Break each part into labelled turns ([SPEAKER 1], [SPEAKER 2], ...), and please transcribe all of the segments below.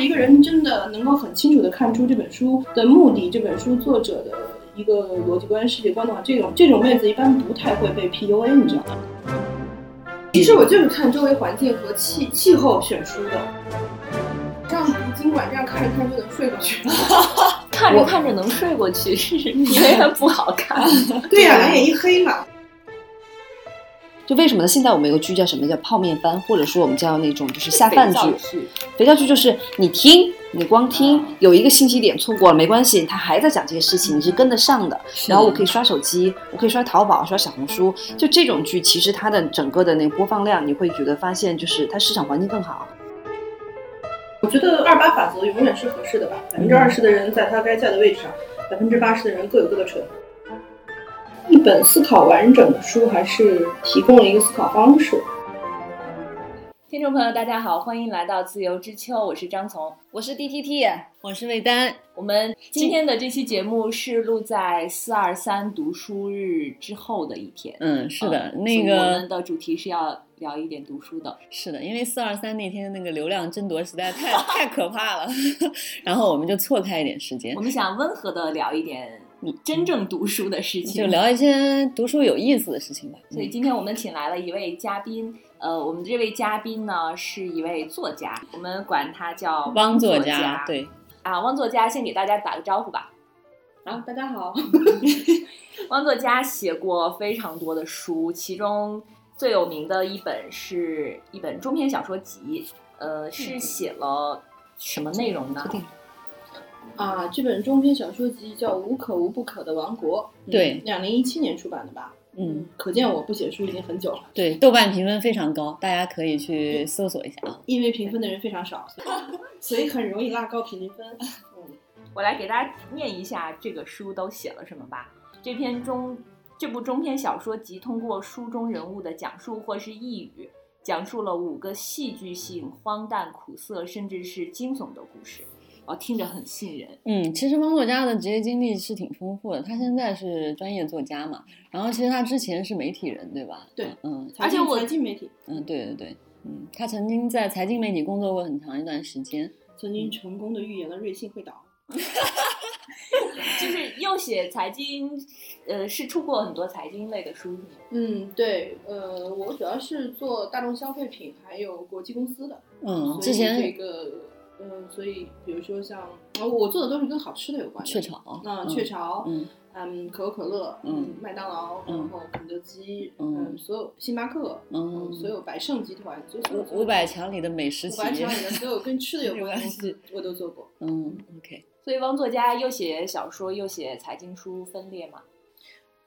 [SPEAKER 1] 一个人真的能够很清楚的看出这本书的目的，这本书作者的一个逻辑观、世界观的话，这种这种妹子一般不太会被 PUA，你知道吗？其实我就是看周围环境和气气候选书的，这样尽管这样看着看就能睡过去。
[SPEAKER 2] 看着看着能睡过去，是因为它不好 看。
[SPEAKER 1] 对呀、蓝眼一黑嘛。
[SPEAKER 3] 就为什么呢？现在我们有个剧叫什么叫泡面番，或者说我们叫那种就是下饭剧。肥皂剧就是你听，你光听，有一个信息点错过了没关系，他还在讲这些事情，你是跟得上的。然后我可以刷手机，我可以刷淘宝，刷小红书。就这种剧，其实它的整个的那个播放量，你会觉得发现就是它市场环境更好。
[SPEAKER 1] 我觉得二八法则永远是合适的吧，百分之二十的人在他该在的位置上，百分之八十的人各有各的蠢。一本思考完整的书，还是提供了一个思考方式。
[SPEAKER 2] 听众朋友，大家好，欢迎来到自由之秋，我是张从，
[SPEAKER 3] 我是 DTT，
[SPEAKER 4] 我是魏丹。
[SPEAKER 2] 我们今天的这期节目是录在四二三读书日之后的一天。
[SPEAKER 4] 嗯，是的，
[SPEAKER 2] 嗯
[SPEAKER 4] 那
[SPEAKER 2] 所以我
[SPEAKER 4] 个
[SPEAKER 2] 们的主题是要聊一点读书的。
[SPEAKER 4] 是的，因为四二三那天那个流量争夺实在太 太可怕了，然后我们就错开一点时间
[SPEAKER 2] 我，们想温和的聊一点你真正读书的事情，
[SPEAKER 4] 就。聊一些读书有意思的事情吧。
[SPEAKER 2] 所以
[SPEAKER 4] 嗯
[SPEAKER 2] 今天我们请来了一位嘉宾，呃，我们这位嘉宾呢是一位作家，我们管他叫
[SPEAKER 4] 汪
[SPEAKER 2] 作
[SPEAKER 4] 嗯作家，对，
[SPEAKER 2] 啊，汪作家先给大家打个招呼吧。
[SPEAKER 1] 啊，大家 好，
[SPEAKER 2] 汪作家写过非常多的书，其中最有名的一本是一本中篇小说集，呃，
[SPEAKER 1] 嗯
[SPEAKER 2] 是写了什么内容呢？
[SPEAKER 1] 啊，这本中篇小说集叫《无可无不可的王国》，嗯
[SPEAKER 4] 对
[SPEAKER 1] 两零一七年出版的吧，
[SPEAKER 4] 嗯，
[SPEAKER 1] 可见我不写书已经很久了，
[SPEAKER 4] 对，豆瓣评分非常高，大家可以去搜索一下啊。
[SPEAKER 1] 因为评分的人非常少， 所以很容易拉高平均分。
[SPEAKER 2] 我来给大家念一下这个书都写了什么吧。这篇中这部中篇小说集通过书中人物的讲述或是抑语，讲述了五个戏剧性、荒诞、苦涩，甚至是惊悚的故事。哦，听着很信人。
[SPEAKER 4] 嗯，其实汪作家的职业经历是挺丰富的，他现在是专业作家嘛，然后其实他之前是媒体人，对吧？
[SPEAKER 1] 对
[SPEAKER 4] 嗯，
[SPEAKER 1] 财
[SPEAKER 2] 而且
[SPEAKER 1] 经
[SPEAKER 2] 我
[SPEAKER 1] 财经媒体
[SPEAKER 4] 嗯，对对对，嗯，他曾经在财经媒体工作过很长一段时间。
[SPEAKER 1] 曾经成功的预言了瑞幸会倒，
[SPEAKER 2] 就是又写财经，呃，是出过很多财经类的书，是吗？
[SPEAKER 1] 嗯，对，呃，我主要是做大众消费品还有国际公司的，
[SPEAKER 4] 嗯，
[SPEAKER 1] 所
[SPEAKER 4] 之
[SPEAKER 1] 以这
[SPEAKER 4] 前
[SPEAKER 1] 个，嗯，所以比如说像呃我做的都是跟好吃的有关的，
[SPEAKER 4] 雀，巢，
[SPEAKER 1] 嗯，雀
[SPEAKER 4] 巢，
[SPEAKER 1] 巢，
[SPEAKER 4] 嗯
[SPEAKER 1] 嗯，可口可乐，
[SPEAKER 4] 嗯，
[SPEAKER 1] 麦当劳，
[SPEAKER 4] 嗯
[SPEAKER 1] 然后肯德基，
[SPEAKER 4] 嗯
[SPEAKER 1] 嗯，所有星巴克，嗯，所
[SPEAKER 4] 嗯，
[SPEAKER 1] 有百盛集团，就所有
[SPEAKER 4] 五五百强里的美食
[SPEAKER 1] 五
[SPEAKER 4] 企
[SPEAKER 1] 百
[SPEAKER 4] 业
[SPEAKER 1] 强，里的所有跟吃的 有
[SPEAKER 4] 没
[SPEAKER 1] 关的
[SPEAKER 4] 关
[SPEAKER 1] 公司，我都做过。
[SPEAKER 4] 嗯，OK，
[SPEAKER 2] 所以汪作家又写小说，又写财经书，分裂嘛。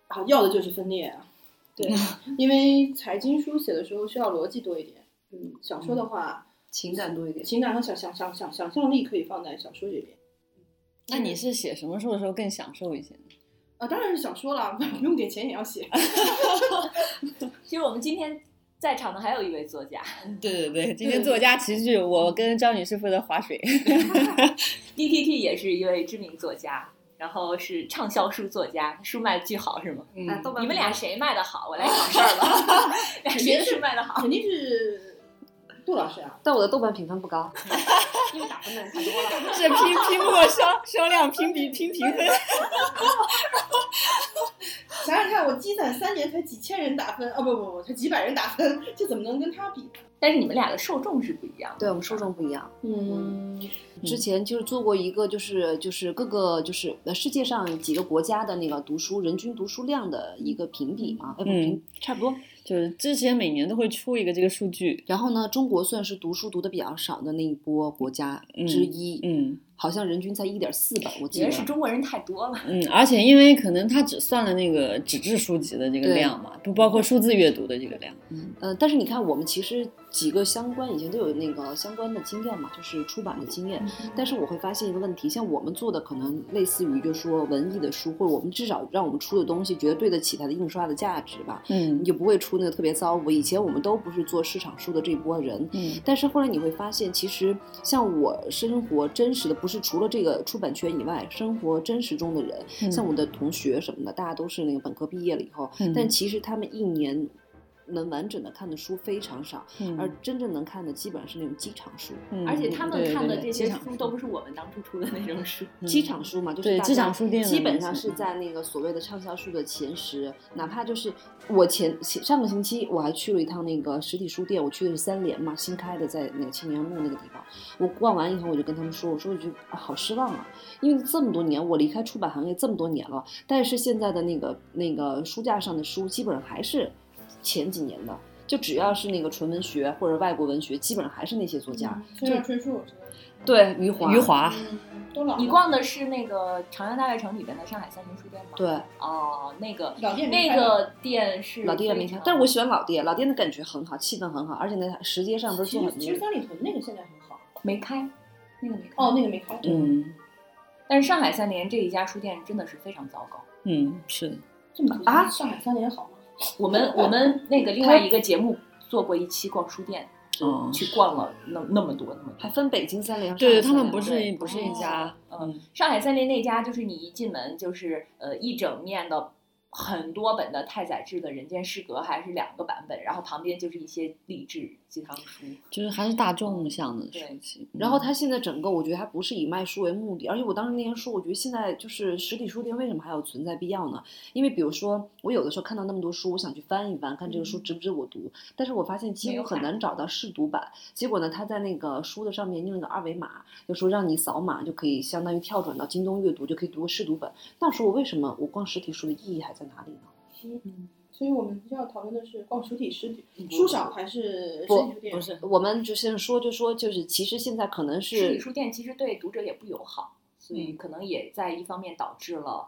[SPEAKER 1] 啊，要的就是分裂啊。 对，因为财经书写的时候需要逻辑多一点，嗯，小说的话，
[SPEAKER 3] 情感多一
[SPEAKER 4] 嗯
[SPEAKER 3] 点。
[SPEAKER 1] 情感和想想想想想象力可以放在小说这边。
[SPEAKER 4] 那你是写什么书的时候更享受一些呢？
[SPEAKER 1] 啊，当然是小说了， 不用给钱也要写。
[SPEAKER 2] 其实我们今天在场的还有一位作家
[SPEAKER 4] 对对对，今
[SPEAKER 1] 对
[SPEAKER 4] 天作家齐聚，我跟张女士负责划水。
[SPEAKER 2] ，DTT 也是一位知名作家，然后是畅销书作家，书卖巨好是吗？
[SPEAKER 4] 嗯
[SPEAKER 1] 啊，豆瓣
[SPEAKER 2] 你们俩谁卖的好？我来挑事儿 吧，俩谁的书卖的好？
[SPEAKER 1] 肯定是杜老师啊，
[SPEAKER 3] 但我的豆瓣评分不高，
[SPEAKER 1] 因为打分的人太多了。
[SPEAKER 4] 这拼拼不过销销量，拼比拼评分。
[SPEAKER 1] 想想看，我积攒三年才几千人打分，啊不不不，才几百人打分，这怎么能跟他比？
[SPEAKER 2] 但是你们俩的受众是不一样的。
[SPEAKER 3] 对我们受众不一样。
[SPEAKER 1] 嗯，
[SPEAKER 3] 之前就是做过一个，就是就是各个就是呃世界上几个国家的那个读书人均读书量的一个评比嘛，哎不
[SPEAKER 4] 嗯
[SPEAKER 3] 评差不多。
[SPEAKER 4] 就是之前每年都会出一个这个数据，
[SPEAKER 3] 然后呢，中国算是读书读的比较少的那一波国家之一，
[SPEAKER 4] 嗯
[SPEAKER 3] 好像人均才一点四吧，我记
[SPEAKER 2] 也
[SPEAKER 3] 得
[SPEAKER 2] 是中国人太多了，
[SPEAKER 4] 嗯，而且因为可能它只算了那个纸质书籍的这个
[SPEAKER 3] 对
[SPEAKER 4] 量嘛，不包括数字阅读的这个量。
[SPEAKER 3] 呃，但是你看，我们其实几个相关以前都有那个相关的经验嘛，就是出版的经验。
[SPEAKER 4] 嗯
[SPEAKER 3] 但是我会发现一个问题，像我们做的可能类似于就是说文艺的书，或者我们至少让我们出的东西觉得对得起它的印刷的价值吧，
[SPEAKER 4] 嗯
[SPEAKER 3] 也不会出那个特别糟。我以前我们都不是做市场书的这一波人。
[SPEAKER 4] 嗯
[SPEAKER 3] 但是后来你会发现，其实像我生活真实的，不是除了这个出版圈以外，生活真实中的人，
[SPEAKER 4] 嗯
[SPEAKER 3] 像我的同学什么的，大家都是那个本科毕业了以后，
[SPEAKER 4] 嗯
[SPEAKER 3] 但其实他们一年能完整的看的书非常少，
[SPEAKER 4] 嗯
[SPEAKER 3] 而真正能看的基本上是那种机场书。
[SPEAKER 4] 嗯
[SPEAKER 2] 而且他们
[SPEAKER 4] 对
[SPEAKER 2] 看的
[SPEAKER 4] 对
[SPEAKER 2] 这
[SPEAKER 4] 对
[SPEAKER 2] 些
[SPEAKER 4] 机场
[SPEAKER 2] 书都不是我们当初出的那种书，
[SPEAKER 4] 嗯
[SPEAKER 3] 机场书嘛，就是
[SPEAKER 4] 对
[SPEAKER 3] 大
[SPEAKER 4] 机
[SPEAKER 3] 家
[SPEAKER 4] 场书店的
[SPEAKER 3] 基本
[SPEAKER 4] 那
[SPEAKER 3] 上
[SPEAKER 4] 些嗯
[SPEAKER 3] 是在那个所谓的畅销书的前十，哪怕就是我前前上个星期我还去了一趟那个实体书店，我去的是三联嘛，新开的在那个青年路那个地方。我逛完以后，我就跟他们说，我说我就、啊、好失望啊，因为这么多年我离开出版行业这么多年了，但是现在的那个那个书架上的书基本上还是前几年的。就只要是那个纯文学或者外国文学，基本上还是那些作家，
[SPEAKER 1] 村上春啊树，我知道，
[SPEAKER 3] 对余华，
[SPEAKER 4] 嗯余华，
[SPEAKER 1] 嗯，都老
[SPEAKER 2] 你
[SPEAKER 1] 了
[SPEAKER 2] 逛的是那个长安大悦城里边的上海三联书店吗？，
[SPEAKER 3] 对
[SPEAKER 2] 哦，那个
[SPEAKER 1] 老店没
[SPEAKER 2] 那
[SPEAKER 1] 开了
[SPEAKER 2] 个店是
[SPEAKER 3] 老爹也没
[SPEAKER 2] 非
[SPEAKER 3] 看，
[SPEAKER 2] 常
[SPEAKER 3] 但是我喜欢老爹，老爹的感觉很好，气氛很好，而且呢，石阶上都
[SPEAKER 1] 其
[SPEAKER 3] 做
[SPEAKER 1] 实
[SPEAKER 3] 很
[SPEAKER 1] 其实
[SPEAKER 3] 多。
[SPEAKER 1] 三里屯那个现在很好，
[SPEAKER 2] 没开，那个没开
[SPEAKER 1] 哦，那个没开，
[SPEAKER 3] 嗯，
[SPEAKER 2] 但是上海三联这一家书店真的是非常糟糕。
[SPEAKER 4] 嗯是的，
[SPEAKER 1] 这么多
[SPEAKER 3] 啊
[SPEAKER 1] 上海三联好吗？
[SPEAKER 2] 我们我们那个另外一个节目做过一期逛书店，
[SPEAKER 4] 哦
[SPEAKER 2] 去逛了那那么多那么多
[SPEAKER 3] 还。分北京三联和上海
[SPEAKER 4] 对
[SPEAKER 3] 三
[SPEAKER 4] 他
[SPEAKER 3] 联。
[SPEAKER 4] 们不是一不是一
[SPEAKER 2] 哦
[SPEAKER 4] 家，
[SPEAKER 2] 嗯
[SPEAKER 4] 嗯
[SPEAKER 2] 上海三联那家就是你一进门就是呃一整面的很多本的太宰治的《人间失格》，还是两个版本，然后旁边就是一些励志鸡汤书。
[SPEAKER 4] 就是还是大众向的
[SPEAKER 2] 对
[SPEAKER 4] 书籍。
[SPEAKER 3] 然后
[SPEAKER 4] 嗯
[SPEAKER 3] 他现在整个，我觉得他不是以卖书为目的，而且我当时那天说，我觉得现在就是实体书店为什么还有存在必要呢？因为比如说，我有的时候看到那么多书，我想去翻一翻，看这个
[SPEAKER 4] 嗯
[SPEAKER 3] 书值不值我读，但是我发现
[SPEAKER 2] 没
[SPEAKER 3] 几
[SPEAKER 2] 有
[SPEAKER 3] 乎很
[SPEAKER 2] 版
[SPEAKER 3] 难找到试读版。结果呢，他在那个书的上面印了个二维码，就说让你扫码就可以相当于跳转到京东阅读，就可以读个试读本。那我说我为什么我逛实体书的意义还在哪里呢？
[SPEAKER 1] 嗯，所以我们要讨论的是逛实体实体书少还是实体
[SPEAKER 3] 不
[SPEAKER 1] 书店？
[SPEAKER 4] 不是
[SPEAKER 3] 我们就先说，就说就是，其实现在可能
[SPEAKER 2] 实体
[SPEAKER 3] 是
[SPEAKER 2] 书店其实对读者也不友好，所
[SPEAKER 3] 嗯
[SPEAKER 2] 以可能也在一方面导致了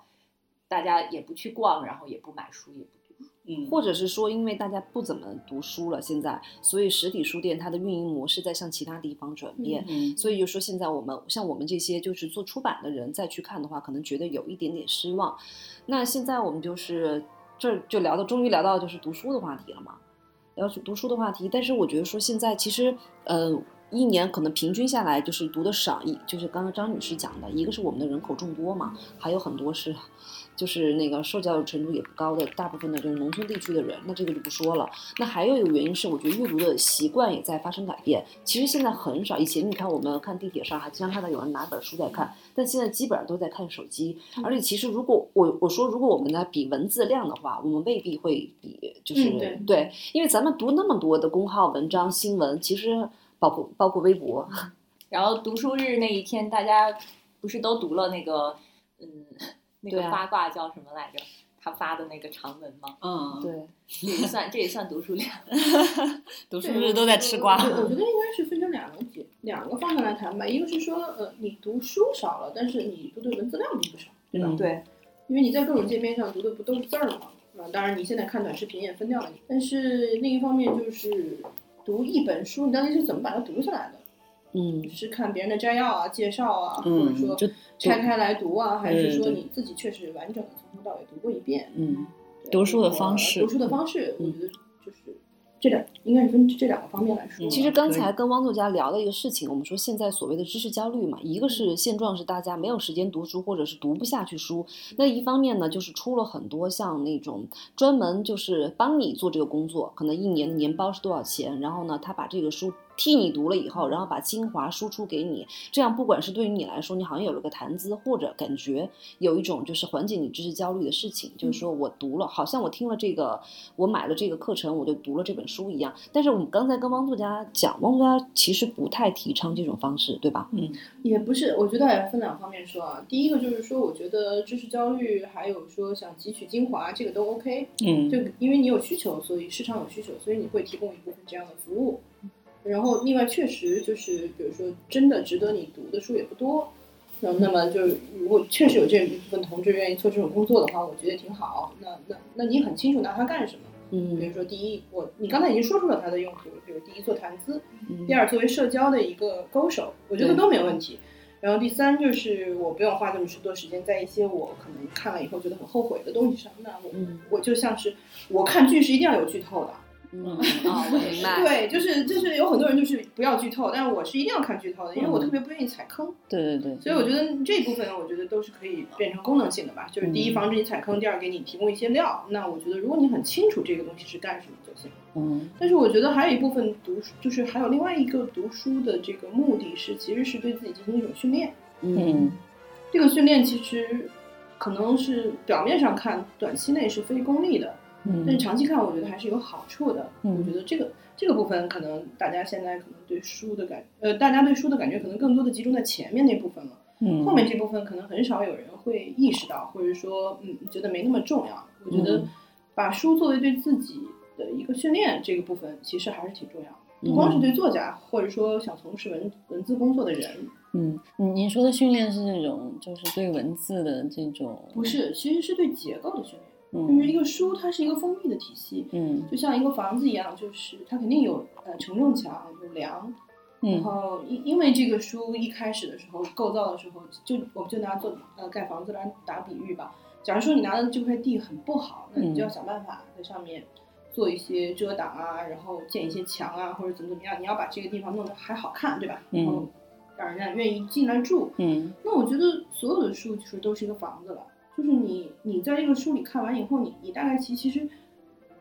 [SPEAKER 2] 大家也不去逛，然后也不买书，也不读书。
[SPEAKER 4] 嗯
[SPEAKER 3] 或者是说，因为大家不怎么读书了，现在，所以实体书店它的运营模式在向其他地方转变。
[SPEAKER 4] 嗯
[SPEAKER 3] 所以就说，现在我们像我们这些就是做出版的人再去看的话，可能觉得有一点点失望。那现在我们就是这儿就聊到，终于聊到就是读书的话题了嘛，聊读书的话题。但是我觉得说现在其实，呃，一年可能平均下来就是读的少，一就是刚刚张女士讲的，一个是我们的人口众多嘛，还有很多是就是那个受教育程度也不高的，大部分的就是农村地区的人，那这个就不说了。那还有一个原因是，我觉得阅读的习惯也在发生改变。其实现在很少，以前你看我们看地铁上还经常看到有人拿本书在看，但现在基本上都在看手机。而且其实如果我我说如果我们来比文字量的话，我们未必会比就是、
[SPEAKER 1] 嗯对
[SPEAKER 3] 因为咱们读那么多的公号文章、新闻，其实包括包括微博，
[SPEAKER 2] 然后读书日那一天，大家不是都读了那个嗯那
[SPEAKER 3] 对
[SPEAKER 2] 个
[SPEAKER 3] 啊
[SPEAKER 2] 八卦叫什么来着？他发的那个长文吗？
[SPEAKER 4] 嗯，
[SPEAKER 3] 对，
[SPEAKER 2] 这 也算这也算读书量。
[SPEAKER 4] 读书
[SPEAKER 1] 对
[SPEAKER 4] 日都在吃瓜
[SPEAKER 1] 我，我我觉得应该是分成两个节两个方面来谈吧，一个是说，呃，你读书少了，但是你读的文字量并不少，对吧？
[SPEAKER 4] 嗯
[SPEAKER 3] 对，
[SPEAKER 1] 因为你在各种界面上读的不都是字儿嘛。啊，当然你现在看短视频也分掉了你，但是另一方面就是读一本书，你到底是怎么把它读下来的？
[SPEAKER 3] 嗯，
[SPEAKER 1] 是看别人的摘要啊、介绍啊，或者
[SPEAKER 4] 嗯，
[SPEAKER 1] 说
[SPEAKER 4] 就
[SPEAKER 1] 拆开来读啊，还是
[SPEAKER 4] 对对
[SPEAKER 1] 说
[SPEAKER 4] 对
[SPEAKER 1] 你自己确实完整的从头到尾读过一遍？
[SPEAKER 4] 嗯
[SPEAKER 1] 对
[SPEAKER 4] 读书的
[SPEAKER 1] 我
[SPEAKER 4] 方式嗯
[SPEAKER 1] 读书的方式，我觉得就是这两，应该是分这两个方面来说吧。
[SPEAKER 4] 嗯
[SPEAKER 3] 其实刚
[SPEAKER 4] 可以
[SPEAKER 3] 才跟汪作家聊了一个事情，我们说现在所谓的知识焦虑嘛，一个
[SPEAKER 4] 嗯
[SPEAKER 3] 是现状是大家没有时间读书，或者是读不下去书；那一方面呢，就是出了很多像那种专门就是帮你做这个工作，可能一年的年包是多少钱，然后呢，他把这个书替你读了以后，然后把精华输出给你，这样不管是对于你来说，你好像有了个谈资，或者感觉有一种就是缓解你知识焦虑的事情，就是说我读了，好像我听了这个，我买了这个课程，我就读了这本书一样。但是我们刚才跟汪作家讲，汪作家其实不太提倡这种方式，对吧？
[SPEAKER 1] 也不是，我觉得也分两方面说啊。第一个就是说，我觉得知识焦虑，还有说想汲取精华，这个都 OK。
[SPEAKER 4] 嗯
[SPEAKER 1] 就因为你有需求，所以市场有需求，所以你会提供一部分这样的服务。然后，另外确实就是，比如说真的值得你读的书也不多。那那么就是，如果确实有这部分同志愿意做这种工作的话，我觉得挺好。那那那你很清楚拿它干什么？比
[SPEAKER 3] 嗯
[SPEAKER 1] 如说，第一，我你刚才已经说出了它的用途，比如第一做谈资，
[SPEAKER 3] 嗯
[SPEAKER 1] 第二，作为社交的一个勾手，我觉得都没有问题。然后第三就是，我不用花这么多时间在一些我可能看了以后觉得很后悔的东西上。那我、
[SPEAKER 3] 嗯
[SPEAKER 1] 我就像是我看剧是一定要有剧透的，
[SPEAKER 2] 嗯，哦，我明白。
[SPEAKER 1] 对，就是就是有很多人就是不要剧透，但是我是一定要看剧透的，因为我特别不愿意踩坑。
[SPEAKER 4] 嗯对对对，
[SPEAKER 1] 所以我觉得这部分，我觉得都是可以变成功能性的吧。就是
[SPEAKER 4] 嗯
[SPEAKER 1] 第一，防止你踩坑；第二，给你提供一些料。那我觉得，如果你很清楚这个东西是干什么就行。
[SPEAKER 4] 嗯，
[SPEAKER 1] 但是我觉得还有一部分读书，就是还有另外一个读书的这个目的是，其实是对自己进行一种训练。
[SPEAKER 4] 嗯，
[SPEAKER 1] 这个训练其实可能是表面上看短期内是非功利的，
[SPEAKER 4] 嗯
[SPEAKER 1] 但是长期看我觉得还是有好处的。
[SPEAKER 4] 嗯
[SPEAKER 1] 我觉得这个这个部分可能大家现在可能对书的感，呃，大家对书的感觉可能更多的集中在前面那部分了，
[SPEAKER 4] 嗯
[SPEAKER 1] 后面这部分可能很少有人会意识到，或者说嗯觉得没那么重要。我觉得
[SPEAKER 4] 嗯
[SPEAKER 1] 把书作为对自己的一个训练这个部分，其实还是挺重要的。
[SPEAKER 4] 嗯
[SPEAKER 1] 不光是对作家，或者说想从事文文字工作的人，
[SPEAKER 4] 嗯，你你说的训练是那种，就是对文字的这种，
[SPEAKER 1] 不是，其实是对结构的训练。就是
[SPEAKER 4] 嗯
[SPEAKER 1] 一个书，它是一个封闭的体系，
[SPEAKER 4] 嗯
[SPEAKER 1] 就像一个房子一样，就是它肯定有呃承重墙，有梁。然
[SPEAKER 4] 嗯
[SPEAKER 1] 后因因为这个书一开始的时候构造的时候，就我们就拿做呃盖房子来打比喻吧。假如说你拿的这块地很不好，那你就要想办法在上面做一些遮挡啊，然后建一些墙啊，或者怎么怎么样，你要把这个地方弄得还好看，对吧？然后让人家愿意进来住。
[SPEAKER 4] 嗯
[SPEAKER 1] 那我觉得所有的书其实都是一个房子了，就是你你在这个书里看完以后，你你大概其其实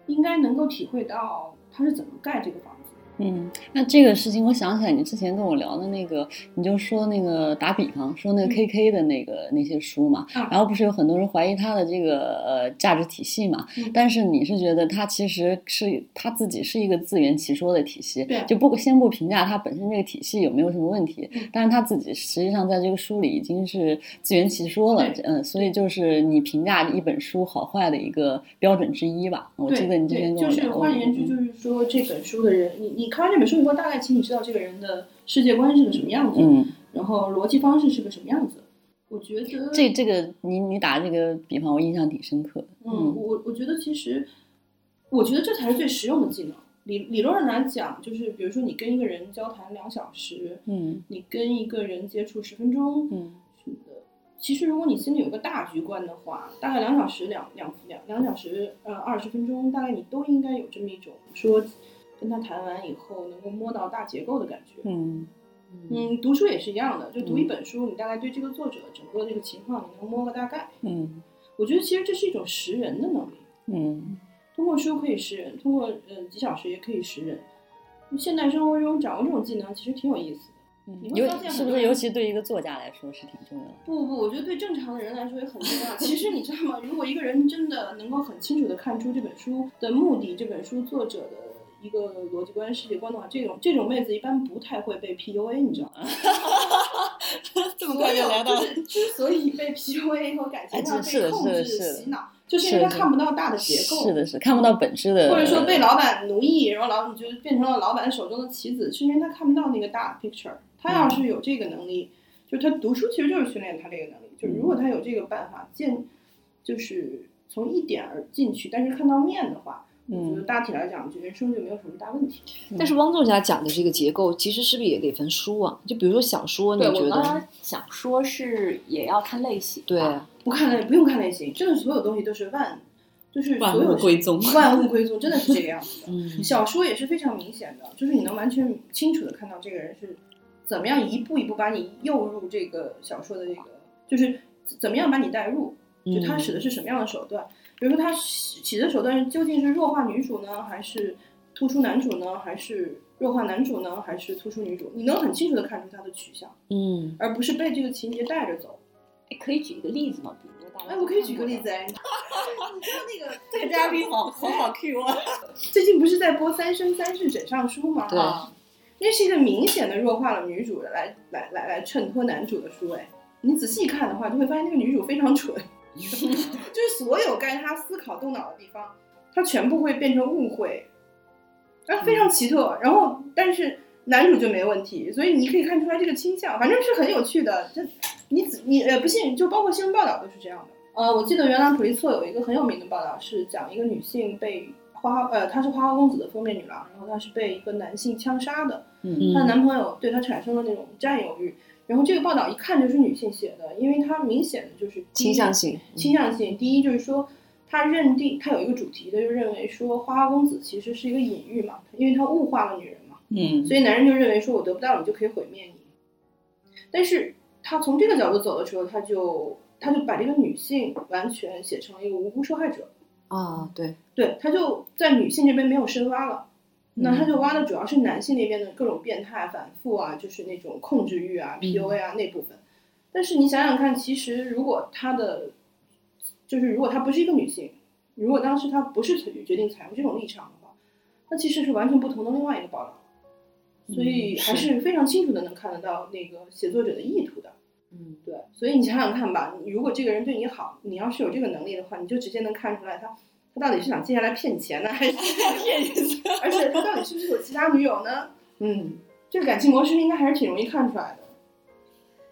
[SPEAKER 1] 应该能够体会到他是怎么盖这个房子。
[SPEAKER 4] 嗯。那这个事情，我想起来，你之前跟我聊的那个，你就说那个打比方，说那个
[SPEAKER 1] 嗯
[SPEAKER 4] KK 的那个那些书嘛，
[SPEAKER 1] 啊
[SPEAKER 4] 然后不是有很多人怀疑他的这个呃价值体系嘛，
[SPEAKER 1] 嗯
[SPEAKER 4] 但是你是觉得他其实是他自己是一个自圆其说的体系，
[SPEAKER 1] 对
[SPEAKER 4] 就不先不评价他本身这个体系有没有什么问题，
[SPEAKER 1] 嗯
[SPEAKER 4] 但是他自己实际上在这个书里已经是自圆其说了，
[SPEAKER 1] 对
[SPEAKER 4] 嗯，所以就是你评价一本书好坏的一个标准之一吧。我记得你之前
[SPEAKER 1] 对，
[SPEAKER 4] 跟我
[SPEAKER 1] 就
[SPEAKER 4] 聊
[SPEAKER 1] 是
[SPEAKER 4] 过，嗯
[SPEAKER 1] 换言之，就是说这本书的人，你你看完这本书以后，大概其实你知道这个人的世界观是个什么样子，
[SPEAKER 4] 嗯，
[SPEAKER 1] 然后逻辑方式是个什么样子。我觉得
[SPEAKER 4] 这这个你你打这个比方，我印象挺深刻的，
[SPEAKER 1] 嗯，我我觉得其实，我觉得这才是最实用的技能。理理论上来讲，就是比如说你跟一个人交谈两小时，
[SPEAKER 4] 嗯
[SPEAKER 1] 你跟一个人接触十分钟，
[SPEAKER 4] 嗯
[SPEAKER 1] 什么的。其实如果你心里有个大局观的话，大概两小时、两两两两小时，呃，二十分钟，大概你都应该有这么一种说，跟他谈完以后能够摸到大结构的感觉。
[SPEAKER 4] 嗯
[SPEAKER 1] 嗯，读书也是一样的，就读一本书，你大概对这个作者整个这个情况你能摸个大概。
[SPEAKER 4] 嗯
[SPEAKER 1] 我觉得其实这是一种识人的能力，
[SPEAKER 4] 嗯
[SPEAKER 1] 通过书可以识人，通过呃几小时也可以识人。现代生活中掌握这种技能其实挺有意思的。
[SPEAKER 4] 嗯，
[SPEAKER 1] 你会
[SPEAKER 4] 尤
[SPEAKER 1] 发现
[SPEAKER 4] 是不
[SPEAKER 1] 很多
[SPEAKER 4] 是
[SPEAKER 1] 人
[SPEAKER 4] 尤其对一个作家来说是挺重要的？
[SPEAKER 1] 不不不，我觉得对正常的人来说也很重要。其实你知道吗？如果一个人真的能够很清楚的看出这本书的目的、这本书作者的一个逻辑观、世界观的话，这种这种妹子一般不太会被 PUA，你知 道吗？所
[SPEAKER 4] 这
[SPEAKER 1] 有就是之所以被 PUA 和感情上
[SPEAKER 4] 哎是
[SPEAKER 1] 被
[SPEAKER 4] 的
[SPEAKER 1] 控
[SPEAKER 4] 是的
[SPEAKER 1] 制、
[SPEAKER 4] 是的
[SPEAKER 1] 洗脑，就是因为他看不到大的结构，
[SPEAKER 4] 是的，是看不到本质的，
[SPEAKER 1] 或者说被老板奴役，然后老你就变成了老板手中的棋子，是因为他看不到那个大 picture。他要
[SPEAKER 4] 嗯
[SPEAKER 1] 是有这个能力，就是他读书其实就是训练他这个能力。就是如
[SPEAKER 4] 嗯
[SPEAKER 1] 果他有这个办法见，就是从一点而进去，但是看到面的话，我觉得
[SPEAKER 4] 嗯
[SPEAKER 1] 大体来讲，就人生就没有什么大问题。
[SPEAKER 3] 但是汪作家讲的这个结构，其实是不是也得分书啊？就比如说小说，你
[SPEAKER 2] 对
[SPEAKER 3] 觉
[SPEAKER 2] 我刚
[SPEAKER 3] 得？
[SPEAKER 2] 刚想说是也要看类型，
[SPEAKER 3] 对，，
[SPEAKER 1] 不看类不用看类型，真的所有东西都是万，就是所有
[SPEAKER 3] 宗
[SPEAKER 1] 万物归宗，真的是这个样子的。
[SPEAKER 3] 嗯
[SPEAKER 1] 小说也是非常明显的，就是你能完全清楚的看到这个人是怎么样一步一步把你诱入这个小说的这个，就是怎么样把你带入，就他使的是什么样的手段。比如说他使使的手段究竟是弱化女主呢，还是突出男主呢，还是弱化男主呢，还是突出女主？你能很清楚的看出他的取向，
[SPEAKER 3] 嗯，
[SPEAKER 1] 而不是被这个情节带着走。
[SPEAKER 2] 哎可以举一个例子吗？比如大家，
[SPEAKER 1] 哎，我可以举个例，子 哎，你知道那个
[SPEAKER 4] 这个嘉宾好好好 Q 啊，
[SPEAKER 1] 最近不是在播《三生三世枕上书》吗？
[SPEAKER 3] 对
[SPEAKER 2] 啊
[SPEAKER 1] 那是一个明显的弱化了女主的来来来来衬托男主的书哎，你仔细看的话，就会发现那个女主非常蠢， 就是所有该她思考动脑的地方，她全部会变成误会，然后非常奇特。然后但是男主就没问题，所以你可以看出来这个倾向，反正是很有趣的。这你仔你呃不信，就包括新闻报道都是这样的。呃，我记得原来普利策有一个很有名的报道，是讲一个女性被花花呃她是花花公子的封面女郎，然后她是被一个男性枪杀的。
[SPEAKER 4] 嗯
[SPEAKER 1] 她的男朋友对她产生了那种占有欲。然后这个报道一看就是女性写的，因为她明显的就是第一
[SPEAKER 3] 倾向性，嗯
[SPEAKER 1] 倾向性。第一就是说，他认定他有一个主题，他就认为说花花公子其实是一个隐喻嘛，因为他物化了女人嘛，
[SPEAKER 4] 嗯，
[SPEAKER 1] 所以男人就认为说我得不到你就可以毁灭你。但是他从这个角度走的时候，他就他就把这个女性完全写成一个无辜受害者，
[SPEAKER 3] 啊，对，
[SPEAKER 1] 对，他就在女性这边没有深挖了。那他就挖的主要是男性那边的各种变态、反复啊，就是那种控制欲啊、PUA 啊那部分。但是你想想看，其实如果他的，就是如果她不是一个女性，如果当时她不是决定采用这种立场的话，那其实是完全不同的另外一个报道。所以还是非常清楚的能看得到那个写作者的意图的。
[SPEAKER 3] 嗯，
[SPEAKER 1] 对，所以你想想看吧，你如果这个人对你好，你要是有这个能力的话，你就直接能看出来他他到底是想接下来骗你钱呢， 还是骗你钱？ 而且他到底是不是有其他女友呢？嗯，这个感情模式应该还是挺容易看出来的。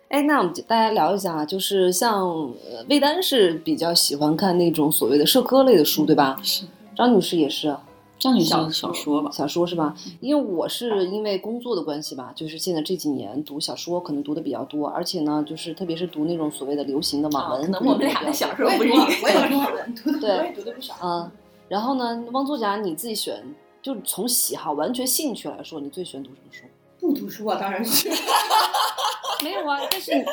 [SPEAKER 3] 哎，那我们大家聊一下啊，就是像呃魏丹是比较喜欢看那种所谓的社科类的书，对吧？
[SPEAKER 4] 是
[SPEAKER 3] 张女士也是啊，
[SPEAKER 4] 张女士
[SPEAKER 2] 小
[SPEAKER 4] 的
[SPEAKER 2] 说
[SPEAKER 4] 小说吧，
[SPEAKER 3] 小说是吧？因为我是因为工作的关系吧，就是现在这几年读小说可能读的比较多，而且呢，就是特别是读那种所谓的流行的
[SPEAKER 2] 啊
[SPEAKER 3] 网文，
[SPEAKER 2] 可能
[SPEAKER 3] 读得
[SPEAKER 2] 我们
[SPEAKER 3] 比
[SPEAKER 2] 俩
[SPEAKER 3] 较
[SPEAKER 2] 的小
[SPEAKER 3] 多
[SPEAKER 2] 时
[SPEAKER 1] 我
[SPEAKER 2] 候
[SPEAKER 1] 也
[SPEAKER 2] 不是
[SPEAKER 1] 读
[SPEAKER 2] 一
[SPEAKER 1] 了
[SPEAKER 2] 个，
[SPEAKER 1] 我也读了，读的
[SPEAKER 3] 对
[SPEAKER 1] 我也读的不少。
[SPEAKER 3] 嗯，然后呢，汪作家你自己选，就是从喜好完全兴趣来说，你最喜欢读什么书？
[SPEAKER 1] 不读书啊，当然 是。
[SPEAKER 3] 没有啊，但是你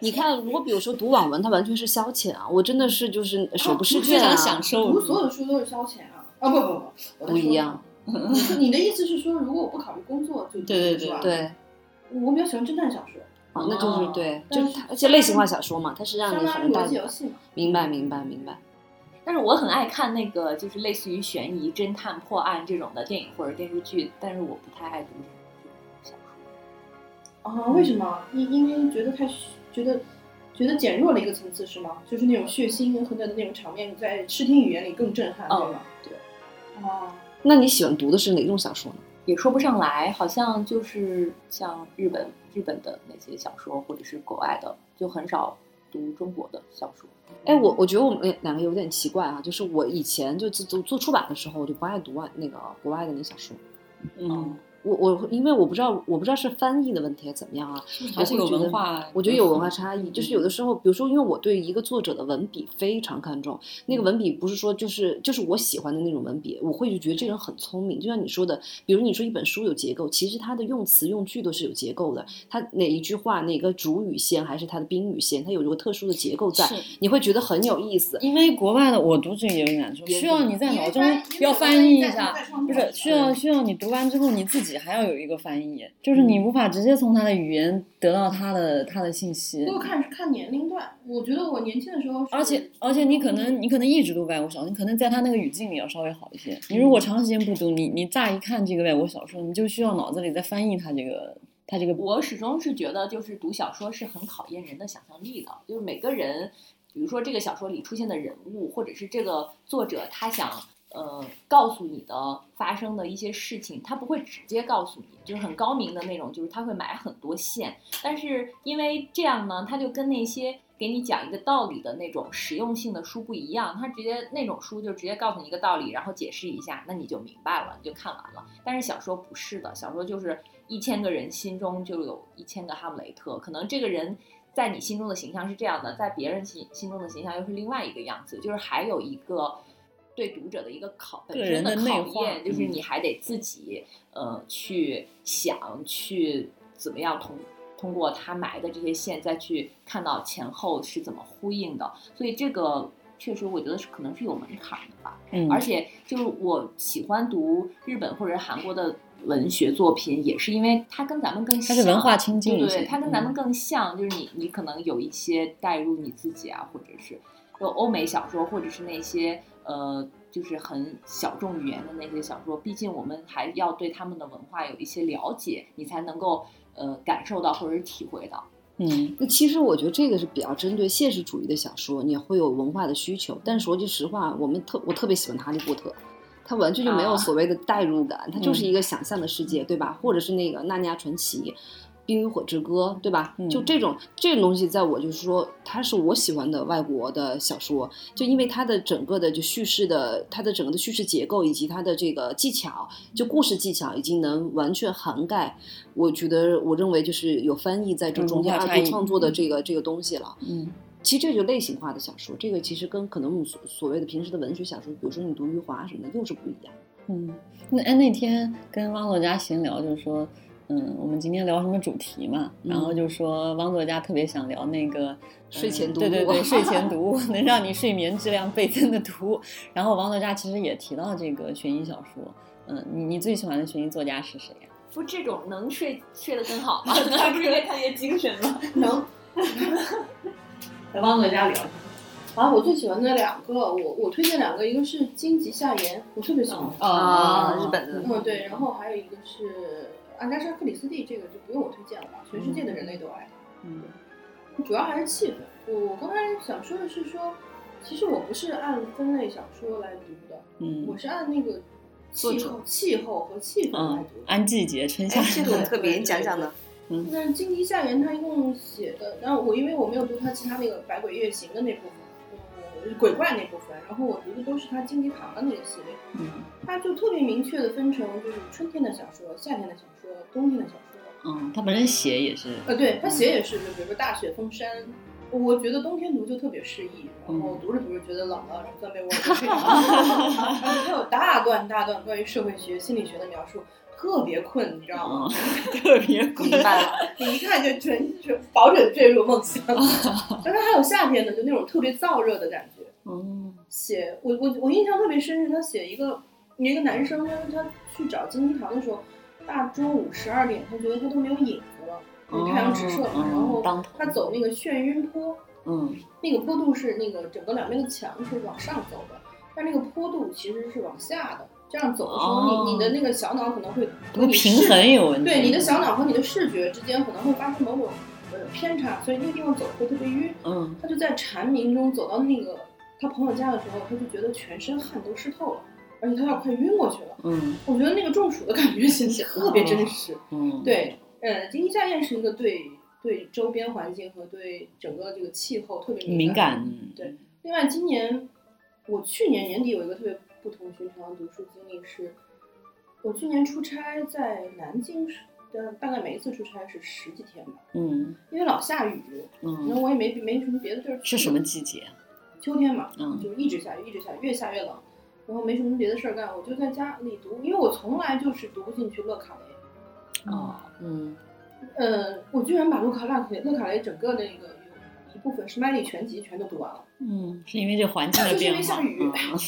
[SPEAKER 3] 你看，如果比如说读网文，它完全是消遣啊，我真的是就是手不释
[SPEAKER 4] 非
[SPEAKER 3] 卷
[SPEAKER 4] 常
[SPEAKER 3] 啊
[SPEAKER 4] 享，受。
[SPEAKER 1] 读所有的书都是消遣啊！啊不不不，我的说
[SPEAKER 3] 不一样。
[SPEAKER 1] 你说你的意思是说，如果我不考虑工作就
[SPEAKER 4] 对对对
[SPEAKER 1] 是吧
[SPEAKER 3] 对，
[SPEAKER 1] 我比较喜欢侦探小说，
[SPEAKER 3] 啊，那就是
[SPEAKER 2] 哦
[SPEAKER 3] 对，
[SPEAKER 1] 但
[SPEAKER 3] 就是它而且类型化小说嘛，它是让
[SPEAKER 1] 相
[SPEAKER 3] 你
[SPEAKER 1] 当
[SPEAKER 3] 很
[SPEAKER 1] 于
[SPEAKER 3] 大
[SPEAKER 1] 逻辑，游戏嘛。
[SPEAKER 3] 明白明白明白，
[SPEAKER 2] 但是我很爱看那个就是类似于悬疑、侦探、破案这种的电影或者电视剧，但是我不太爱读这种小说。
[SPEAKER 1] 啊，为什么？因因为觉得太虚觉得觉得减弱了一个层次是吗？就是那种血腥和的那种场面，在视听语言里更震撼，
[SPEAKER 2] 嗯
[SPEAKER 1] 对吗？
[SPEAKER 2] 对。
[SPEAKER 1] 哦，
[SPEAKER 3] 那你喜欢读的是哪种小说呢？
[SPEAKER 2] 也说不上来，好像就是像日本日本的那些小说，或者是国外的，就很少读中国的小说。
[SPEAKER 3] 哎，我我觉得我们两个有点奇怪啊，就是我以前就做做出版的时候，我就不爱读外那个国外的那小说。
[SPEAKER 4] 嗯，
[SPEAKER 3] 我我因为我不知道我不知道是翻译的问题还是怎么样啊，
[SPEAKER 4] 是不是还是有文化？
[SPEAKER 3] 我觉得有文化差异，就是有的时候，比如说，因为我对一个作者的文笔非常看重，那个文笔不是说就是就是我喜欢的那种文笔，我会就觉得这个人很聪明。就像你说的，比如你说一本书有结构，其实它的用词用句都是有结构的，它哪一句话哪个主语线还是它的宾语线，它有一个特殊的结构在，
[SPEAKER 4] 是
[SPEAKER 3] 你会觉得很有意思。
[SPEAKER 4] 因为国外的我读这个也有感受，
[SPEAKER 3] 也有
[SPEAKER 4] 需要你在
[SPEAKER 1] 因为
[SPEAKER 4] 脑中
[SPEAKER 1] 翻
[SPEAKER 4] 要翻译一下，，
[SPEAKER 1] 因为
[SPEAKER 4] 不
[SPEAKER 1] 翻译
[SPEAKER 4] 是需要需要你读完之后，你自己还要有一个翻译，就是你无法直接从他的语言得到他的他的信息
[SPEAKER 1] 不，过看看年龄段，我觉得我年轻的时候是，
[SPEAKER 4] 而且而且你可能你可能一直读外国小说，你可能在他那个语境里要稍微好一些。你
[SPEAKER 2] 嗯
[SPEAKER 4] 如果长时间不读，你你乍一看这个外国小说，你就需要脑子里在翻译他这个他这个
[SPEAKER 2] 我始终是觉得，就是读小说是很考验人的想象力的，就是每个人，比如说这个小说里出现的人物，或者是这个作者他想呃告诉你的发生的一些事情，他不会直接告诉你，就是很高明的那种，就是他会埋很多线，但是因为这样呢，他就跟那些。给你讲一个道理的那种实用性的书不一样，他直接那种书就直接告诉你一个道理，然后解释一下，那你就明白了，你就看完了。但是小说不是的，小说就是一千个人心中就有一千个哈姆雷特，可能这个人在你心中的形象是这样的，在别人心心中的形象又是另外一个样子，就是还有一个对读者的一个考本
[SPEAKER 4] 个
[SPEAKER 2] 身
[SPEAKER 4] 人的内
[SPEAKER 2] 考
[SPEAKER 4] 化
[SPEAKER 2] 验，就是
[SPEAKER 4] 嗯
[SPEAKER 2] 你还得自己呃去想去怎么样通。通过他埋的这些线，再去看到前后是怎么呼应的，所以这个确实我觉得是可能是有门槛的吧。
[SPEAKER 4] 嗯，
[SPEAKER 2] 而且就是我喜欢读日本或者韩国的文学作品，也是因为它跟咱们更
[SPEAKER 4] 它
[SPEAKER 2] 像，
[SPEAKER 4] 是文化亲近
[SPEAKER 2] 对
[SPEAKER 4] 一些，
[SPEAKER 2] 对，它跟咱们
[SPEAKER 4] 嗯
[SPEAKER 2] 更像，就是你你可能有一些带入你自己啊，或者是就欧美小说，或者是那些呃。就是很小众语言的那些小说，毕竟我们还要对他们的文化有一些了解，你才能够呃感受到或者是体会到。
[SPEAKER 4] 嗯，
[SPEAKER 3] 那其实我觉得这个是比较针对现实主义的小说，你会有文化的需求。但说句实话，我们特我特别喜欢《哈利波特》，它完全就没有
[SPEAKER 2] 啊
[SPEAKER 3] 所谓的代入感，它就是
[SPEAKER 4] 嗯
[SPEAKER 3] 一个想象的世界，对吧？或者是那个《纳尼亚传奇》《冰与火之歌》，对吧？
[SPEAKER 4] 嗯
[SPEAKER 3] 就这种这种东西，在我就是说，它是我喜欢的外国的小说，就因为它的整个的就叙事的它的整个的叙事结构以及它的这个技巧，就故事技巧已经能完全涵盖。我觉得我认为就是有翻译在这
[SPEAKER 4] 嗯
[SPEAKER 3] 中间啊
[SPEAKER 4] 文化
[SPEAKER 3] 二
[SPEAKER 4] 差
[SPEAKER 3] 度
[SPEAKER 1] 嗯
[SPEAKER 4] 异
[SPEAKER 3] 创作的这个这个东西了。
[SPEAKER 4] 嗯，
[SPEAKER 3] 其实这就类型化的小说，这个其实跟可能我们所所谓的平时的文学小说，比如说你读余华什么的，又是不一样。
[SPEAKER 4] 嗯，那哎那天跟汪作家闲聊，就是说，嗯，我们今天聊什么主题嘛？然后就说汪作家特别想聊那个、呃
[SPEAKER 3] 嗯睡前读物
[SPEAKER 4] 对对对，睡 前读物能让你睡眠质量倍增的读物。然后汪作家其实也提到这个悬疑小说，嗯，你你最喜欢的悬疑作家是谁呀、
[SPEAKER 2] 不，这种能睡睡得更好吗？ 那不是因为他也精神吗？
[SPEAKER 1] 能
[SPEAKER 4] 来汪作家聊，
[SPEAKER 1] 啊，我最喜欢的两个，我我推荐两个，一个是荆棘夏言，我特别喜欢。
[SPEAKER 4] 啊
[SPEAKER 3] 哦日本的
[SPEAKER 1] 嗯，对，然后还有一个是安加莎·克里斯蒂，这个就不用我推荐了吧，全世界的人类都爱她。
[SPEAKER 4] 嗯
[SPEAKER 1] 主要还是气氛。我我刚才想说的是说，其实我不是按分类小说来读的，
[SPEAKER 4] 嗯
[SPEAKER 1] 我是按那个气
[SPEAKER 3] 作
[SPEAKER 1] 候、气候和气氛来
[SPEAKER 4] 嗯
[SPEAKER 1] 读，的。
[SPEAKER 4] 按季节春夏
[SPEAKER 3] 哎，这个很特别，
[SPEAKER 1] 对
[SPEAKER 3] 你讲讲呢？嗯
[SPEAKER 1] 但是《荆棘夏言》他一共写的，然后我因为我没有读他其他那个《百鬼夜行》的那部分，嗯，鬼怪那部分，然后我读的都是他《荆棘堂》的那个系列，
[SPEAKER 4] 嗯
[SPEAKER 1] 他就特别明确的分成就是春天的小说、夏天的小说、冬天的小说。
[SPEAKER 4] 嗯，他本身写也是，
[SPEAKER 1] 呃，对他写也是，就比如说大雪封山。我觉得冬天读就特别适宜，然后读着读着觉得冷了，然后钻被窝里就睡着了。然后还 有大段大段关于社会学、心理学的描述，特别困，你知道吗？
[SPEAKER 4] 嗯，特别
[SPEAKER 3] 呃明
[SPEAKER 4] 困。
[SPEAKER 3] 白 了，
[SPEAKER 1] 你一看就准准保准坠入梦乡。但是还有夏天的，就那种特别燥热的感觉。
[SPEAKER 4] 哦，
[SPEAKER 1] 写我我我印象特别深是他写一个一个男生，他他去找金银堂的时候，大中午十二点，他觉得他都没有影子了，因为太阳直射嘛。
[SPEAKER 4] 嗯
[SPEAKER 1] 然后
[SPEAKER 4] 当头
[SPEAKER 1] 他走那个眩晕坡，
[SPEAKER 4] 嗯
[SPEAKER 1] 那个坡度是那个整个两边的墙是往上走的，但那个坡度其实是往下的。这样走的时候，
[SPEAKER 4] 哦
[SPEAKER 1] 你你的那个小脑可能会
[SPEAKER 4] 不
[SPEAKER 1] 和
[SPEAKER 4] 过
[SPEAKER 1] 你
[SPEAKER 4] 平
[SPEAKER 1] 视
[SPEAKER 4] 衡有问题。
[SPEAKER 1] 对你的小脑和你的视觉之间可能会发生某种呃偏差，所以那个地方走会特别晕。
[SPEAKER 4] 嗯
[SPEAKER 1] 他就在蝉鸣中走到那个他朋友家的时候，他就觉得全身汗都湿透了，而且他要快晕过去了。
[SPEAKER 4] 嗯
[SPEAKER 1] 我觉得那个中暑的感觉写的特别真实。
[SPEAKER 4] 嗯，，
[SPEAKER 1] 对，呃，金鸡夏宴是一个对对周边环境和对整个这个气候特别
[SPEAKER 4] 敏
[SPEAKER 1] 感。
[SPEAKER 4] 感。
[SPEAKER 1] 对另外，今年我去年年底有一个特别不同寻常的读书经历是，我去年出差在南京是，呃，大概每一次出差是十几天吧，
[SPEAKER 4] 嗯
[SPEAKER 1] 因为老下雨，然
[SPEAKER 4] 嗯，
[SPEAKER 1] 后我也没没什么别的地儿去。
[SPEAKER 4] 是什么？季节啊？
[SPEAKER 1] 秋天嘛，
[SPEAKER 4] 嗯
[SPEAKER 1] 就是一直下雨，一直下雨，越下越冷，然后没什么别的事儿干，我就在家里读，因为我从来就是读不进去乐卡雷。
[SPEAKER 4] 哦，
[SPEAKER 3] 嗯，
[SPEAKER 1] 呃，我居然把洛卡拉勒卡雷整个那个有一部分是麦莉全集全都读完了。
[SPEAKER 4] 嗯，是因为这环境的
[SPEAKER 1] 就是因
[SPEAKER 4] 变
[SPEAKER 1] 为
[SPEAKER 4] 化。
[SPEAKER 1] 下雨
[SPEAKER 4] 嗯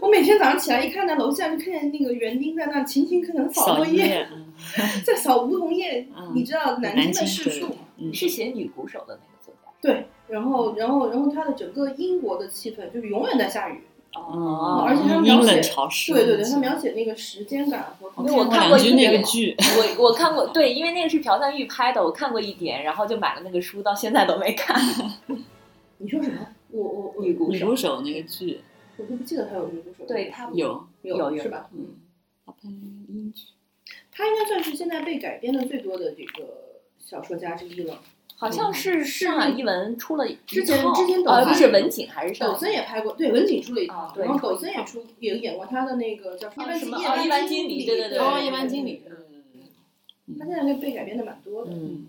[SPEAKER 1] 我每天早上起来一看到楼下，就看见那个园丁在那勤勤恳恳地扫
[SPEAKER 4] 扫
[SPEAKER 1] 落
[SPEAKER 4] 音
[SPEAKER 1] 叶，
[SPEAKER 4] 乐，嗯
[SPEAKER 1] 在扫梧桐叶
[SPEAKER 4] 嗯。
[SPEAKER 1] 你知道南京
[SPEAKER 4] 南
[SPEAKER 1] 的
[SPEAKER 4] 京
[SPEAKER 1] 市
[SPEAKER 4] 对
[SPEAKER 1] 树嘛？
[SPEAKER 4] 嗯
[SPEAKER 2] 是写女鼓手的那个作家。
[SPEAKER 1] 对，然后然后然后它的整个英国的气氛就是永远在下雨。
[SPEAKER 3] 嗯
[SPEAKER 4] 哦，
[SPEAKER 1] 而且他们
[SPEAKER 4] 阴
[SPEAKER 1] 描
[SPEAKER 4] 冷
[SPEAKER 1] 写
[SPEAKER 4] 潮湿。
[SPEAKER 1] 对对对，它描写那个时间感和
[SPEAKER 4] 我
[SPEAKER 2] 因为
[SPEAKER 4] 看
[SPEAKER 2] 我
[SPEAKER 4] 过
[SPEAKER 2] 看
[SPEAKER 4] 两
[SPEAKER 2] 过
[SPEAKER 4] 句
[SPEAKER 2] 一
[SPEAKER 4] 那
[SPEAKER 2] 点
[SPEAKER 4] 个剧，
[SPEAKER 2] 我我看过，对，因为那个是朴赞玉拍的，我看过一点，然后就买了那个书，到现在都没看。
[SPEAKER 1] 你说什么？我我我
[SPEAKER 2] 女鼓
[SPEAKER 4] 女
[SPEAKER 2] 手
[SPEAKER 4] 鼓手那个剧
[SPEAKER 1] 我都不记得他有女鼓手。
[SPEAKER 2] 对他
[SPEAKER 4] 有，
[SPEAKER 1] 有
[SPEAKER 2] 有有
[SPEAKER 1] 是吧？
[SPEAKER 4] 嗯，好拍音剧
[SPEAKER 1] 他应该算是现在被改编的最多的这个小说家之一了。
[SPEAKER 2] 好像是上海译文出了一
[SPEAKER 1] 之前
[SPEAKER 2] 套
[SPEAKER 1] 之前
[SPEAKER 2] 呃
[SPEAKER 1] 董
[SPEAKER 2] 不
[SPEAKER 1] 璞
[SPEAKER 2] 是文景还是
[SPEAKER 1] 抖
[SPEAKER 2] 上
[SPEAKER 1] 森也拍过，对，文景出了一套，
[SPEAKER 2] 啊对
[SPEAKER 1] 然后抖森也出也演过他的那个叫
[SPEAKER 2] 啊什么
[SPEAKER 1] 夜
[SPEAKER 2] 哦
[SPEAKER 1] 班
[SPEAKER 2] 夜班
[SPEAKER 1] 经
[SPEAKER 2] 经理对对
[SPEAKER 1] 对
[SPEAKER 2] 对嗯哦夜
[SPEAKER 4] 班
[SPEAKER 2] 经
[SPEAKER 4] 理，
[SPEAKER 1] 他现在被被改编的蛮多的。
[SPEAKER 4] 嗯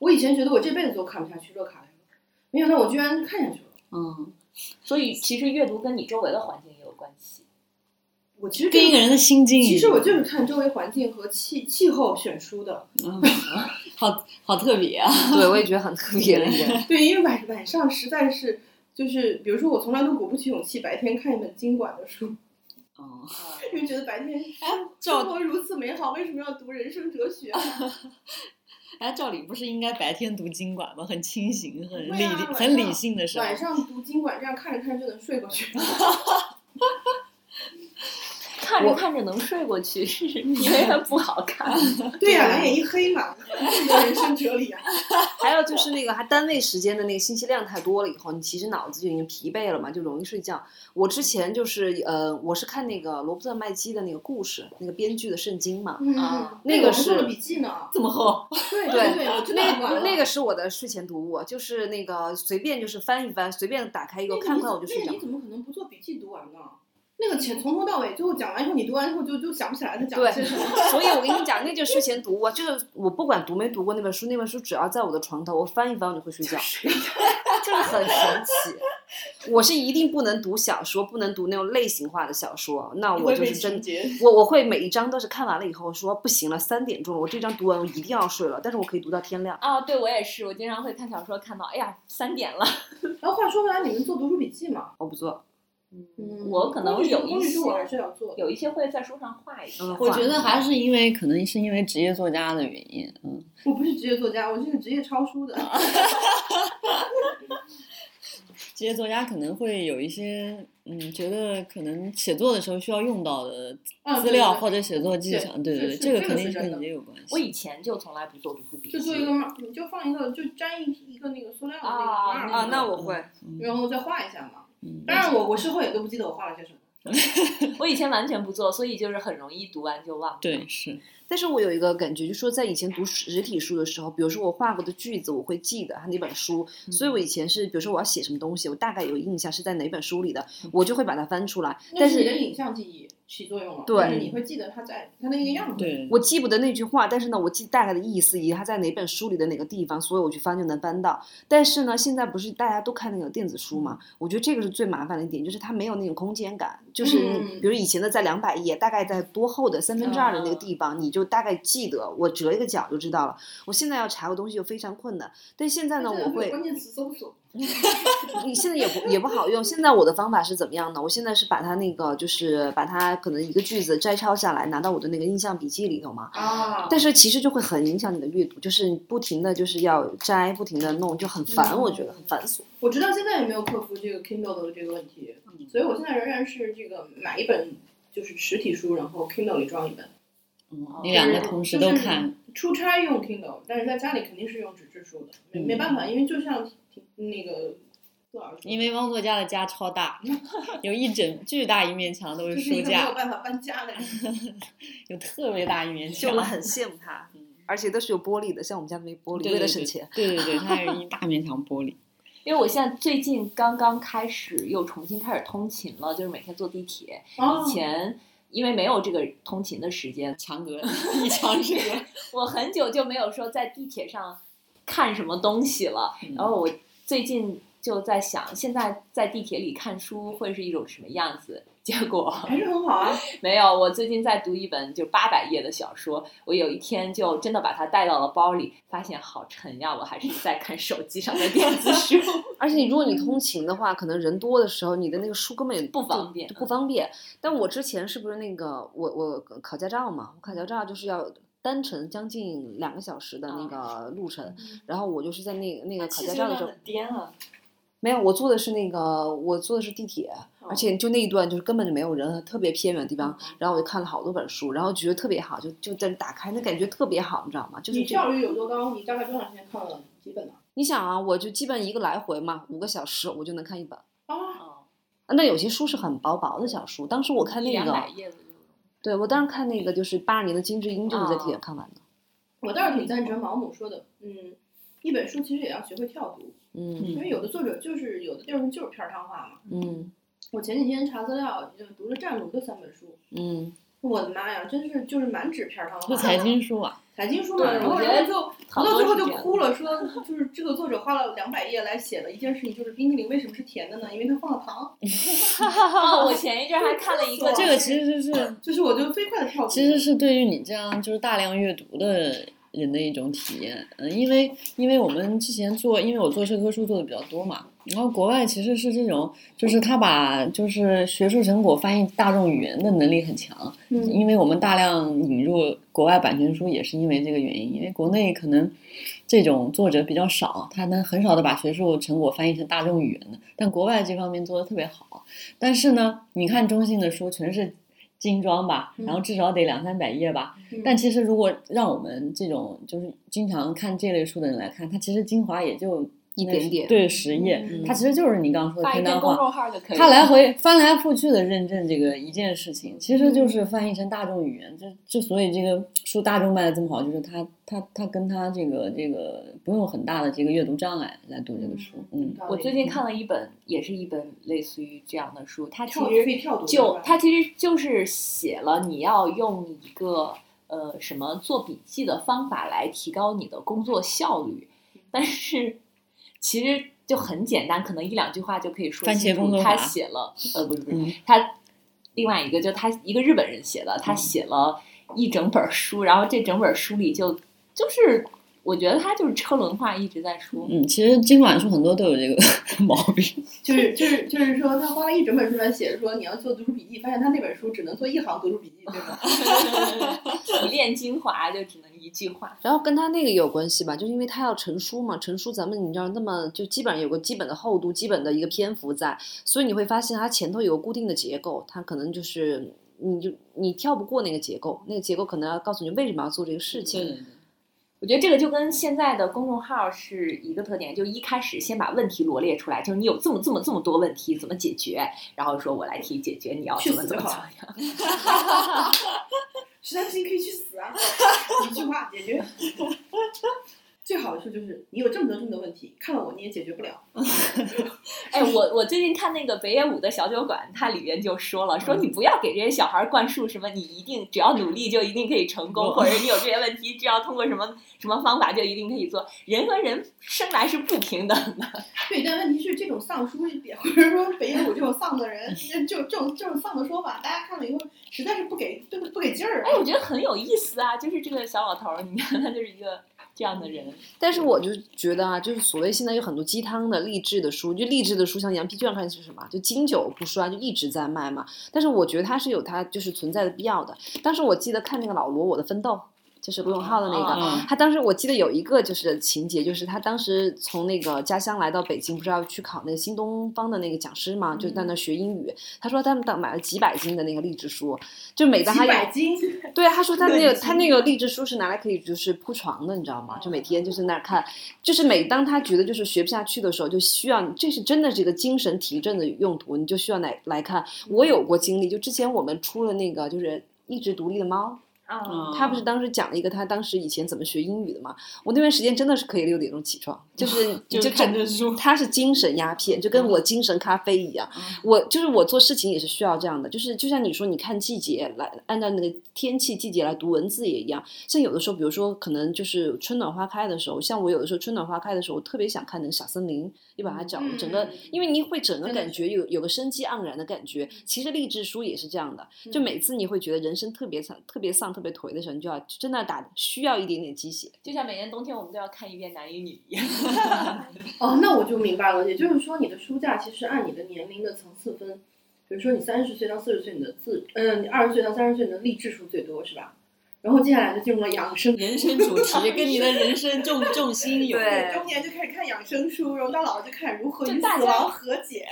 [SPEAKER 1] 我以前觉得我这辈子都看不下去乐卡莱了，没想到我居然看下去了。
[SPEAKER 4] 嗯，
[SPEAKER 2] 所以其实阅读跟你周围的环境也有关系。
[SPEAKER 1] 我其实
[SPEAKER 4] 跟一个人的心境。
[SPEAKER 1] 其实我就是看周围环境和气气候选书的。
[SPEAKER 4] 嗯，好好特别啊！
[SPEAKER 3] 对，我也觉得很特别的一个，
[SPEAKER 1] 对，因为晚晚上实在是就是，比如说我从来都鼓不起勇气白天看一本经管的书，
[SPEAKER 4] 哦，
[SPEAKER 1] 因为觉得白天
[SPEAKER 3] 哎
[SPEAKER 4] 照
[SPEAKER 1] 生活如此美好，为什么要读人生哲学啊？
[SPEAKER 4] 哎，照理不是应该白天读经管吗？很清醒，很
[SPEAKER 1] 会
[SPEAKER 4] 理、
[SPEAKER 1] 啊晚
[SPEAKER 4] 很理
[SPEAKER 1] 上
[SPEAKER 4] 性的时候
[SPEAKER 1] 晚。上读经管，这样看着看着就能睡过 去。
[SPEAKER 2] 看着看着能睡过去，是因为它不好 看。
[SPEAKER 1] 对呀、
[SPEAKER 3] 啊
[SPEAKER 1] 两眼一黑嘛，这个人生哲理 啊。
[SPEAKER 3] 还有就是那个，还单位时间的那个信息量太多了，以后你其实脑子就已经疲惫了嘛，就容易睡觉。我之前就是呃，我是看那个罗伯特麦基的那个故事，那个编剧的圣经 嘛。
[SPEAKER 1] 嗯，
[SPEAKER 3] 啊那
[SPEAKER 1] 个
[SPEAKER 3] 个
[SPEAKER 1] 我们做
[SPEAKER 3] 是
[SPEAKER 1] 了笔记呢。
[SPEAKER 4] 这么厚，
[SPEAKER 1] 对
[SPEAKER 3] 对
[SPEAKER 1] 对，我知道
[SPEAKER 3] 那
[SPEAKER 1] 完
[SPEAKER 3] 个
[SPEAKER 1] 了
[SPEAKER 3] 那个是我的睡前读物，就是那个随便就是翻一翻，随便打开一
[SPEAKER 1] 那
[SPEAKER 3] 个
[SPEAKER 1] 个
[SPEAKER 3] 看
[SPEAKER 1] 你
[SPEAKER 3] 看我就
[SPEAKER 1] 怎
[SPEAKER 3] 睡
[SPEAKER 1] 那
[SPEAKER 3] 着
[SPEAKER 1] 个你。怎么可能不做笔记读完呢？那个前从头到尾，最后讲完以后，你读完以后就就想不起来他讲了些什么。
[SPEAKER 3] 所以我 跟你讲，那就是睡前读物啊，这个我不管读没读过那本书，那本书只要在我的床头，我翻一翻我就会睡觉，个很神奇。我是一定不能读小说，不能读那种类型化的小说。那 我就是真，我我会每一章都是看完了以后说不行了，三点钟了，我这章读完我一定要睡了，但是我可以读到天亮。
[SPEAKER 2] 啊，对我也是，我经常会看小说，看到哎呀三点了，
[SPEAKER 1] 然后话说回来，你们做读书笔记吗？
[SPEAKER 3] 我不做，
[SPEAKER 1] 嗯
[SPEAKER 2] 我可能有一
[SPEAKER 1] 工具
[SPEAKER 2] 些
[SPEAKER 1] 书我还是要做的。
[SPEAKER 2] 有一些会在书上画一些。
[SPEAKER 3] 嗯
[SPEAKER 4] 我觉得还是因为可能是因为职业作家的原因，嗯，
[SPEAKER 1] 我不是职业作家，我是个职业抄书的。
[SPEAKER 4] 职业作家可能会有一些，嗯，觉得可能写作的时候需要用到的
[SPEAKER 1] 嗯
[SPEAKER 4] 资
[SPEAKER 1] 对
[SPEAKER 4] 料
[SPEAKER 1] 对对
[SPEAKER 4] 或者写作技巧，对
[SPEAKER 1] 是
[SPEAKER 4] 对，
[SPEAKER 1] 是
[SPEAKER 4] 这个
[SPEAKER 1] 这个
[SPEAKER 4] 肯
[SPEAKER 1] 是
[SPEAKER 4] 定
[SPEAKER 1] 真
[SPEAKER 4] 跟
[SPEAKER 1] 的
[SPEAKER 4] 你也有关系。
[SPEAKER 2] 我以前就从来不做读书笔记，
[SPEAKER 1] 就做一个 mark，你就放一个，就粘一一个那个塑料的
[SPEAKER 2] 啊
[SPEAKER 1] 那个 mark，
[SPEAKER 3] 啊，那我会，
[SPEAKER 1] 然后再画一下嘛。
[SPEAKER 4] 嗯
[SPEAKER 1] 当然我我事后也都不记得我画了些什么。
[SPEAKER 2] 我以前完全不做，所以就是很容易读完就忘。
[SPEAKER 4] 对，是，
[SPEAKER 3] 但是我有一个感觉，就说在以前读实体书的时候，比如说我画过的句子，我会记得它哪本书，所以我以前是，比如说我要写什么东西，我大概有印象是在哪本书里的，我就会把它翻出来。
[SPEAKER 1] 那
[SPEAKER 3] 但
[SPEAKER 1] 是你的
[SPEAKER 3] 是
[SPEAKER 1] 影像记忆起作用了，
[SPEAKER 3] 对
[SPEAKER 1] 就是你会记得它在它那个样子。
[SPEAKER 4] 对，
[SPEAKER 3] 我记不得那句话，但是呢，我记大概的意思以及它在哪本书里的哪个地方，所以我去翻就能翻到。但是呢，现在不是大家都看那个电子书嘛？我觉得这个是最麻烦的一点，就是它没有那种空间感。就是你
[SPEAKER 1] 嗯
[SPEAKER 3] 比如以前的在两百页，大概在多厚的三分之二的那个地方，你就大概记得，我折一个角就知道了。我现在要查个东西就非常困难。但现在
[SPEAKER 1] 但
[SPEAKER 3] 呢，
[SPEAKER 1] 是
[SPEAKER 3] 我会
[SPEAKER 1] 关键词搜索，
[SPEAKER 3] 你现在也不也不好用。现在我的方法是怎么样呢？我现在是把它那个，就是把它可能一个句子摘抄下来，拿到我的那个印象笔记里头嘛。
[SPEAKER 1] 啊
[SPEAKER 3] 但是其实就会很影响你的阅读，就是你不停的就是要摘，不停的弄，就很烦，
[SPEAKER 1] 嗯
[SPEAKER 3] 我觉得很繁琐。
[SPEAKER 1] 我直到现在也没有克服这个 Kindle 的这个问题，所以我现在仍然是这个买一本就是实体书，然后 Kindle 里装一本。
[SPEAKER 4] 嗯你两个同时都看，
[SPEAKER 1] 出差用 Kindle，但是在家里肯定是用纸质书的，没
[SPEAKER 4] 嗯
[SPEAKER 1] 没办法，因为就像那个杜老师说的，
[SPEAKER 4] 因为汪作家的家超大，有一整巨大一面墙都
[SPEAKER 1] 就是是一
[SPEAKER 4] 书
[SPEAKER 1] 个没有
[SPEAKER 4] 架，
[SPEAKER 1] 办法搬家的 人。
[SPEAKER 4] 有特别大一面
[SPEAKER 3] 就
[SPEAKER 4] 墙嗯
[SPEAKER 3] 我。很羡慕他，而且都是有玻璃的，像我们家没玻璃，
[SPEAKER 4] 对
[SPEAKER 3] 为了
[SPEAKER 4] 对
[SPEAKER 3] 省
[SPEAKER 4] 对
[SPEAKER 3] 钱。
[SPEAKER 4] 对对对，它有一大面墙玻璃。
[SPEAKER 2] 因为我现在最近刚刚开始又重新开始通勤了，就是每天坐地铁。
[SPEAKER 1] 哦
[SPEAKER 2] 以前因为没有这个通勤的时间，
[SPEAKER 4] 强隔 一墙之隔，
[SPEAKER 2] 我很久就没有说在地铁上看什么东西了。然后我最近就在想，现在在地铁里看书会是一种什么样子？结果
[SPEAKER 1] 还是很好啊，
[SPEAKER 2] 没有，我最近在读一本就八百页的小说，我有一天就真的把它带到了包里，发现好沉呀，我还是在看手机上的电子书。
[SPEAKER 3] 而且你如果你通勤的话，可能人多的时候，你的那个书根本也
[SPEAKER 2] 不方便
[SPEAKER 3] 就不方便。但我之前是不是那个我我考驾照嘛？我考驾照就是要单程将近两个小时的那个路程，然后我就是在那个那个考驾照的时候，
[SPEAKER 2] 颠啊了。
[SPEAKER 3] 没有，我坐的是那个，我坐的是地铁，而
[SPEAKER 2] 哦
[SPEAKER 3] 且就那一段就是根本就没有人，特别偏远的地
[SPEAKER 2] 嗯
[SPEAKER 3] 方。然后我就看了好多本书，然后觉得特别好，就就在那打开，那感觉特别好，你知道吗？就是
[SPEAKER 1] 你
[SPEAKER 3] 这样。
[SPEAKER 1] 效率有多高？你大概多长时间看了几本呢？
[SPEAKER 3] 你想啊，我就基本一个来回嘛，五个小时我就能看一本。
[SPEAKER 1] 啊，
[SPEAKER 2] 哦，
[SPEAKER 3] 啊那有些书是很薄薄的小书，当时我看
[SPEAKER 2] 一
[SPEAKER 3] 那
[SPEAKER 2] 两百
[SPEAKER 3] 个，
[SPEAKER 2] 页的
[SPEAKER 3] 对我当时看那个就是八十年的金智英，就是在地铁
[SPEAKER 2] 哦
[SPEAKER 3] 看完的。
[SPEAKER 1] 我倒是挺赞成毛姆说的，嗯，一本书其实也要学会跳读，
[SPEAKER 3] 嗯
[SPEAKER 1] 因为有的作者就是有的地方就是片儿汤话嘛。
[SPEAKER 3] 嗯
[SPEAKER 1] 我前几天查资料，就读了战卢的三本书，
[SPEAKER 3] 嗯，
[SPEAKER 1] 我的妈呀，真是就是满纸片儿汤话。
[SPEAKER 4] 是财经书啊，
[SPEAKER 1] 财经书嘛，
[SPEAKER 2] 对
[SPEAKER 1] 然后
[SPEAKER 2] 我觉
[SPEAKER 1] 然
[SPEAKER 2] 得
[SPEAKER 1] 后就
[SPEAKER 2] 好
[SPEAKER 1] 读到
[SPEAKER 2] 多
[SPEAKER 1] 最后
[SPEAKER 2] 是
[SPEAKER 1] 就
[SPEAKER 2] 这样
[SPEAKER 1] 哭了，说就是这个作者花了两百页来写了一件事情，就是冰淇淋为什么是甜的呢？因为它放了糖。
[SPEAKER 2] 哦，我前一阵还看了一个，
[SPEAKER 4] 这个其实是
[SPEAKER 1] 就是我就飞快的跳过。
[SPEAKER 4] 其实是对于你这样就是大量阅读的人的一种体验。嗯，因为因为我们之前做，因为我做社科书做的比较多嘛，然后国外其实是这种，就是他把就是学术成果翻译大众语言的能力很强，
[SPEAKER 1] 嗯，
[SPEAKER 4] 因为我们大量引入国外版权书，也是因为这个原因。因为国内可能这种作者比较少，他能很少的把学术成果翻译成大众语言的。但国外这方面做的特别好。但是呢，你看中信的书全是精装吧，
[SPEAKER 1] 嗯
[SPEAKER 4] 然后至少得两三百页吧。
[SPEAKER 1] 嗯
[SPEAKER 4] 但其实如果让我们这种就是经常看这类书的人来看，它其实精华也就
[SPEAKER 3] 一
[SPEAKER 4] 那
[SPEAKER 3] 点点
[SPEAKER 4] 对十页，
[SPEAKER 3] 嗯
[SPEAKER 4] 它其实就是你刚刚说的
[SPEAKER 2] 发一
[SPEAKER 4] 偏
[SPEAKER 2] 篇
[SPEAKER 4] 单
[SPEAKER 2] 公
[SPEAKER 4] 化。
[SPEAKER 2] 众号就可以了。
[SPEAKER 4] 他来回翻来覆去的认证这个一件事情，其实就是翻译成大众语言。之之所以这个书大众卖的这么好，就是他他他跟他这个这个不用很大的这个阅读障碍来读这个书，嗯，
[SPEAKER 2] 我最近看了一本，也是一本类似于这样的书，它其
[SPEAKER 1] 跳可以
[SPEAKER 2] 实
[SPEAKER 1] 跳读
[SPEAKER 2] 就它
[SPEAKER 1] 他
[SPEAKER 2] 其实就是写了你要用一个呃什么做笔记的方法来提高你的工作效率，但是其实就很简单，可能一两句话就可以说
[SPEAKER 4] 番茄
[SPEAKER 2] 清
[SPEAKER 4] 工
[SPEAKER 2] 楚。
[SPEAKER 4] 作
[SPEAKER 2] 他
[SPEAKER 4] 法
[SPEAKER 2] 写了，呃，不是不是，
[SPEAKER 4] 嗯
[SPEAKER 2] 他另外一个就他一个日本人写的，
[SPEAKER 4] 嗯
[SPEAKER 2] 他写了一整本书，然后这整本书里就就是我觉得他就是车轮话一直在说，
[SPEAKER 4] 嗯，其实金管书很多都有这个 毛病，
[SPEAKER 1] 就是就是就是说，他花了一整本书来写说你要做读书笔记，发现他那本书只能做一行读书笔记，对吗？
[SPEAKER 2] 提炼精华就只能一句话。
[SPEAKER 3] 然后跟他那个也有关系吧，就是因为他要成书嘛，成书咱们你知道那么就基本上有个基本的厚度、基本的一个篇幅在，所以你会发现它前头有个固定的结构，它可能就是你就你跳不过那个结构，那个结构可能要告诉你为什么要做这个事情。
[SPEAKER 2] 嗯，我觉得这个就跟现在的公众号是一个特点，就一开始先把问题罗列出来，就是你有这么这么这么多问题怎么解决，然后说我来替你解决，你要
[SPEAKER 1] 去
[SPEAKER 2] 怎么
[SPEAKER 1] 死
[SPEAKER 2] 怎么
[SPEAKER 1] 就
[SPEAKER 2] 怎
[SPEAKER 1] 好
[SPEAKER 2] 么样。
[SPEAKER 1] 实在不行可以去死啊！一句话解决。 最好的处就是你有这么多这么多问题，看了我你也解决不了。
[SPEAKER 2] 哎， 我我最近看那个北野武的小酒馆，它里边就说了，说你不要给这些小孩灌输什么，你一定只要努力就一定可以成功，
[SPEAKER 4] 嗯
[SPEAKER 2] 或者你有这些问题，只要通过什么什么方法就一定可以做。人和人生来是不平等的，
[SPEAKER 1] 对，但问题是这种丧书， 或者说北野武这种丧的人，就这种这种丧的说法，大家看了以后实在是不给不不给劲儿
[SPEAKER 2] 哎，。我觉得很有意思啊，就是这个小老头儿，你看他就是一个这样的人，
[SPEAKER 3] 但是我就是觉得啊，就是所谓现在有很多鸡汤的励志的书，就励志的书，像羊皮卷看是什么，就经久不衰，就一直在卖嘛。但是我觉得它是有它就是存在的必要的。当时我记得看那个老罗《我的奋斗》，就是罗永浩的那个，
[SPEAKER 4] 嗯
[SPEAKER 3] 他当时我记得有一个就是情节，就是他当时从那个家乡来到北京，不是要去考那个新东方的那个讲师嘛，就在
[SPEAKER 1] 嗯
[SPEAKER 3] 那学英语。他说他们当买了几百斤的那个励志书，就每当他
[SPEAKER 1] 几
[SPEAKER 3] 有
[SPEAKER 1] 百斤，
[SPEAKER 3] 对，他说他那
[SPEAKER 1] 对
[SPEAKER 3] 个
[SPEAKER 1] 几
[SPEAKER 3] 他那个励志书是拿来可以就是铺床的，你知道吗？就每天就是那儿看，就是每当他觉得就是学不下去的时候，就需要这是真的是一个精神提振的用途，你就需要来来看。我有过经历，就之前我们出了那个就是一直独立的猫，
[SPEAKER 2] 嗯
[SPEAKER 3] 他
[SPEAKER 4] 哦
[SPEAKER 3] 不是当时讲了一个他当时以前怎么学英语的嘛？我那段时间真的是可以六点钟起床，就是
[SPEAKER 4] 就
[SPEAKER 3] 就
[SPEAKER 4] 看
[SPEAKER 3] 整
[SPEAKER 4] 着嗯书
[SPEAKER 3] 他是精神鸦片，就跟我精神咖啡一样。
[SPEAKER 4] 嗯
[SPEAKER 3] 我就是我做事情也是需要这样的，就是就像你说，你看季节来按照那个天气季节来读文字也一样。像有的时候，比如说可能就是春暖花开的时候，像我有的时候春暖花开的时候，我特别想看那个小森林，就把它找整个
[SPEAKER 1] 嗯，
[SPEAKER 3] 因为你会整个
[SPEAKER 1] 真的
[SPEAKER 3] 感觉有有个生机盎然的感觉。其实励志书也是这样的，就每次你会觉得人生特别丧、特别丧、特别颓的时候，你就要真的打需要一点点鸡血。
[SPEAKER 2] 就像每年冬天我们都要看一遍《男与女》一样。
[SPEAKER 1] 哦，那我就明白了，也就是说，你的书架其实按你的年龄的层次分，比如说你三十岁到四十岁，你的自嗯，你二十岁到三十岁，你的励志书最多是吧？然后接下来就进入了养生，
[SPEAKER 4] 人生主题跟你的人生重 重心有
[SPEAKER 3] 对
[SPEAKER 1] 中年就开始看养生书，然后到老了就看如何
[SPEAKER 2] 就
[SPEAKER 1] 与
[SPEAKER 2] 大
[SPEAKER 1] 死
[SPEAKER 2] 家
[SPEAKER 1] 亡和解。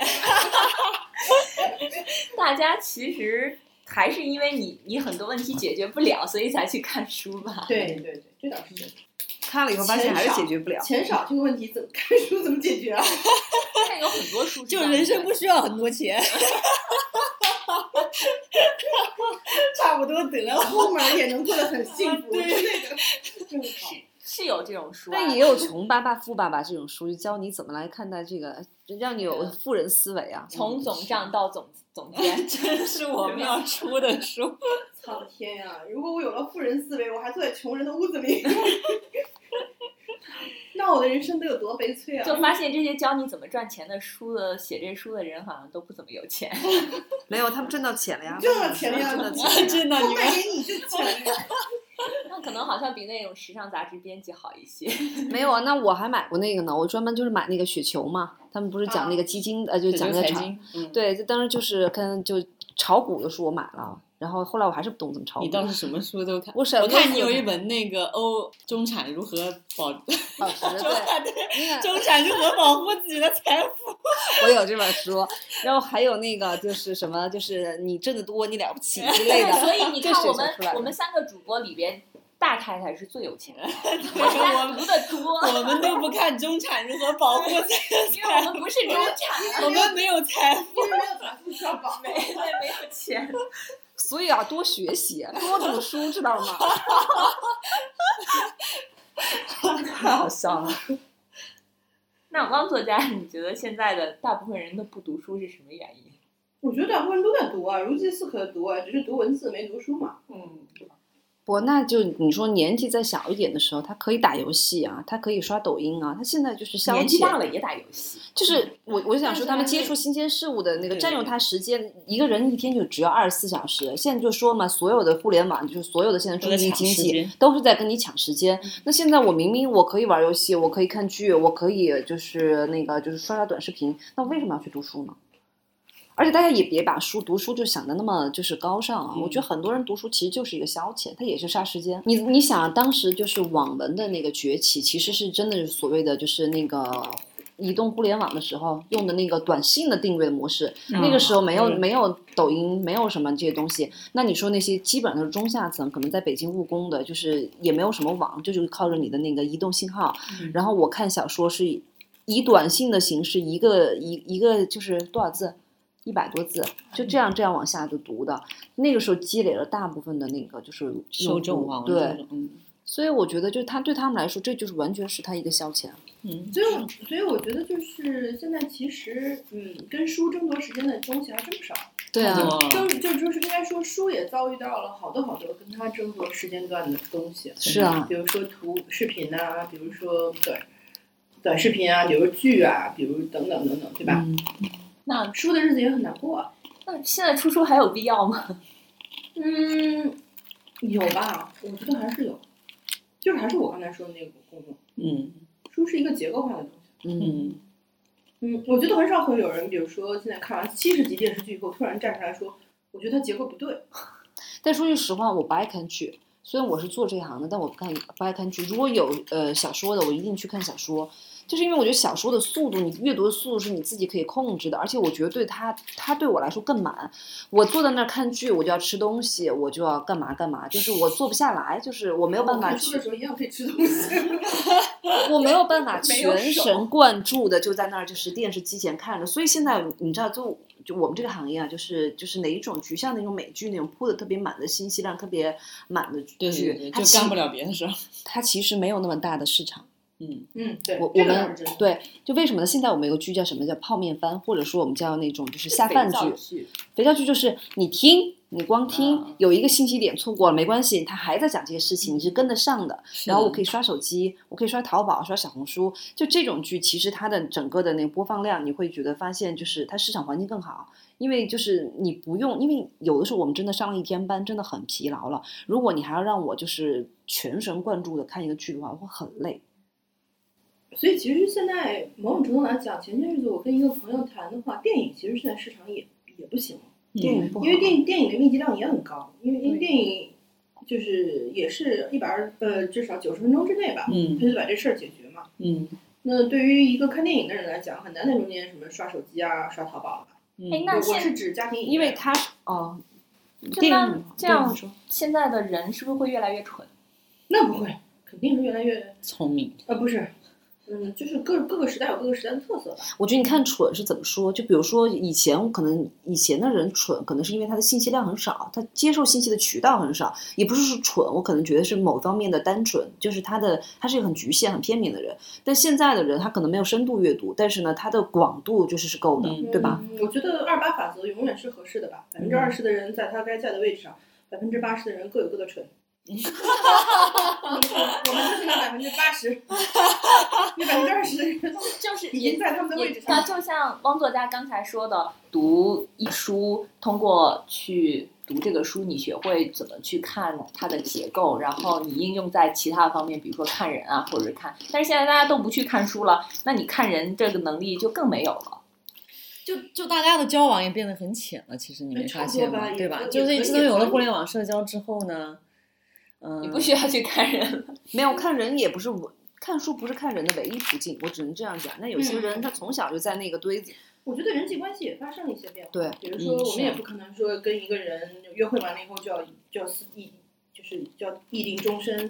[SPEAKER 2] 大家其实还是因为你你很多问题解决不了，所以才去看书吧。
[SPEAKER 1] 对对对，这倒是真的。
[SPEAKER 3] 看了以后
[SPEAKER 1] 发现还是解
[SPEAKER 3] 决 不了
[SPEAKER 1] 钱少这个问题怎么看书怎么解决啊？
[SPEAKER 2] 现在有很多书是
[SPEAKER 4] 就
[SPEAKER 2] 这样
[SPEAKER 4] 人
[SPEAKER 2] 的
[SPEAKER 4] 生不需要很多钱，差不多得了。，
[SPEAKER 1] 后面也能过得很幸福之类的，嗯真好。
[SPEAKER 2] 是有这种书、啊，
[SPEAKER 3] 但也有《穷爸爸》《富爸爸》这种书，就教你怎么来看待这个，呃让你有富人思维啊。
[SPEAKER 2] 从总账到总总监
[SPEAKER 4] 真是我们要出的 书，
[SPEAKER 1] 苍天呀、如果我有了富人思维，我还坐在穷人的屋子里， 那我的人生得有多悲催
[SPEAKER 2] 就
[SPEAKER 1] 啊！
[SPEAKER 2] 发现这些教你怎么赚钱的书的写这书的人好像都不怎么有钱。
[SPEAKER 3] 没有，他们挣到钱了呀
[SPEAKER 1] 挣到钱了呀
[SPEAKER 3] 挣到
[SPEAKER 1] 啊
[SPEAKER 3] 钱了呀。
[SPEAKER 4] 真的，
[SPEAKER 1] 我
[SPEAKER 4] 你们
[SPEAKER 1] 卖给你就钱了，
[SPEAKER 2] 那可能好像比那种时尚杂志编辑好一些。
[SPEAKER 3] 没有啊，那我还买过那个呢，我专门就是买那个雪球嘛，他们不是讲那个基金，呃，就
[SPEAKER 4] 讲
[SPEAKER 3] 讲那
[SPEAKER 4] 啊财
[SPEAKER 3] 个产，
[SPEAKER 4] 经，嗯，
[SPEAKER 3] 对，就当时就是跟就炒股的书我买了，然后后来我还是不懂怎么炒股
[SPEAKER 4] 你。倒是什么书都看。
[SPEAKER 3] 我什么
[SPEAKER 4] 我看你
[SPEAKER 3] 书
[SPEAKER 4] 有
[SPEAKER 3] 都
[SPEAKER 4] 一
[SPEAKER 3] 看
[SPEAKER 4] 本那个欧中产如何保，中
[SPEAKER 3] 保值对，
[SPEAKER 4] 产对
[SPEAKER 3] 那个
[SPEAKER 4] 中产如何保护自己的财富，
[SPEAKER 3] 我有这本书，然后还有那个就是什么，就是你挣得多，你了不起之类 的。
[SPEAKER 2] 所以你
[SPEAKER 3] 这
[SPEAKER 2] 看
[SPEAKER 3] 是
[SPEAKER 2] 我
[SPEAKER 3] 写
[SPEAKER 2] 们
[SPEAKER 3] 出来的
[SPEAKER 2] 我们三个主播里边，大太太是最有钱的，
[SPEAKER 4] 我
[SPEAKER 2] 我们读的多，
[SPEAKER 4] 我们都不看中产如何保护自己的
[SPEAKER 2] 因为我
[SPEAKER 4] 财富，
[SPEAKER 2] 们不是中产，
[SPEAKER 4] 我们没有财富。
[SPEAKER 1] 因为没有财富需要保
[SPEAKER 2] 没对没有钱。
[SPEAKER 3] 所以啊，多学习，多读书，知道吗？ 太好笑了。
[SPEAKER 2] 那汪作家，你觉得现在的大部分人都不读书是什么原因？
[SPEAKER 1] 我觉得大部分人都在读啊，如饥似渴的读啊，只是读文字没读书嘛。
[SPEAKER 2] 嗯，
[SPEAKER 3] 不，那就你说年纪再小一点的时候，他可以打游戏啊，他可以刷抖音啊，他现在就是消
[SPEAKER 2] 年纪大
[SPEAKER 3] 遣。
[SPEAKER 2] 了也打游戏，
[SPEAKER 3] 就是我，我想说，他们
[SPEAKER 2] 但是
[SPEAKER 3] 接触新鲜事物的那个
[SPEAKER 4] 对
[SPEAKER 3] 占用他时间，一个人一天就只要二十四小时。现在就说嘛，所有的互联网，就是所有的现在
[SPEAKER 4] 都
[SPEAKER 3] 中
[SPEAKER 4] 在
[SPEAKER 3] 心
[SPEAKER 4] 抢
[SPEAKER 3] 经
[SPEAKER 4] 时
[SPEAKER 3] 济
[SPEAKER 4] 间
[SPEAKER 3] 都是在跟你抢时间。那现在我明明我可以玩游戏，我可以看剧，我可以就是那个就是刷刷短视频，那我为什么要去读书呢？而且大家也别把书读书就想的那么就是高尚啊！我觉得很多人读书其实就是一个消遣，它也是杀时间。你你想，啊当时就是网文的那个崛起，其实是真的是所谓的就是那个移动互联网的时候用的那个短信的订阅模式，那个时候没有、
[SPEAKER 4] 嗯
[SPEAKER 3] 没有抖音，没有什么这些东西。那你说那些基本上都是中下层，可能在北京务工的，就是也没有什么网，就是靠着你的那个移动信号。
[SPEAKER 4] 嗯
[SPEAKER 3] 然后我看小说是以以短信的形式，一个一一个就是多少字，一百多字，就这
[SPEAKER 4] 嗯
[SPEAKER 3] 样这样往下就读的。那个时候积累了大部分的那个就是用户
[SPEAKER 4] 受众网文受
[SPEAKER 3] 对，
[SPEAKER 4] 众，嗯
[SPEAKER 3] 所以我觉得就是他对他们来说，这就是完全是他一个消遣。
[SPEAKER 4] 嗯，
[SPEAKER 1] 所以我，所以我觉得就是现在其实，嗯，跟书争夺时间的东西还真不少。
[SPEAKER 3] 对
[SPEAKER 4] 差不
[SPEAKER 3] 啊，
[SPEAKER 4] 多
[SPEAKER 1] 就是就就是应该说，书也遭遇到了好多好多跟它争夺时间段的东西，
[SPEAKER 3] 是啊，
[SPEAKER 1] 比如说图视频啊，比如说短短视频啊，比如剧啊，比如等等等等，对吧？
[SPEAKER 3] 嗯，
[SPEAKER 2] 那
[SPEAKER 1] 书的日子也很难过啊。
[SPEAKER 2] 那现在出书还有必要吗？
[SPEAKER 1] 嗯，有吧？我觉得还是有，就是还是我刚才说的那个公众
[SPEAKER 4] 嗯
[SPEAKER 1] 书是一个结构化的东西。
[SPEAKER 3] 嗯，
[SPEAKER 4] 嗯，
[SPEAKER 1] 嗯，我觉得很少会有人，比如说现在看完七十集电视剧以后，突然站出来说，我觉得它结构不对。
[SPEAKER 3] 但说句实话，我不爱看剧。虽然我是做这行的，但我不看不爱看剧。如果有呃小说的，我一定去看小说，就是因为我觉得小说的速度，你阅读的速度是你自己可以控制的，而且我觉得对它，它对我来说更满。我坐在那儿看剧，我就要吃东西，我就要干嘛干嘛，就是我坐不下来，就是哦我没有办法
[SPEAKER 1] 看书
[SPEAKER 3] 去
[SPEAKER 1] 的，时候一样可以吃 东西。
[SPEAKER 3] 我没有 办法
[SPEAKER 1] 没有
[SPEAKER 3] 全
[SPEAKER 1] 手
[SPEAKER 3] 神贯注的就在那儿，就是电视机前看着。所以现在你知道，就就我们这个行业啊，就是就是哪一种局像那种美剧那种铺的特别满的信息量特别满的剧，
[SPEAKER 4] 对对对，
[SPEAKER 3] 它
[SPEAKER 4] 就
[SPEAKER 3] 其
[SPEAKER 4] 干不了别的事儿，
[SPEAKER 3] 它其实没有那么大的市场。
[SPEAKER 4] 嗯，
[SPEAKER 1] 嗯，对，
[SPEAKER 3] 我
[SPEAKER 1] 这
[SPEAKER 3] 我
[SPEAKER 1] 个倒
[SPEAKER 3] 们
[SPEAKER 1] 是真的。
[SPEAKER 3] 对，就为什么呢？现在我们有个剧叫什么叫泡面番，或者说我们叫那种就是下饭剧。
[SPEAKER 2] 剧，
[SPEAKER 3] 肥皂剧就是你听，你光听
[SPEAKER 4] 嗯
[SPEAKER 2] 啊，
[SPEAKER 3] 有一个信息点错过了没关系，他还在讲这些事情，你是跟得上的。然后我可以刷手机，我可以刷淘宝、刷小红书，就这种剧，其实它的整个的那个播放量，你会觉得发现就是它市场环境更好，因为就是你不用，因为有的时候我们真的上了一天班，真的很疲劳了。如果你还要让我就是全神贯注的看一个剧的话，我会很累。
[SPEAKER 1] 所以其实现在某种程度来讲，前些日子我跟一个朋友谈的话，电影其实现在市场也也不行，
[SPEAKER 4] 嗯
[SPEAKER 3] 电影不好，
[SPEAKER 1] 因为电影电影的密集量也很高，因为因为
[SPEAKER 2] 对
[SPEAKER 1] 电影就是也是一百二呃至少九十分钟之内吧，
[SPEAKER 4] 嗯
[SPEAKER 1] 他就把这事儿解决嘛。
[SPEAKER 4] 嗯
[SPEAKER 1] 那对于一个看电影的人来讲，很难在中间什么刷手机啊、刷淘宝啊。
[SPEAKER 4] 嗯，
[SPEAKER 2] 哎，
[SPEAKER 1] 我
[SPEAKER 2] 那
[SPEAKER 1] 我
[SPEAKER 2] 现
[SPEAKER 1] 是指家庭影院，
[SPEAKER 3] 因为它是哦，
[SPEAKER 2] 就
[SPEAKER 3] 电
[SPEAKER 2] 那
[SPEAKER 3] 影
[SPEAKER 2] 这
[SPEAKER 3] 对
[SPEAKER 2] 样
[SPEAKER 3] 你说
[SPEAKER 2] 现在的人是不是会越来越蠢？
[SPEAKER 1] 那不会，肯定是越来越
[SPEAKER 4] 聪明，
[SPEAKER 1] 呃不是，嗯，就是各各个时代有各个时代的特色吧。
[SPEAKER 3] 我觉得你看蠢是怎么说？就比如说以前可能以前的人蠢，可能是因为他的信息量很少，他接受信息的渠道很少，也不是说蠢，我可能觉得是某方面的单纯，就是他的他是一个很局限、很片面的人。但现在的人他可能没有深度阅读，但是呢，他的广度就是是够的，
[SPEAKER 4] 嗯
[SPEAKER 3] 对吧？
[SPEAKER 1] 嗯？我觉得二八法则永远是合适的吧。百分之二十的人在他该在的位置上，百分之八十的人各有各的蠢。 我们我们就是那百分之八十，那百分之二十的人
[SPEAKER 2] 就是
[SPEAKER 1] 已经在他们的位置
[SPEAKER 2] 那
[SPEAKER 1] 上。
[SPEAKER 2] 就像汪作家刚才说的，读一书，通过去读这个书，你学会怎么去看它的结构，然后你应用在其他方面，比如说看人啊，或者是看。但是现在大家都不去看书了，那你看人这个能力就更没有了。
[SPEAKER 4] 就就大家的交往也嗯变得很浅了，其实你没
[SPEAKER 1] 嗯差
[SPEAKER 4] 发
[SPEAKER 1] 不
[SPEAKER 4] 现
[SPEAKER 1] 多吧
[SPEAKER 4] 吗？
[SPEAKER 1] 也
[SPEAKER 4] 对
[SPEAKER 1] 可
[SPEAKER 4] 吧？
[SPEAKER 1] 以
[SPEAKER 4] 就是
[SPEAKER 1] 也可
[SPEAKER 4] 自
[SPEAKER 1] 以
[SPEAKER 4] 从有了
[SPEAKER 1] 也
[SPEAKER 4] 互联网社交之后呢，嗯，
[SPEAKER 2] 你不需要去看人了，
[SPEAKER 3] 没有看人也不是我。看书不是看人的唯一途径，我只能这样讲。那有
[SPEAKER 1] 嗯
[SPEAKER 3] 些人他从小就在那个堆子，
[SPEAKER 1] 我觉得人际关系也发生了一些变化。
[SPEAKER 3] 对，
[SPEAKER 1] 比如说我
[SPEAKER 4] 是
[SPEAKER 1] 们也不可能说跟一个人约会完了以后就要就要私议，就是就要议定终身，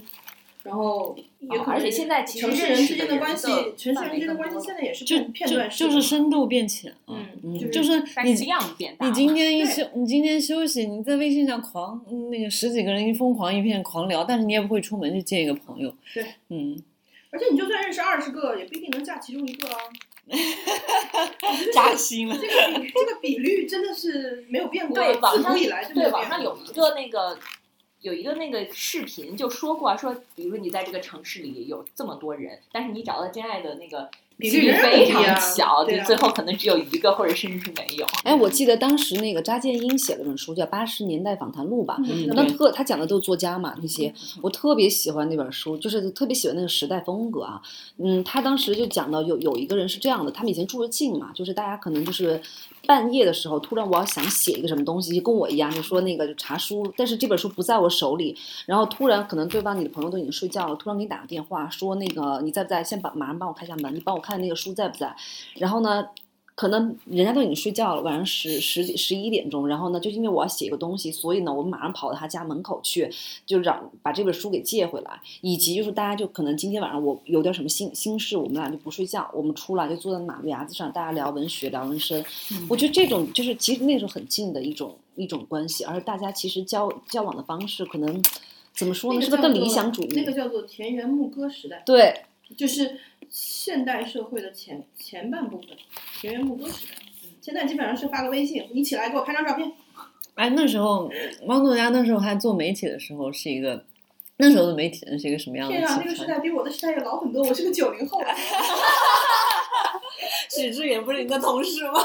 [SPEAKER 1] 然后也可能
[SPEAKER 2] 哦而且现在其实
[SPEAKER 1] 哎城市人之间的关系
[SPEAKER 2] 认识的，
[SPEAKER 1] 城市
[SPEAKER 2] 范
[SPEAKER 1] 人之
[SPEAKER 2] 围
[SPEAKER 1] 间的
[SPEAKER 2] 更
[SPEAKER 1] 关系
[SPEAKER 2] 多了
[SPEAKER 1] 现在也是
[SPEAKER 4] 就
[SPEAKER 1] 片片
[SPEAKER 4] 就
[SPEAKER 1] 段式
[SPEAKER 4] 就
[SPEAKER 1] 的
[SPEAKER 4] 是
[SPEAKER 1] 嘛
[SPEAKER 4] 深度变浅了，
[SPEAKER 1] 嗯
[SPEAKER 4] 嗯，
[SPEAKER 1] 就
[SPEAKER 4] 就是
[SPEAKER 2] 但
[SPEAKER 4] 你
[SPEAKER 2] 是量变大
[SPEAKER 4] 你
[SPEAKER 2] 了。
[SPEAKER 4] 今天一
[SPEAKER 1] 对
[SPEAKER 4] 休，你今天休息，你在微信上狂嗯那个十几个人一疯狂一片狂聊，但是你也不会出门去见一个朋友。
[SPEAKER 1] 对，
[SPEAKER 4] 嗯，
[SPEAKER 1] 而且你就算认识二十个，也不一定能嫁其中一个啊。
[SPEAKER 4] 扎心了。
[SPEAKER 1] 这个比这个比率真的是没有变过啊，
[SPEAKER 2] 对网
[SPEAKER 1] 自
[SPEAKER 2] 上
[SPEAKER 1] 古以来就没
[SPEAKER 2] 对
[SPEAKER 1] 有
[SPEAKER 2] 网
[SPEAKER 1] 变
[SPEAKER 2] 上有
[SPEAKER 1] 过。
[SPEAKER 2] 一个那个有一个那个视频就说过、啊，说比如说你在这个城市里有这么多人，但是你找到真爱的那个
[SPEAKER 1] 比
[SPEAKER 2] 几
[SPEAKER 1] 例
[SPEAKER 2] 率
[SPEAKER 1] 人
[SPEAKER 2] 非
[SPEAKER 1] 很低
[SPEAKER 2] 常
[SPEAKER 1] 啊
[SPEAKER 2] 小，
[SPEAKER 1] 对
[SPEAKER 2] 就
[SPEAKER 1] 啊
[SPEAKER 2] 最后可能只有一个，或者甚至是 没有。
[SPEAKER 3] 哎，我记得当时那个查建英写了本书叫《八十年代访谈录》吧，
[SPEAKER 1] 嗯
[SPEAKER 3] 那特他讲的都是作家嘛，那些我特别喜欢那本书，就是特别喜欢那个时代风格啊。嗯，他当时就讲到有有一个人是这样的，他们以前住着近嘛，就是大家可能就是半夜的时候，突然我要想写一个什么东西，就跟我一样，就说那个就查书，但是这本书不在我手里，然后突然可能对方你的朋友都已经睡觉了，突然给你打个电话说那个你在不在？先把马上帮我开下门，你帮我看那个书在不在？然后呢，可能人家都已经睡觉了，晚上十十点十一点钟，然后呢，就因为我要写一个东西，所以呢，我马上跑到他家门口去，就让把这本书给借回来，以及就是大家就可能今天晚上我有点什么心心事，我们俩就不睡觉，我们出来就坐在马路牙子上，大家聊文学，聊人生。
[SPEAKER 1] 嗯
[SPEAKER 3] 我觉得这种就是其实那时候很近的一种一种关系，而大家其实交交往的方式可能怎么说呢，
[SPEAKER 1] 那
[SPEAKER 3] 是
[SPEAKER 1] 个
[SPEAKER 3] 不是更
[SPEAKER 1] 叫
[SPEAKER 3] 理
[SPEAKER 1] 做
[SPEAKER 3] 想主义？
[SPEAKER 1] 那个叫做田园牧歌时代，
[SPEAKER 3] 对，
[SPEAKER 1] 就是现代社会的前前半部分，田园牧歌时代。嗯现在基本上是发个微信，你起来给我拍张照片。
[SPEAKER 4] 哎，那时候汪作家那时候还做媒体的时候是一个，那时候的媒体人是一个什
[SPEAKER 3] 嗯
[SPEAKER 4] 么样的
[SPEAKER 1] 天
[SPEAKER 4] 气
[SPEAKER 1] 啊，那个时
[SPEAKER 4] 氛？
[SPEAKER 1] 代比我的时代也老很多，我是个九零后 啊，
[SPEAKER 3] 许志远不是你的同事吗？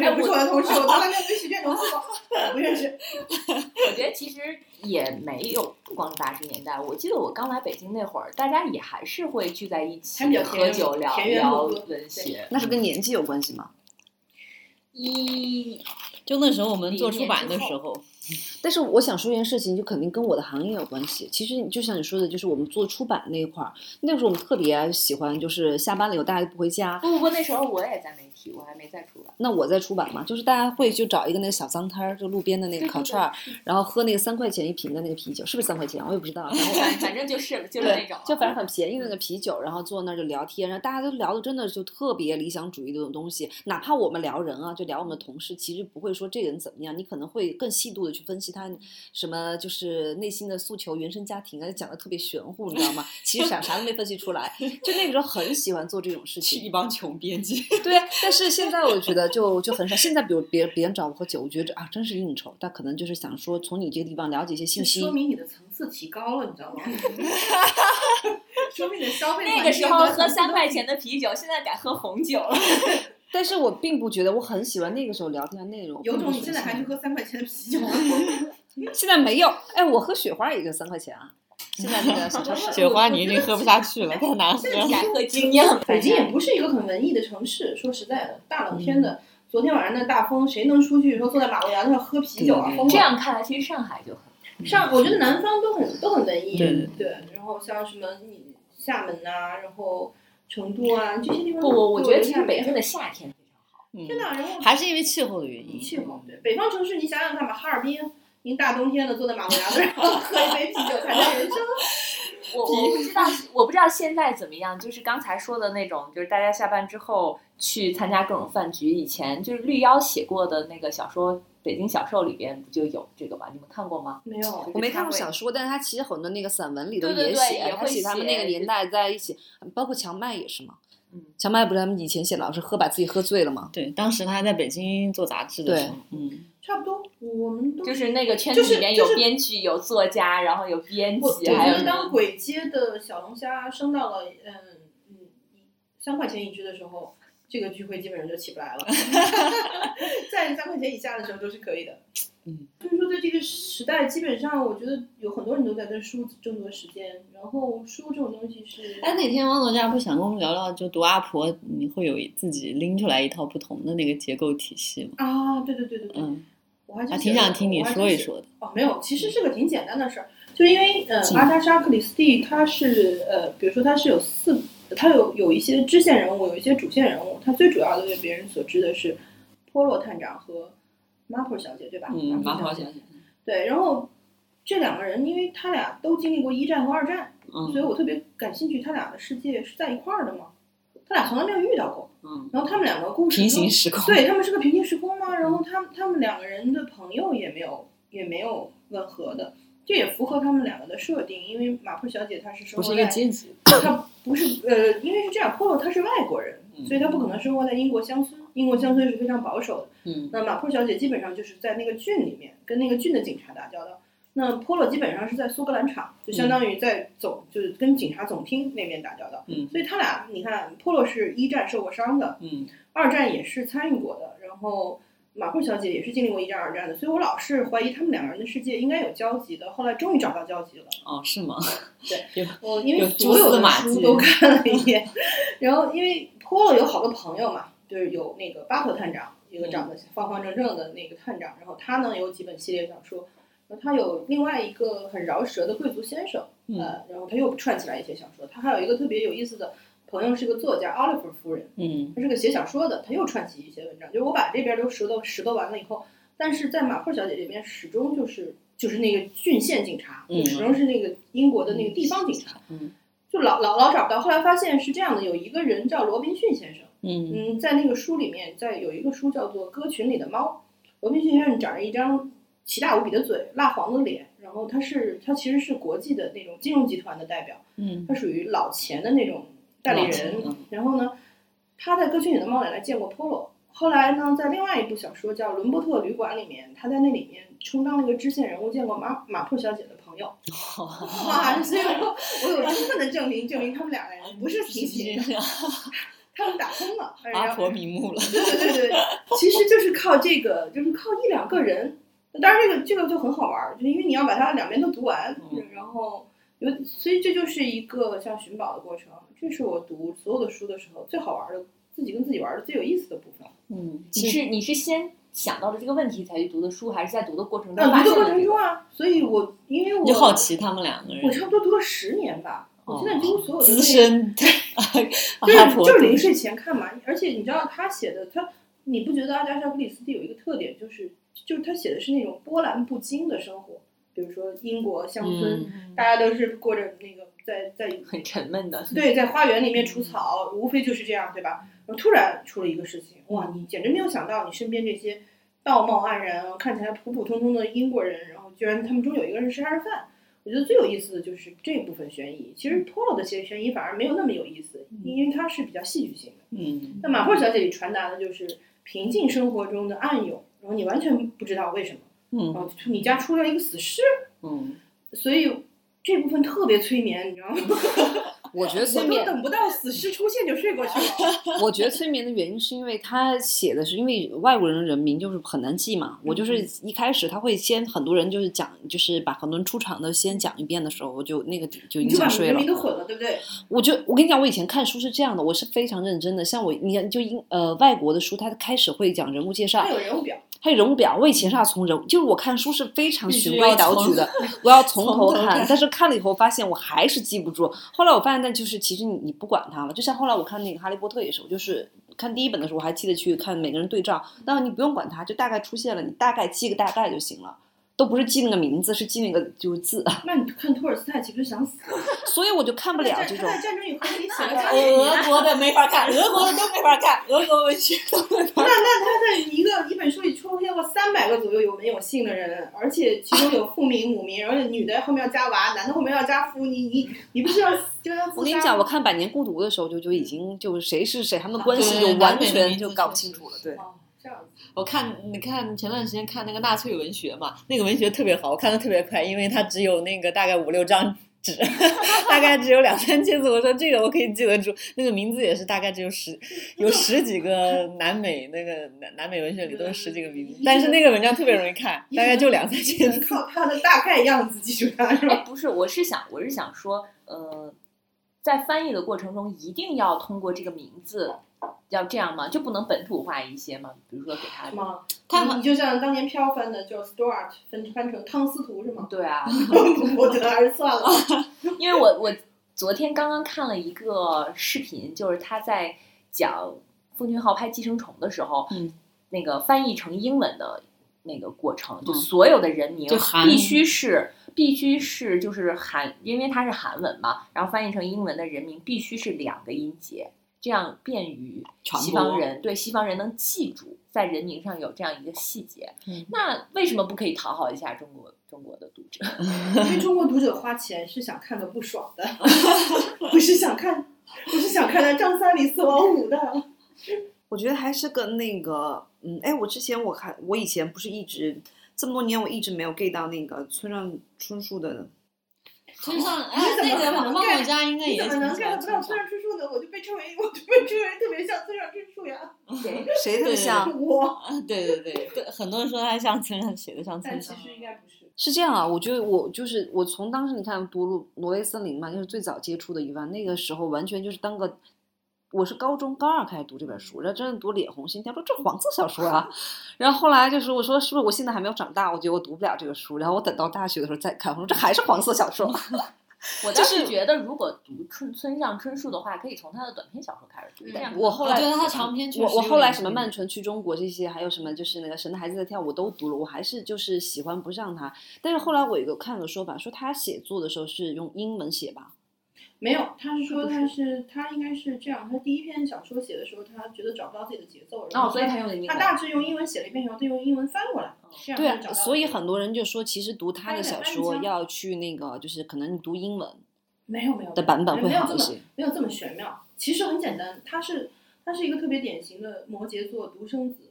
[SPEAKER 1] 也不是我的同事， 我从来没有跟许建荣说过， 我不认识。
[SPEAKER 2] 我觉得其实也没有，不光是八十年代，我记得我刚来北京那会儿，大家也还是会聚在一起
[SPEAKER 1] 还比较田
[SPEAKER 2] 喝
[SPEAKER 1] 园
[SPEAKER 2] 酒聊
[SPEAKER 1] 田园
[SPEAKER 2] 聊
[SPEAKER 1] 牧歌
[SPEAKER 2] 文学。
[SPEAKER 3] 那是
[SPEAKER 1] 嗯
[SPEAKER 3] 跟年纪有关系吗？
[SPEAKER 2] 一
[SPEAKER 4] 就那时候我们做出版的时 候，
[SPEAKER 3] 但是我想说一件事情，就肯定跟我的行业有关系。其实就像你说的，就是我们做出版那一块儿，那个时候我们特别喜欢，就是下班了以后大家就不回家，
[SPEAKER 2] 不不不，那时候我也在媒体，我还没在出版。
[SPEAKER 3] 那我在出版嘛，就是大家会就找一个那个小脏摊儿，就路边的那个烤串儿，然后喝那个三块钱一瓶的那个啤酒，是不是三块钱？我也不知道，反啊正我
[SPEAKER 2] 反反正就是就是那
[SPEAKER 3] 对
[SPEAKER 2] 种，，
[SPEAKER 3] 就反
[SPEAKER 4] 啊
[SPEAKER 3] 正很便宜
[SPEAKER 4] 嗯
[SPEAKER 3] 的那个啤酒，然后坐那儿就聊天，然后大家都聊的真的就特别理想主义这种东西。哪怕我们聊人啊，就聊我们的同事，其实不会说这个人怎么样，你可能会更细度的去分析他什么就是内心的诉求、原生家庭啊，讲的特别玄乎，你知道吗？其实啥啥都没分析出来。就那个时候很喜欢做这种事情，
[SPEAKER 4] 帮穷编辑。
[SPEAKER 3] 对啊。但是现在我觉得就就很少。现在比如别人别人找我喝酒，我觉得啊真是应酬，但可能就是想说从你这个地方了解一些信
[SPEAKER 1] 就
[SPEAKER 3] 息。
[SPEAKER 1] 说明你的层次提高了，你知 道吗？说明你的消费
[SPEAKER 2] 那
[SPEAKER 1] 环
[SPEAKER 2] 个
[SPEAKER 1] 境
[SPEAKER 2] 时候
[SPEAKER 1] 和
[SPEAKER 2] 喝
[SPEAKER 1] 层次
[SPEAKER 2] 三
[SPEAKER 1] 都
[SPEAKER 2] 块钱的啤酒，现在改喝红酒了。
[SPEAKER 3] 但是我并不觉得我很喜欢那个时候聊天的内容。
[SPEAKER 1] 有
[SPEAKER 3] 并
[SPEAKER 1] 种
[SPEAKER 3] 不
[SPEAKER 1] 你现在
[SPEAKER 3] 喜欢
[SPEAKER 1] 还去喝三块钱的 啤酒啊？
[SPEAKER 3] 现在没有，哎，我喝雪花也就三块钱啊。现在那个小超市，
[SPEAKER 4] 雪花你已经喝不下去了，太难喝
[SPEAKER 1] 现在
[SPEAKER 4] 了。
[SPEAKER 2] 来喝经验，
[SPEAKER 1] 北京也不是一个很文艺的城市，说实在的，大冷天的，昨天晚上那大风，谁能出去说坐在马路牙子上喝啤酒啊
[SPEAKER 4] 对？
[SPEAKER 1] 疯了
[SPEAKER 2] 这样看来，其实上海就很
[SPEAKER 1] 上，我觉得南方都很都很文艺，
[SPEAKER 4] 对对
[SPEAKER 1] 然后像什么你厦门呐、然后成都啊这些地方，
[SPEAKER 2] 不，我我觉得其实北
[SPEAKER 1] 北
[SPEAKER 2] 京的夏天非常好。
[SPEAKER 4] 嗯
[SPEAKER 1] 真的，然后
[SPEAKER 4] 还是因为气候的原因。
[SPEAKER 1] 气候，对北方城市，你想想看吧，哈尔滨。您大冬天的坐在马路牙子上喝一杯啤酒才叫人生，
[SPEAKER 2] 我我不知道，我不知道现在怎么样。就是刚才说的那种，就是大家下班之后去参加各种饭局。以前就是绿妖写过的那个小说《北京小兽》里边不就有这个吗？你们看过吗？
[SPEAKER 1] 没有
[SPEAKER 3] 我没看过
[SPEAKER 2] 小。
[SPEAKER 3] 小说，但是他其实很多那个散文里头
[SPEAKER 2] 对对
[SPEAKER 3] 也
[SPEAKER 2] 对
[SPEAKER 3] 写，
[SPEAKER 2] 也
[SPEAKER 3] 他
[SPEAKER 2] 会
[SPEAKER 3] 写他们那个
[SPEAKER 2] 写
[SPEAKER 3] 年代在一起，包括荞麦也是嘛。
[SPEAKER 2] 嗯
[SPEAKER 3] 荞麦不是他们以前写老是喝把自己喝醉了嘛？
[SPEAKER 4] 对，当时他还在北京做杂志的时候，嗯，
[SPEAKER 1] 差不多，我们都
[SPEAKER 2] 就是那个圈子里面有编剧、有作家，然后有编
[SPEAKER 1] 我我
[SPEAKER 2] 辑，
[SPEAKER 1] 觉
[SPEAKER 2] 还有
[SPEAKER 1] 得当鬼街的小龙虾升到了嗯嗯三块钱一只的时候，这个聚会基本上就起不来了。 在三块钱以下的时候都是可以的。
[SPEAKER 4] 嗯，
[SPEAKER 1] 就是说，在这个时代，基本上我觉得有很多人都在跟书争夺时间，然后书这种东西是，
[SPEAKER 4] 哎，那天汪作家不是想跟我们聊聊，就读阿婆，你会有自己拎出来一套不同的那个结构体系吗？
[SPEAKER 1] 啊，对对对对对，
[SPEAKER 4] 嗯，
[SPEAKER 1] 我还
[SPEAKER 4] 还
[SPEAKER 1] 是
[SPEAKER 4] 挺想听你说一。说的。
[SPEAKER 1] 哦，没有，其实是个挺简单的事儿，就是因为呃，
[SPEAKER 4] 嗯
[SPEAKER 1] 阿加莎·克里斯蒂她是呃，比如说她是有四，她有有一些支线人物，有一些主线人物，她最主要的为别人所知的是波洛探长和 Marple 小姐，对吧？
[SPEAKER 4] 蛮
[SPEAKER 1] Marple
[SPEAKER 4] 好
[SPEAKER 1] 姐
[SPEAKER 4] 想。想。
[SPEAKER 1] 对，然后这两个人，因为他俩都经历过一战和二战，所以
[SPEAKER 4] 嗯
[SPEAKER 1] 我特别感兴趣，他俩的世界是在一块儿的嘛，他俩从来没有遇到过，
[SPEAKER 4] 嗯，
[SPEAKER 1] 然后他们两个故事
[SPEAKER 4] 平
[SPEAKER 1] 都
[SPEAKER 4] 行时空。嗯
[SPEAKER 1] 对他们是个平行时空吗？然后他们他们两个人的朋友也没有也没有吻合的，这也符合他们两个的设定，因为马普小姐她是生
[SPEAKER 4] 不是
[SPEAKER 1] 活
[SPEAKER 4] 一个
[SPEAKER 1] 在
[SPEAKER 4] 阶级，
[SPEAKER 1] 她不是呃，因为是这样，波洛她是外国人，
[SPEAKER 4] 嗯
[SPEAKER 1] 所以她不可能生活在英国乡村，英国乡村是非常保守的。
[SPEAKER 4] 嗯，
[SPEAKER 1] 那马普小姐基本上就是在那个郡里面跟那个郡的警察打交道。那 Polo 基本上是在苏格兰场，就相当于在总、就是跟警察总厅那边打交道。
[SPEAKER 4] 嗯
[SPEAKER 1] 所以他俩，你看 Polo 是一战受过伤的，
[SPEAKER 4] 嗯
[SPEAKER 1] 二战也是参与过的，然后马库小姐也是经历过一战、二战的，所以我老是怀疑他们两个人的世界应该有交集的。后来终于找到交集了，
[SPEAKER 4] 哦是吗？
[SPEAKER 1] 我哦因为
[SPEAKER 4] 有蛛
[SPEAKER 1] 所有
[SPEAKER 4] 丝
[SPEAKER 1] 的
[SPEAKER 4] 马
[SPEAKER 1] 书
[SPEAKER 4] 迹
[SPEAKER 1] 都看了一遍， 然后因为 Polo 有好多朋友嘛，就是有那个巴克探长，一个
[SPEAKER 4] 嗯
[SPEAKER 1] 长得方方正正的那个探长，然后他呢有几本系列小说，然后他有另外一个很饶舌的贵族先生，
[SPEAKER 4] 嗯
[SPEAKER 1] 呃，然后他又串起来一些小说，他还有一个特别有意思的朋友是个作家 Oliver 夫人。
[SPEAKER 4] 嗯
[SPEAKER 1] 他是个写小说的，他又串起一些文章。就是我把这边都拾掇拾掇完了以后，但是在马库小姐这边始终就是就是那个郡县警察，
[SPEAKER 4] 嗯
[SPEAKER 1] 始终是那个英国的那个地方警察，
[SPEAKER 4] 嗯
[SPEAKER 1] 就老老老找不到。后来发现是这样的，有一个人叫罗宾逊先生，
[SPEAKER 4] 嗯
[SPEAKER 1] 嗯，在那个书里面，在有一个书叫做《歌群里的猫》，罗宾逊先生长着一张奇大无比的嘴，蜡黄的脸，然后他是他其实是国际的那种金融集团的代表。
[SPEAKER 4] 嗯
[SPEAKER 1] 他属于老钱的那种代理
[SPEAKER 4] 老钱
[SPEAKER 1] 人
[SPEAKER 4] 嗯。
[SPEAKER 1] 然后呢，他在《歌曲里的猫》里来见过 Polo。后来呢，在另外一部小说叫《伦伯特旅馆》里面，他在那里面充当了一个支线人物，见过马马普小姐的朋 友。哇！所以我说，我有充分的证明，证明他们两个
[SPEAKER 4] 哦
[SPEAKER 1] 人不是平行，他们打通了。
[SPEAKER 4] 阿
[SPEAKER 1] 然后
[SPEAKER 4] 啊婆瞑目了，
[SPEAKER 1] 对对对对， 其实就是靠这个，就是靠一两个人。当然，这个这个就很好玩儿，就是因为你要把它两边都读完，
[SPEAKER 4] 嗯
[SPEAKER 1] 然后有，所以这就是一个像寻宝的过程。这是我读所有的书的时候最好玩儿的，自己跟自己玩儿的最有意思的部分。
[SPEAKER 4] 嗯
[SPEAKER 2] 你是你是先想到了这个问题才去读的书，还是在读的过程中
[SPEAKER 1] 那
[SPEAKER 2] 嗯发
[SPEAKER 1] 读的
[SPEAKER 2] 现
[SPEAKER 1] 过
[SPEAKER 2] 了
[SPEAKER 1] 程
[SPEAKER 2] 这个？
[SPEAKER 1] 中啊，所以我因为我
[SPEAKER 4] 就好奇他们两个人
[SPEAKER 1] 我差不多读了十年吧，我现在几乎所
[SPEAKER 2] 嗯
[SPEAKER 1] 有的
[SPEAKER 4] 资
[SPEAKER 1] 那个
[SPEAKER 4] 深
[SPEAKER 1] 就是
[SPEAKER 4] 阿哦婆
[SPEAKER 1] 就是临睡前看嘛。而且你知道他写的，他你不觉得阿加莎·克里斯蒂有一个特点，就是就是他写的是那种波澜不惊的生活，比如说英国乡村，
[SPEAKER 2] 嗯
[SPEAKER 1] 大家都是过着那个在在
[SPEAKER 2] 很沉闷的，
[SPEAKER 1] 对在花园里面除草，无非就是这样，对吧？然后突然出了一个事情，哇，你简直没有想到你身边这些道貌岸然、看起来普普通通的英国人，然后居然他们中有一个人是杀人犯。我觉得最有意思的就是这部分悬疑，其实 Polo 的些悬疑反而没有那么有意思，
[SPEAKER 3] 嗯
[SPEAKER 1] 因为它是比较戏剧性的。
[SPEAKER 4] 嗯
[SPEAKER 1] 那马霍小姐里传达的就是平静生活中的暗涌，然后你完全不知道为什么，然
[SPEAKER 4] 嗯
[SPEAKER 1] 后你家出了一个死尸，
[SPEAKER 4] 嗯
[SPEAKER 1] 所以这部分特别催眠，你知道吗？
[SPEAKER 3] 我觉得
[SPEAKER 1] 我
[SPEAKER 3] 催
[SPEAKER 1] 都
[SPEAKER 3] 眠，
[SPEAKER 1] 等不到死尸出现就睡过去了。
[SPEAKER 3] 我觉得催眠的原因是因为他写的是因为外国人人名就是很难记嘛。
[SPEAKER 1] 嗯
[SPEAKER 3] 我就是一开始他会先很多人就是讲，就是把很多人出场的先讲一遍的时候，我就那个就
[SPEAKER 1] 你
[SPEAKER 3] 影
[SPEAKER 1] 就把
[SPEAKER 3] 响
[SPEAKER 1] 你
[SPEAKER 3] 睡
[SPEAKER 1] 的
[SPEAKER 3] 了
[SPEAKER 1] 名。都混了，对不 对？
[SPEAKER 3] 我就我跟你讲，我以前看书是这样的，我是非常认真的。像我，你就英呃外国的书，它开始会讲人物介绍
[SPEAKER 1] 它，有人物表，
[SPEAKER 3] 还有人物表。我以前是要从人，就是我看书是非常
[SPEAKER 4] 必须
[SPEAKER 3] 循规
[SPEAKER 4] 要
[SPEAKER 3] 蹈
[SPEAKER 4] 从
[SPEAKER 3] 矩 的，我要从
[SPEAKER 4] 从
[SPEAKER 3] 头
[SPEAKER 4] 头
[SPEAKER 3] 看
[SPEAKER 4] 看。
[SPEAKER 3] 但是看了以后发现我还是记不住。后来我发现，但就是其实你你不管它了。就像后来我看那个《哈利波特》也是，我就是看第一本的时候，我还记得去看每个人对照，但是你不用管它，就大概出现了，你大概记个大概就行了。都不是记那个名字，是记那个就是字，
[SPEAKER 1] 那你看托尔斯泰岂不是想死？
[SPEAKER 3] 所以我就看不
[SPEAKER 1] 他
[SPEAKER 3] 了
[SPEAKER 1] 在
[SPEAKER 3] 这
[SPEAKER 1] 他
[SPEAKER 3] 种。哎
[SPEAKER 1] 在《战争与和平》 写了
[SPEAKER 2] 啊
[SPEAKER 1] 他
[SPEAKER 2] 我
[SPEAKER 1] 那
[SPEAKER 4] 俄国的没法看，俄国的都没法看，俄国文学都没法看。
[SPEAKER 1] 在一个一本书里出现过三百个左右有名有姓的人，而且其中有父名、母名，而且女的后面要加娃，男的后面要加夫，你你你不是要就要自杀吗
[SPEAKER 3] 我跟你讲，我看《百年孤独》的时候就就已经就是谁是谁，他们的关
[SPEAKER 4] 啊对
[SPEAKER 3] 系
[SPEAKER 4] 对
[SPEAKER 3] 就
[SPEAKER 4] 对
[SPEAKER 3] 完
[SPEAKER 4] 南北
[SPEAKER 3] 全
[SPEAKER 4] 名
[SPEAKER 3] 就
[SPEAKER 4] 字
[SPEAKER 3] 搞
[SPEAKER 4] 确
[SPEAKER 3] 不
[SPEAKER 4] 实
[SPEAKER 3] 清楚了。对，
[SPEAKER 1] 哦这样子，
[SPEAKER 4] 我看，你看前段时间看那个纳粹文学嘛，那个文学特别好，我看的特别快，因为它只有那个大概五六张纸， 大概只有两三千字。我说这个我可以记得住，那个名字也是大概只有十有十几个南美那个南南美文学里都是十几个名字，但是那个文章特别容易看，大概就两三
[SPEAKER 1] 只
[SPEAKER 4] 千
[SPEAKER 1] 能
[SPEAKER 4] 字。
[SPEAKER 1] 靠他的大概样子记住他是 吧？
[SPEAKER 2] 哎，不是，我是想，我是想说，呃，在翻译的过程中，一定要通过这个名字，要这样吗？就不能本土化一些吗？比如说给他
[SPEAKER 1] 是，吗？
[SPEAKER 4] 他
[SPEAKER 1] 你你就像当年飘翻的叫 Stuart 翻翻成汤斯图是吗？
[SPEAKER 2] 对啊，
[SPEAKER 1] 我觉得还是算了。
[SPEAKER 2] 因为我我昨天刚刚看了一个视频，就是他在讲奉俊昊拍《寄生虫》的时候，
[SPEAKER 4] 嗯
[SPEAKER 2] 那个翻译成英文的那个过程，就
[SPEAKER 4] 嗯
[SPEAKER 2] 所有的人名
[SPEAKER 4] 就韩
[SPEAKER 2] 必须是必须是就是韩，因为它是韩文嘛，然后翻译成英文的人名必须是两个音节，这样便于
[SPEAKER 4] 传
[SPEAKER 2] 西
[SPEAKER 4] 播
[SPEAKER 2] 方人对西方人能记住，在人名上有这样一个细节。
[SPEAKER 4] 嗯
[SPEAKER 2] 那为什么不可以讨好一下中国中国的读者？
[SPEAKER 1] 因为中国读者花钱是想看个不爽的， 不是想看，不是想看到张三李四王五的。
[SPEAKER 3] 我觉得还是跟那个，嗯，哎，我之前我看，我以前不是一直这么多年我一直没有 get 到那个村上春树的。
[SPEAKER 4] 村上哎
[SPEAKER 1] 你，怎么
[SPEAKER 4] 那个
[SPEAKER 1] 可能
[SPEAKER 4] 王宝
[SPEAKER 1] get-
[SPEAKER 4] 家应该
[SPEAKER 1] 你
[SPEAKER 4] 也
[SPEAKER 1] 怎么
[SPEAKER 4] 挺
[SPEAKER 1] 能
[SPEAKER 4] 喜
[SPEAKER 1] get
[SPEAKER 4] 欢
[SPEAKER 1] 不到村
[SPEAKER 4] 村上
[SPEAKER 1] 上春树呢？我就被称为，我就被称为特别像村上春树 呀。
[SPEAKER 2] 谁
[SPEAKER 3] 谁特别 像？
[SPEAKER 1] 我，
[SPEAKER 4] 啊对对对对，很多人说他像村上，写的像村
[SPEAKER 1] 但其
[SPEAKER 4] 上。
[SPEAKER 1] 实应该不是。
[SPEAKER 3] 是这样啊，我觉得我就是我从当时你看读挪挪威森林嘛，就是最早接触的一番，那个时候完全就是当个。我是高中高二开始读这本书，然后真的读脸红心跳，说这黄色小说 啊。然后后来就是我说是不是我现在还没有长大，我觉得我读不了这个书。然后我等到大学的时候再看，我说这还是黄色小说。
[SPEAKER 2] 我倒是觉得，如果读村村上春树的话，可以从他的短篇小说开始读。这
[SPEAKER 1] 嗯
[SPEAKER 2] 样
[SPEAKER 3] 我后来
[SPEAKER 4] 我觉得哦他长篇确
[SPEAKER 3] 我
[SPEAKER 4] 实
[SPEAKER 3] 我
[SPEAKER 4] 有
[SPEAKER 3] 后来
[SPEAKER 4] 点
[SPEAKER 3] 什么
[SPEAKER 4] 这
[SPEAKER 3] 曼
[SPEAKER 4] 个
[SPEAKER 3] 城去中国这些，还有什么就是那个神的孩子在跳，我都读了，我还是就是喜欢不上他。但是后来我有个看个说法，说他写作的时候是用英文写吧，
[SPEAKER 1] 没有，他是说他是他应该是这样，他第一篇小说写的时候，他觉得找不到自己的节奏，然后
[SPEAKER 3] 哦所以他用的英
[SPEAKER 1] 他
[SPEAKER 3] 文。
[SPEAKER 1] 大致用英文写了一遍以后，再用英文翻过来，这样
[SPEAKER 3] 对
[SPEAKER 1] 就找到
[SPEAKER 3] 啊，所以很多人就说，其实读他的
[SPEAKER 1] 翻
[SPEAKER 3] 小
[SPEAKER 1] 两翻
[SPEAKER 3] 说
[SPEAKER 1] 腔
[SPEAKER 3] 要去那个，就是可能你读英文
[SPEAKER 1] 没有没有
[SPEAKER 3] 的版本会
[SPEAKER 1] 没有
[SPEAKER 3] 好
[SPEAKER 1] 这
[SPEAKER 3] 一
[SPEAKER 1] 么
[SPEAKER 3] 些。
[SPEAKER 1] 没有这么玄妙。其实很简单，他是他是一个特别典型的摩羯座独生子，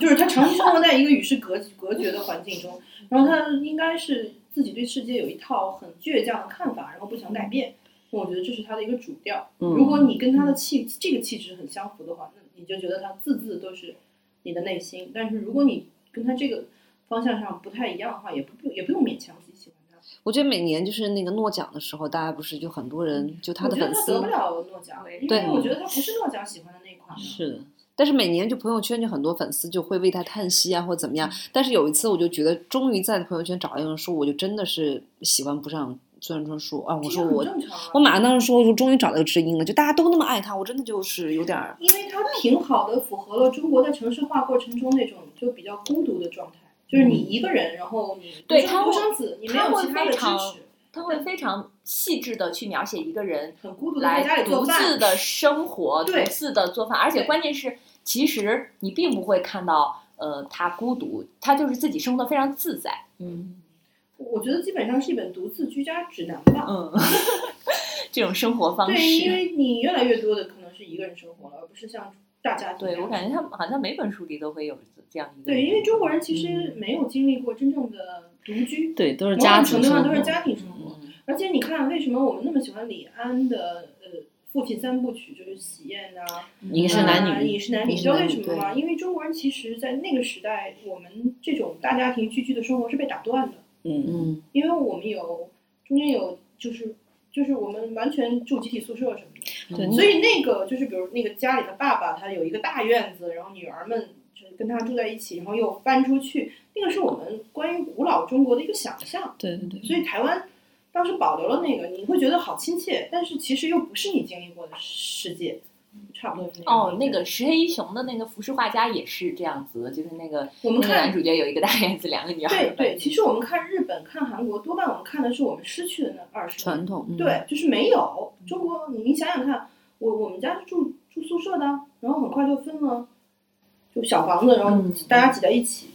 [SPEAKER 1] 就是他长期生活在一个与世隔隔绝的环境中，然后他应该是自己对世界有一套很倔强的看法，然后不想改变。那我觉得这是他的一个主调。
[SPEAKER 3] 嗯
[SPEAKER 1] 如果你跟他的气这个气质很相符的话，那你就觉得他字字都是你的内心。但是如果你跟他这个方向上不太一样的话，也不也不用勉强自己喜欢他。
[SPEAKER 3] 我觉得每年就是那个诺奖的时候，大家不是就很多人就他
[SPEAKER 1] 我
[SPEAKER 3] 的
[SPEAKER 1] 觉得
[SPEAKER 3] 粉
[SPEAKER 1] 他
[SPEAKER 3] 丝
[SPEAKER 1] 得不了诺奖，因
[SPEAKER 3] 对
[SPEAKER 1] 为我觉得他不是诺奖喜欢的那一款。
[SPEAKER 4] 是的，
[SPEAKER 3] 但是每年就朋友圈就很多粉丝就会为他叹息啊，或怎么样。但是有一次我就觉得，终于在朋友圈找到一本书，我就真的是喜欢不上村上春树啊！我
[SPEAKER 1] 这
[SPEAKER 3] 说
[SPEAKER 1] 个
[SPEAKER 3] 我
[SPEAKER 1] 很，正常啊
[SPEAKER 3] 我马上当时说，我说终于找到一个知音了，就大家都那么爱他，我真的就是有点儿。
[SPEAKER 1] 因为它挺好的符合了中国在城市化过程中那种就比较孤独的状态，就是你一个人，然后你
[SPEAKER 2] 嗯对
[SPEAKER 1] 他
[SPEAKER 2] 他
[SPEAKER 1] 独
[SPEAKER 2] 会
[SPEAKER 1] 生子，你没
[SPEAKER 2] 他
[SPEAKER 1] 有
[SPEAKER 2] 会
[SPEAKER 1] 其他的
[SPEAKER 2] 非
[SPEAKER 1] 支
[SPEAKER 2] 常
[SPEAKER 1] 持，
[SPEAKER 2] 他会非常细致的去描写一个人
[SPEAKER 1] 很孤独的在家
[SPEAKER 2] 来
[SPEAKER 1] 里做
[SPEAKER 2] 独自
[SPEAKER 1] 饭。
[SPEAKER 2] 的生活、独
[SPEAKER 1] 对
[SPEAKER 2] 自的做饭，而且
[SPEAKER 1] 对
[SPEAKER 2] 关键是，其实你并不会看到呃他孤独，他就是自己生活得非常自在。
[SPEAKER 4] 嗯
[SPEAKER 1] 我觉得基本上是一本独自居家指南吧。
[SPEAKER 2] 嗯， 这种生活方式，
[SPEAKER 1] 对，因为你越来越多的可能是一个人生活了，而不是像大家庭那样。
[SPEAKER 2] 对我感觉他们好像每本书里都会有这样一个。
[SPEAKER 1] 对，因为中国人其
[SPEAKER 2] 嗯
[SPEAKER 1] 实没有经历过真正的独居，
[SPEAKER 4] 对，都是
[SPEAKER 1] 某
[SPEAKER 4] 家
[SPEAKER 1] 种程度
[SPEAKER 4] 庭生
[SPEAKER 1] 上
[SPEAKER 4] 活
[SPEAKER 1] 啊都是家庭生活。
[SPEAKER 4] 嗯
[SPEAKER 1] 而且你看，为什么我们那么喜欢李安的呃父亲三部曲，就是《喜宴》呐，
[SPEAKER 4] 一个是男
[SPEAKER 1] 啊
[SPEAKER 4] 女，
[SPEAKER 1] 饮食男女，
[SPEAKER 4] 饮
[SPEAKER 1] 你
[SPEAKER 4] 食
[SPEAKER 1] 知道
[SPEAKER 4] 男
[SPEAKER 1] 为
[SPEAKER 4] 女
[SPEAKER 1] 什么吗？因为中国人其实，在那个时代，我们这种大家庭聚居的生活是被打断的，
[SPEAKER 4] 嗯，
[SPEAKER 3] 嗯，
[SPEAKER 1] 因为我们有中间有就是就是我们完全住集体宿舍什么的，
[SPEAKER 4] 对，
[SPEAKER 1] 所
[SPEAKER 2] 嗯
[SPEAKER 1] 以那个就是比如那个家里的爸爸，他有一个大院子，然后女儿们。就是跟他住在一起，然后又搬出去，那个是我们关于古老中国的一个想象。
[SPEAKER 4] 对对对，
[SPEAKER 1] 所以台湾当时保留了那个，你会觉得好亲切，但是其实又不是你经历过的世界，差不多是那样
[SPEAKER 2] 哦，那个石黑一雄的那个浮世画家也是这样子的，就是那个
[SPEAKER 1] 我们
[SPEAKER 2] 那个男
[SPEAKER 1] 看
[SPEAKER 2] 主角有一个大院子，两个女儿。
[SPEAKER 1] 对对，其实我们看日本、看韩国，多半我们看的是我们失去的那二十
[SPEAKER 3] 传
[SPEAKER 1] 年，
[SPEAKER 3] 统，嗯，
[SPEAKER 1] 对，就是没有中国，你想想看，我我们家是住住宿舍的，然后很快就分了，就小房子，然后
[SPEAKER 2] 嗯
[SPEAKER 1] 大家挤在一起。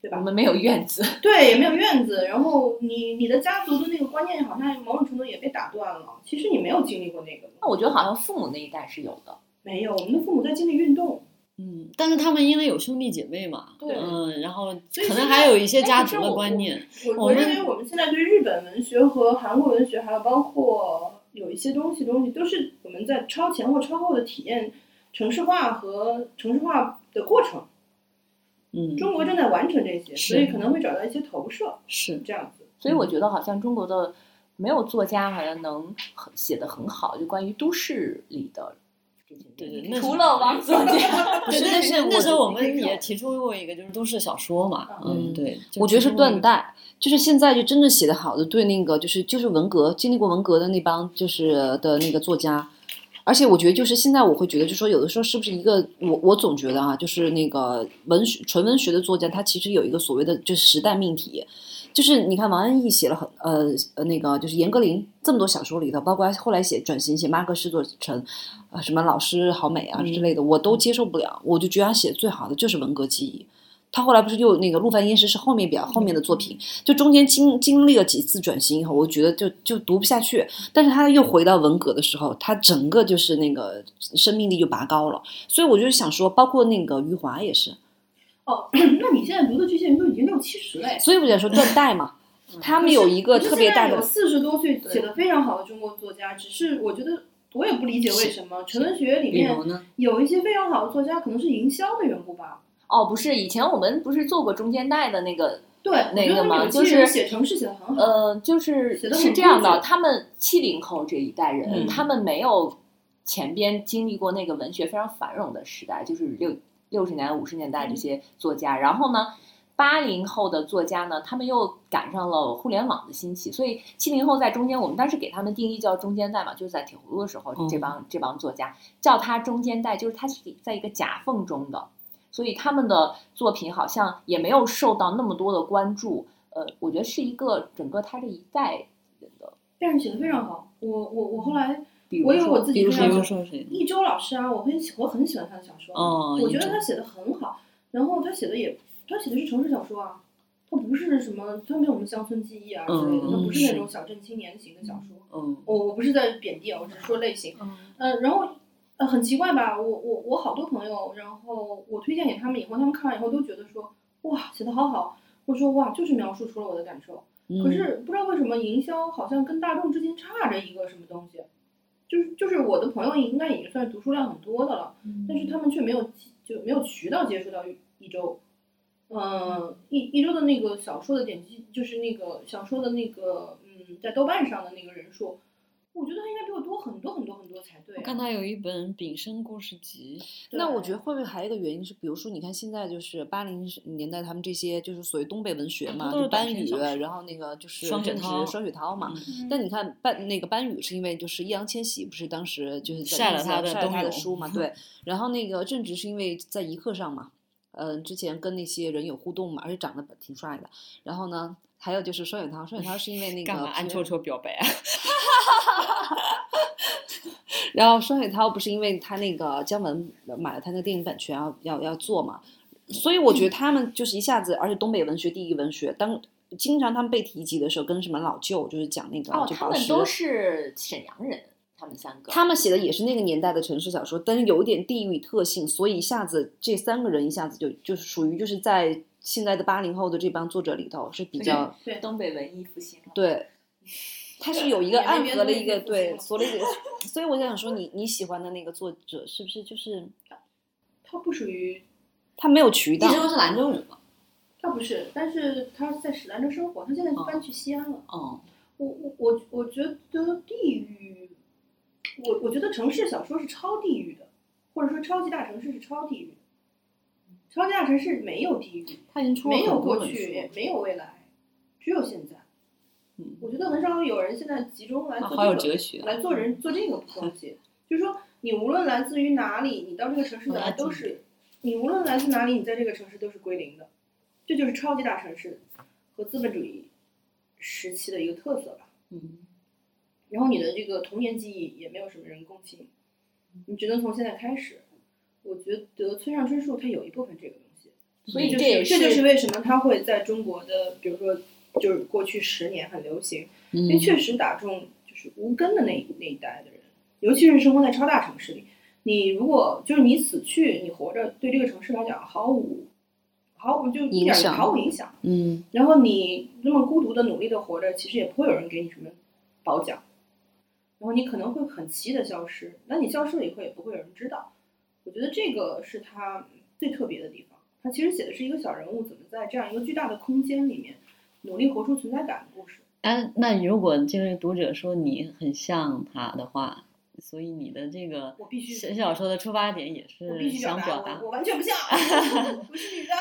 [SPEAKER 1] 对
[SPEAKER 2] 我
[SPEAKER 1] 吧？
[SPEAKER 2] 们没有院子，
[SPEAKER 1] 对，也没有院子，然后你你的家族的那个观念好像某种程度也被打断了。其实你没有经历过那个，
[SPEAKER 2] 那我觉得好像父母那一代是有的。
[SPEAKER 1] 没有，我们的父母在经历运动，
[SPEAKER 4] 嗯，但是他们因为有兄弟姐妹嘛，
[SPEAKER 2] 对
[SPEAKER 4] 嗯，然后
[SPEAKER 1] 所以
[SPEAKER 4] 可
[SPEAKER 1] 现
[SPEAKER 4] 能还
[SPEAKER 1] 在
[SPEAKER 4] 有一些
[SPEAKER 2] 哎
[SPEAKER 4] 家
[SPEAKER 2] 可是
[SPEAKER 4] 族的
[SPEAKER 2] 我
[SPEAKER 4] 观
[SPEAKER 2] 我
[SPEAKER 4] 念，
[SPEAKER 1] 我
[SPEAKER 4] 我
[SPEAKER 1] 我
[SPEAKER 4] 们
[SPEAKER 1] 认为我们现在对日本文学和韩国文学，还有包括有一些东西东西，都是我们在超前或超后的体验城市化和城市化的过程。
[SPEAKER 4] 嗯，
[SPEAKER 1] 中国正在完成这些，
[SPEAKER 4] 是
[SPEAKER 1] 所以可能会找到一些投射，
[SPEAKER 4] 是
[SPEAKER 1] 这样子。
[SPEAKER 2] 所以我觉得好像中国的没有作家好像能很写的很好，就关于都市里的这些人。
[SPEAKER 4] 对对那是
[SPEAKER 2] 除了王作家，
[SPEAKER 4] 不
[SPEAKER 3] 对
[SPEAKER 4] 是，
[SPEAKER 3] 但
[SPEAKER 4] 但
[SPEAKER 3] 是
[SPEAKER 4] 是
[SPEAKER 3] 我
[SPEAKER 4] 那时候
[SPEAKER 3] 觉
[SPEAKER 4] 我
[SPEAKER 1] 得可
[SPEAKER 4] 们
[SPEAKER 1] 以
[SPEAKER 4] 也
[SPEAKER 1] 考
[SPEAKER 4] 提出过一个，就是都市小说嘛，
[SPEAKER 3] 嗯
[SPEAKER 4] 嗯，对，就
[SPEAKER 3] 我觉得
[SPEAKER 4] 提
[SPEAKER 3] 是
[SPEAKER 4] 出
[SPEAKER 3] 断
[SPEAKER 4] 一个，
[SPEAKER 3] 代，就是现在就真正写的好的，对那个就是就是文革经历过文革的那帮就是的那个作家，而且我觉得就是现在我会觉得，就说有的时候是不是一个我我总觉得啊，就是那个文学纯文学的作家，他其实有一个所谓的就是时代命题。就是你看王安忆写了很呃呃那个就是严歌苓这么多小说里头，包括后来写转型写马克思作成，啊什么老师好美啊之类的，我都接受不了。我就觉得他写最好的就是文革记忆。他后来不是又那个《陆犯焉识》是后面比较后面的作品，就中间经经历了几次转型以后，我觉得就就读不下去。但是他又回到文革的时候，他整个就是那个生命力就拔高了。所以我就是想说，包括那个余华也是，
[SPEAKER 1] 哦，那你现在读的这些人都已经六七十了哎。
[SPEAKER 3] 所以我想说断代嘛，他们有一个特别大
[SPEAKER 1] 我
[SPEAKER 3] 的
[SPEAKER 1] 觉得现在有四十多岁写的非常好的中国作家，只是我觉得我也不理解为什么纯文学里
[SPEAKER 4] 理
[SPEAKER 1] 面
[SPEAKER 4] 由呢？
[SPEAKER 1] 有一些非常好的作家，可能是营销的缘故吧。
[SPEAKER 2] 哦，不是，以前我们不是做过中间代的那个，
[SPEAKER 1] 对，我
[SPEAKER 2] 那
[SPEAKER 1] 觉
[SPEAKER 2] 个
[SPEAKER 1] 得他
[SPEAKER 2] 嘛
[SPEAKER 1] 们有
[SPEAKER 2] 就
[SPEAKER 1] 些人
[SPEAKER 2] 是
[SPEAKER 1] 写城市写的很好。
[SPEAKER 2] 呃，就是
[SPEAKER 1] 写得
[SPEAKER 2] 是
[SPEAKER 1] 很
[SPEAKER 2] 这样的，
[SPEAKER 1] 固执
[SPEAKER 2] 他们七零后这一代人，
[SPEAKER 4] 嗯
[SPEAKER 2] 他们没有前边经历过那个文学非常繁荣的时代，就是六六十年代、五十年代这些作家，然后呢。八零后的作家呢，他们又赶上了互联网的兴起，所以七零后在中间，我们当时给他们定义叫中间代嘛，就是在铁葫芦的时候，
[SPEAKER 4] 嗯
[SPEAKER 2] 这帮这帮作家叫他中间代，就是他是在一个夹缝中的，所以他们的作品好像也没有受到那么多的关注。呃，我觉得是一个整个他这一代人的，
[SPEAKER 1] 但是写的非常好。我我我后来
[SPEAKER 2] 比如
[SPEAKER 1] 我有我
[SPEAKER 2] 说
[SPEAKER 1] 自
[SPEAKER 4] 比
[SPEAKER 1] 己
[SPEAKER 4] 如
[SPEAKER 1] 非
[SPEAKER 4] 说，比
[SPEAKER 1] 常
[SPEAKER 4] 如
[SPEAKER 1] 喜欢
[SPEAKER 4] 说谁？
[SPEAKER 1] 一周老师啊，我很喜我很喜欢他的小说，
[SPEAKER 4] 哦
[SPEAKER 1] 我觉得
[SPEAKER 4] 一周
[SPEAKER 1] 他写的很好。然后他写的也，他写的是城市小说啊，他不是什么，他没有什么乡村记忆啊之类的，
[SPEAKER 4] 嗯
[SPEAKER 1] 他不是
[SPEAKER 4] 是
[SPEAKER 1] 那种小镇青年型的小说。
[SPEAKER 4] 嗯，
[SPEAKER 1] 我我不是在贬低啊，我只是说类型。
[SPEAKER 2] 嗯
[SPEAKER 1] 呃，然后呃很奇怪吧，我我我好多朋友，然后我推荐给他们以后，他们看完以后都觉得说，哇，写的好好。我说哇，就是描述出了我的感受。
[SPEAKER 3] 嗯
[SPEAKER 1] 可
[SPEAKER 4] 嗯
[SPEAKER 1] 是不知道为什么营销好像跟大众之间差着一个什么东西，就是就是我的朋友应该已经算读书量很多的了，但是
[SPEAKER 3] 嗯
[SPEAKER 1] 他们却没有就没有渠道接触到一一周。嗯，一一周的那个小说的点击，就是那个小说的那个，嗯，在豆瓣上的那个人数，我觉得他应该比我多很多很多很多才对啊、
[SPEAKER 4] 我看他有一本《丙申故事集》，
[SPEAKER 1] 对
[SPEAKER 3] 那我觉得会不会还有一个原因是，比如说你看现在就是八零年代他们这些就是所谓东北文学嘛，
[SPEAKER 4] 都
[SPEAKER 3] 就是班
[SPEAKER 4] 短
[SPEAKER 3] 宇，
[SPEAKER 4] 篇
[SPEAKER 3] 啊
[SPEAKER 4] 小说
[SPEAKER 3] 然后那个就是
[SPEAKER 4] 双雪
[SPEAKER 3] 郑
[SPEAKER 4] 涛
[SPEAKER 3] 执双雪涛嘛。
[SPEAKER 4] 嗯
[SPEAKER 3] 但你看班那个班宇是因为就是易烊千玺不是当时就是在
[SPEAKER 4] 晒了
[SPEAKER 3] ins
[SPEAKER 4] 他的
[SPEAKER 3] 晒了
[SPEAKER 4] 冬
[SPEAKER 3] 他的
[SPEAKER 4] 泳
[SPEAKER 3] 书嘛，对。然后那个郑执是因为在一课上嘛，嗯、之前跟那些人有互动嘛，而且长得挺帅的。然后呢，还有就是双雪涛，双雪涛是因为那个
[SPEAKER 4] 干嘛暗
[SPEAKER 3] 平
[SPEAKER 4] 戳戳表白啊？
[SPEAKER 3] 然后双雪涛不是因为他那个姜文买了他那个电影版权要要要做嘛，所以我觉得他们就是一下子，而且东北文学第一文学，当经常他们被提及的时候，跟什么老舅就是讲那个
[SPEAKER 2] 哦，
[SPEAKER 3] 就
[SPEAKER 2] 他
[SPEAKER 3] 宝
[SPEAKER 2] 们
[SPEAKER 3] 石。
[SPEAKER 2] 都是沈阳人，他们三个，
[SPEAKER 3] 他们写的也是那个年代的城市小说，但是有一点地域特性，所以一下子这三个人一下子就就是属于就是在现在的八零后的这帮作者里头是比较
[SPEAKER 1] 对，
[SPEAKER 2] 东北文艺复兴了。
[SPEAKER 3] 对，它 是有一个
[SPEAKER 1] 也没
[SPEAKER 3] 暗
[SPEAKER 1] 别
[SPEAKER 3] 合
[SPEAKER 1] 的
[SPEAKER 3] 了
[SPEAKER 1] 那
[SPEAKER 3] 一个
[SPEAKER 1] 个
[SPEAKER 3] 对，
[SPEAKER 1] 东西
[SPEAKER 3] 所以所以我想说你你喜欢的那个作者是不是就是
[SPEAKER 1] 他不属于
[SPEAKER 3] 他没有渠道？
[SPEAKER 4] 是兰州人嘛？
[SPEAKER 1] 他不是，但是他在史兰州生活，他现在
[SPEAKER 4] 嗯
[SPEAKER 1] 搬去西安了。
[SPEAKER 4] 哦，
[SPEAKER 1] 我我我我觉得地域，我我觉得城市小说是超地域的，或者说超级大城市是超地域的，超级大城市没有地域，
[SPEAKER 4] 他已经出了
[SPEAKER 1] 没有
[SPEAKER 4] 很多
[SPEAKER 1] 过
[SPEAKER 4] 本
[SPEAKER 1] 去，也
[SPEAKER 4] 书，
[SPEAKER 1] 没有未来，只有现在。
[SPEAKER 4] 嗯
[SPEAKER 1] 我觉得很少有人现在集中来
[SPEAKER 4] 啊
[SPEAKER 1] 做、这
[SPEAKER 4] 好有
[SPEAKER 1] 个
[SPEAKER 4] 哲学啊
[SPEAKER 1] 来做人做这个东西。就是说，你无论来自于哪里，你到这个城市
[SPEAKER 4] 我
[SPEAKER 1] 本
[SPEAKER 4] 来
[SPEAKER 1] 来都
[SPEAKER 4] 自于
[SPEAKER 1] 是，你无论来自哪里，你在这个城市都是归零的。这就是超级大城市和资本主义时期的一个特色吧。
[SPEAKER 4] 嗯，
[SPEAKER 1] 然后你的这个童年记忆也没有什么人共情，你只能从现在开始。我觉得村上春树他有一部分这个东西，
[SPEAKER 2] 所以
[SPEAKER 1] 就
[SPEAKER 2] 嗯这也
[SPEAKER 1] 这就是为什么他会在中国的，比如说就是过去十年很流行，因为
[SPEAKER 4] 嗯
[SPEAKER 1] 确实打中就是无根的那一那一代的人，尤其是生活在超大城市里。你如果就是你死去，你活着，对这个城市来讲毫无毫无就一
[SPEAKER 3] 影
[SPEAKER 1] 点
[SPEAKER 3] 响
[SPEAKER 1] 毫无影响。
[SPEAKER 3] 嗯，
[SPEAKER 1] 然后你那么孤独的努力的活着，其实也不会有人给你什么褒奖，然后你可能会很奇的消失。那你消失了以后，也不会有人知道。我觉得这个是他最特别的地方。他其实写的是一个小人物怎么在这样一个巨大的空间里面努力活出存在感的故事。
[SPEAKER 4] 那哎那如果这位读者说你很像他的话，所以你的这个
[SPEAKER 1] 我必须
[SPEAKER 4] 写小说的出发点也
[SPEAKER 1] 我必
[SPEAKER 4] 是
[SPEAKER 1] 须
[SPEAKER 4] 嗯想
[SPEAKER 1] 表达，
[SPEAKER 4] 表达
[SPEAKER 1] 我，我完全不像，我不是女的。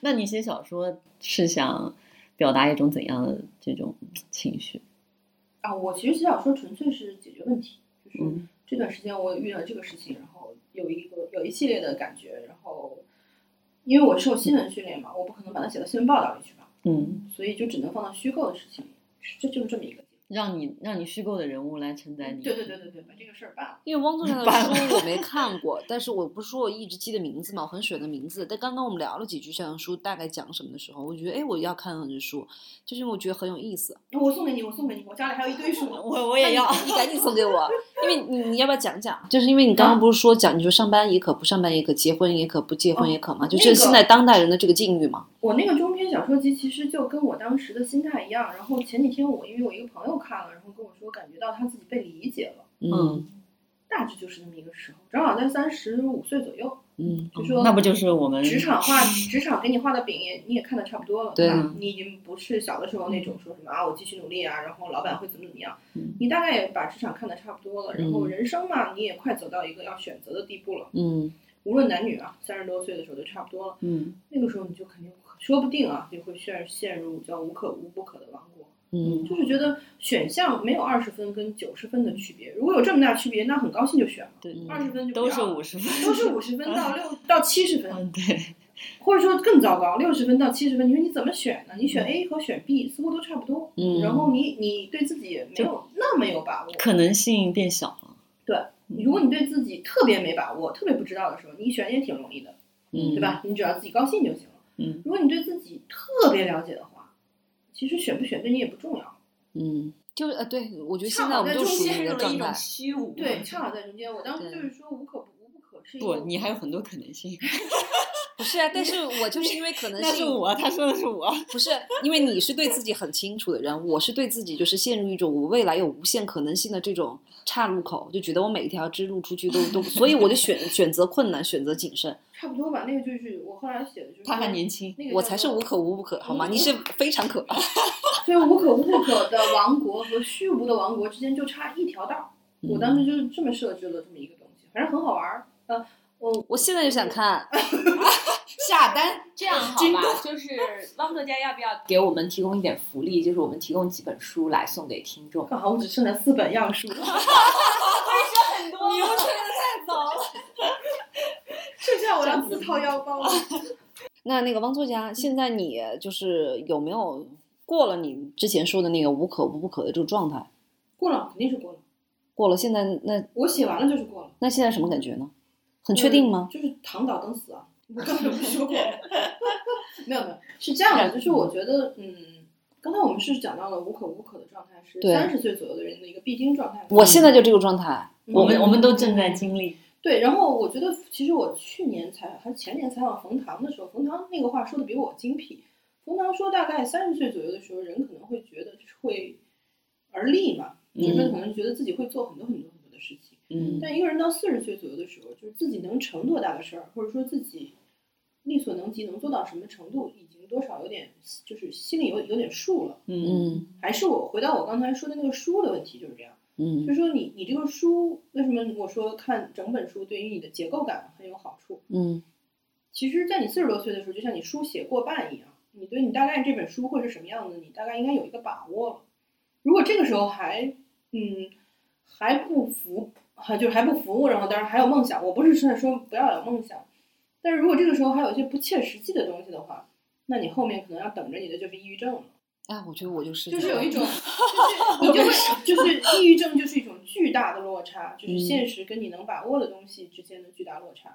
[SPEAKER 4] 那你写小说是想表达一种怎样的这种情绪？
[SPEAKER 1] 啊，我其实写小说纯粹是解决问题，就是
[SPEAKER 4] 嗯
[SPEAKER 1] 这段时间我遇到这个事情，然后有一个有一系列的感觉，然后因为我受新闻训练嘛，我不可能把它写到新闻报道里去吧，
[SPEAKER 4] 嗯，
[SPEAKER 1] 所以就只能放到虚构的事情里，是这就是这么一个结
[SPEAKER 4] 让你让你虚构的人物来承载
[SPEAKER 1] 论。
[SPEAKER 4] 你。
[SPEAKER 1] 对对对对对，把这个事儿办了。
[SPEAKER 3] 因为汪作家 的
[SPEAKER 4] 办了
[SPEAKER 3] 书我没看过，但是我不是说我一直记得名字嘛，我很喜欢的名字。但刚刚我们聊了几句这样的书大概讲什么的时候，我觉得哎，我要看看这书，就是因为我觉得很有意思。
[SPEAKER 1] 我送给你，我送给你，我家里还有一堆书呢。
[SPEAKER 4] 我我
[SPEAKER 3] 那
[SPEAKER 4] 也
[SPEAKER 3] 你
[SPEAKER 4] 要。
[SPEAKER 3] 你赶紧送给我，因为你你要不要讲嗯讲？就是因为你刚刚不是说讲，你说上班也可不上班也可，结婚也可不结婚也可嘛，就
[SPEAKER 1] 那
[SPEAKER 3] 是
[SPEAKER 1] 个
[SPEAKER 3] 现在当代人嗯的这个境遇嘛。
[SPEAKER 1] 我那个中篇小说集其实就跟我当时的心态一样，然后前几天我因为我一个朋友看了，然后跟我说感觉到他自己被理解了，
[SPEAKER 3] 嗯
[SPEAKER 1] 大致就是那么一个时候，正好在三十五岁左右，
[SPEAKER 3] 嗯，
[SPEAKER 1] 就说
[SPEAKER 4] 那不就是我们
[SPEAKER 1] 职场画职场给你画的饼也你也看的差不多了，
[SPEAKER 3] 对
[SPEAKER 1] 吧
[SPEAKER 4] 嗯
[SPEAKER 1] 你已经不是小的时候那种说什么啊我继续努力啊，然后老板会怎么怎么样，
[SPEAKER 4] 嗯
[SPEAKER 1] 你大概也把职场看的差不多了，然后
[SPEAKER 3] 嗯
[SPEAKER 1] 人生嘛你也快走到一个要选择的地步了，
[SPEAKER 3] 嗯
[SPEAKER 1] 无论男女啊，三十多岁的时候就差不多了。
[SPEAKER 4] 嗯
[SPEAKER 1] 那个时候你就肯定说不定啊，就会陷陷入叫无可无不可的王国。
[SPEAKER 3] 嗯
[SPEAKER 1] 就是觉得选项没有二十分跟九十分的区别，如果有这么大区别，那很高兴就选了。
[SPEAKER 4] 对
[SPEAKER 1] 二十分就不
[SPEAKER 4] 嗯都
[SPEAKER 1] 要
[SPEAKER 4] 是
[SPEAKER 1] 了
[SPEAKER 4] 五嗯十分，
[SPEAKER 1] 都是五十分到六到七十分，
[SPEAKER 4] 嗯对，
[SPEAKER 1] 或者说更糟糕，六十分到七十分，你说你怎么选呢？你
[SPEAKER 4] 嗯
[SPEAKER 1] 选 A 和选 B 似乎都差不多，
[SPEAKER 3] 嗯
[SPEAKER 1] 然后你你对自己也没有那么有把握。
[SPEAKER 4] 可能性变小了，
[SPEAKER 1] 如果你对自己特别没把握、特别不知道的时候，你选也挺容易的。
[SPEAKER 4] 嗯
[SPEAKER 1] 对？吧？你只要自己高兴就行了。
[SPEAKER 4] 嗯
[SPEAKER 1] 如果你对自己特别了解的话，其实选不选对你也不重要。
[SPEAKER 3] 嗯，就是呃，对我觉得现
[SPEAKER 1] 恰
[SPEAKER 3] 在
[SPEAKER 1] 好
[SPEAKER 3] 我们
[SPEAKER 1] 在
[SPEAKER 3] 就
[SPEAKER 1] 中
[SPEAKER 3] 属于
[SPEAKER 2] 陷
[SPEAKER 3] 一
[SPEAKER 2] 入
[SPEAKER 3] 个
[SPEAKER 2] 了一
[SPEAKER 3] 状
[SPEAKER 2] 种
[SPEAKER 3] 态。
[SPEAKER 2] 虚无。
[SPEAKER 1] 对，恰好在中间。我当时就是说无可不无不可是一
[SPEAKER 4] 嗯不，
[SPEAKER 1] 个
[SPEAKER 4] 你还有很多可能性。
[SPEAKER 3] 不是啊，但是我就是因为可 能
[SPEAKER 4] 那是我，他说的是我。
[SPEAKER 3] 不是因为你是对自己很清楚的人，我是对自己就是陷入一种我未来有无限可能性的这种岔路口，就觉得我每一条支路出去都都，所以我就选选择困难，选择谨慎，
[SPEAKER 1] 差不多吧。那个就是我后来写的，就是
[SPEAKER 4] 他还年轻，
[SPEAKER 1] 那个
[SPEAKER 3] 我
[SPEAKER 1] 叫
[SPEAKER 3] 才是
[SPEAKER 1] 做嗯
[SPEAKER 3] 无可无不可，好吗？你是非常 可，
[SPEAKER 1] 所以无可无不可的王国和虚无的王国之间就差一条道儿。我当时就是这么设置了这么一个东西，反正很好玩儿。呃，我
[SPEAKER 3] 我现在就 想看，
[SPEAKER 4] 下单。
[SPEAKER 2] 这样好吧，就是汪作家要不要给我们提供一点福利？就是我们提供几本书来送给听众。
[SPEAKER 1] 刚好我只剩下四本样书，
[SPEAKER 2] 很多，你又吹的太早了。
[SPEAKER 1] 剩下我要自掏腰包了。
[SPEAKER 3] 那那个汪作家，现在你就是有没有过了你之前说的那个无可无不可的这个状态？
[SPEAKER 1] 过了，肯定是过了。
[SPEAKER 3] 过了，现在那
[SPEAKER 1] 我写完了就是过了。
[SPEAKER 3] 那现在什么感觉呢？很确定吗？
[SPEAKER 1] 嗯就是躺倒等死啊！我刚才不是 说过吗？ 没有没有，是这样的，就是我觉得，嗯，刚才我们是讲到了无可无不可的状态，是
[SPEAKER 3] 对
[SPEAKER 1] 三十岁左右的人的一个必经状态。
[SPEAKER 3] 我现在就这个状态，
[SPEAKER 1] 嗯
[SPEAKER 4] 我们我们都正在经历。
[SPEAKER 1] 对，然后我觉得，其实我去年采还是前年采访冯唐的时候，冯唐那个话说的比我精辟。冯唐说，大概三十岁左右的时候，人可能会觉得会而立嘛，就是说可能觉得自己会做很多很多很多的事情。
[SPEAKER 4] 嗯
[SPEAKER 1] 但一个人到四十岁左右的时候，就是自己能成多大的事儿，或者说自己力所能及能做到什么程度，已经多少有点就是心里有有点数了。
[SPEAKER 4] 嗯
[SPEAKER 3] 嗯
[SPEAKER 1] 还是我回到我刚才说的那个书的问题，就是这样。
[SPEAKER 3] 嗯
[SPEAKER 1] 就是说你你这个书为什么我说看整本书对于你的结构感很有好处？
[SPEAKER 3] 嗯
[SPEAKER 1] 其实，在你四十多岁的时候，就像你书写过半一样，你对你大概这本书会是什么样子，你大概应该有一个把握了。如果这个时候还嗯还不服，还就是还不服务，然后当然还有梦想，我不是说说不要有梦想，但是如果这个时候还有一些不切实际的东西的话，那你后面可能要等着你的就是抑郁症了。
[SPEAKER 3] 哎，我觉得我就是
[SPEAKER 1] 就
[SPEAKER 3] 这
[SPEAKER 1] 是有
[SPEAKER 3] 样
[SPEAKER 1] 一种，就是你就会，就是抑郁症，就是一种巨大的落差，就是现实跟你能把握的东西之间的巨大落差。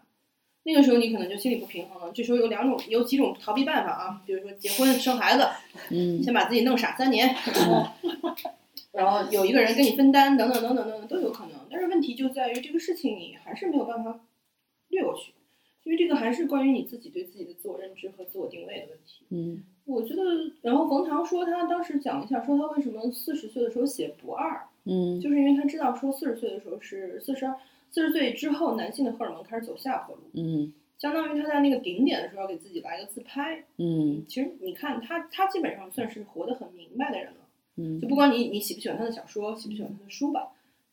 [SPEAKER 1] 那个时候你可能就心理不平衡了。这时候有两种，有几种逃避办法啊，比如说结婚、生孩子，
[SPEAKER 3] 嗯
[SPEAKER 1] 先把自己弄傻三年，然后，然后有一个人跟你分担，等等等等等等都有可能。但是问题就在于这个事情你还是没有办法略过去，因为这个还是关于你自己对自己的自我认知和自我定位的问题。
[SPEAKER 3] 嗯
[SPEAKER 1] 我觉得，然后冯唐说他当时讲了一下，说他为什么四十岁的时候写不二，
[SPEAKER 3] 嗯
[SPEAKER 1] 就是因为他知道说四十岁的时候是四十二，四十岁之后男性的荷尔蒙开始走下坡路，
[SPEAKER 3] 嗯
[SPEAKER 1] 相当于他在那个顶点的时候要给自己来个自拍。
[SPEAKER 3] 嗯
[SPEAKER 1] 其实你看他，他基本上算是活得很明白的人了，
[SPEAKER 3] 嗯
[SPEAKER 1] 就不管你你喜不喜欢他的小说，喜不喜欢他的书吧，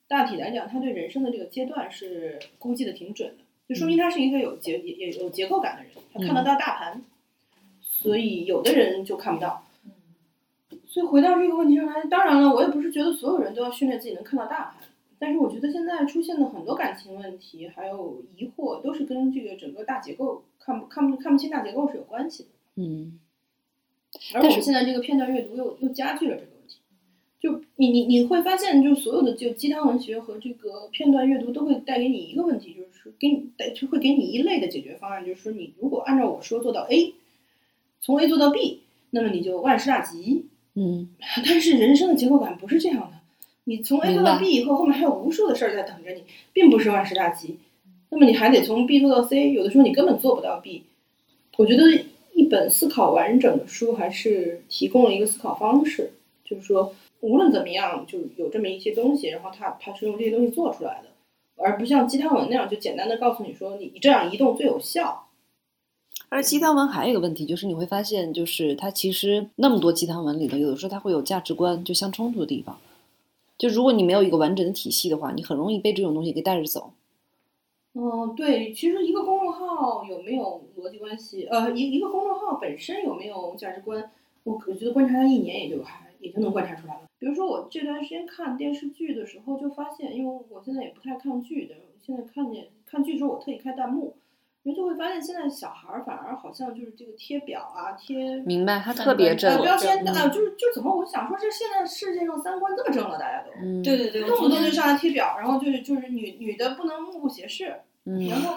[SPEAKER 1] 大体来讲，他对人生的这个阶段是估计的挺准的，就说明他是一个有结也也有结构感的人，他看得到大盘，所以有的人就看不到。所以回到这个问题上来，当然了，我也不是觉得所有人都要训练自己能看到大盘，但是我觉得现在出现的很多感情问题，还有疑惑，都是跟这个整个大结构看不看不看不清大结构是有关系的。
[SPEAKER 3] 嗯
[SPEAKER 1] 而我
[SPEAKER 3] 但是
[SPEAKER 1] 们现在这个片段阅读又又加剧了这个问题。就你你你会发现，就是所有的就鸡汤文学和这个片段阅读都会带给你一个问题，就是说给你带就会给你一类的解决方案，就是说你如果按照我说做到 A，从 A 做到 B，那么你就万事大吉。
[SPEAKER 3] 嗯
[SPEAKER 1] 但是人生的结构感不是这样的，你从 A
[SPEAKER 3] 明
[SPEAKER 1] 做
[SPEAKER 3] 白
[SPEAKER 1] 到 B 以后，后面还有无数的事儿在等着你，并不是万事大吉。那么你还得从 B 做到 C，有的时候你根本做不到 B。我觉得一本思考完整的书还是提供了一个思考方式，就是说无论怎么样，就有这么一些东西，然后它它是用这些东西做出来的，而不像鸡汤文那样就简单的告诉你说你你这样移动最有效。
[SPEAKER 3] 而鸡汤文还有一个问题，就是你会发现，就是它其实那么多鸡汤文里头，有的时候它会有价值观就相冲突的地方。就如果你没有一个完整的体系的话，你很容易被这种东西给带着走。
[SPEAKER 1] 嗯，对，其实一个公众号有没有逻辑关系，呃，一一个公众号本身有没有价值观，我我觉得观察它一年也就还也就能观察出来了。比如说我这段时间看电视剧的时候，就发现，因为我现在也不太看剧的，现在看见看剧的时候，我特意开弹幕，因为就会发现现在小孩儿反而好像就是这个贴表啊，贴
[SPEAKER 3] 明白，它特
[SPEAKER 4] 特
[SPEAKER 3] 别
[SPEAKER 4] 别嗯正
[SPEAKER 3] 正
[SPEAKER 1] 呃，标签
[SPEAKER 3] 嗯
[SPEAKER 1] 啊，就是就怎么我想说，这现在世界上三观这么正了，大家都。
[SPEAKER 3] 嗯，
[SPEAKER 2] 对对对，我
[SPEAKER 1] 动不
[SPEAKER 2] 昨
[SPEAKER 1] 动就
[SPEAKER 2] 天
[SPEAKER 1] 上来贴表，然后就是就是女女的不能目不斜视，
[SPEAKER 3] 嗯，
[SPEAKER 1] 然后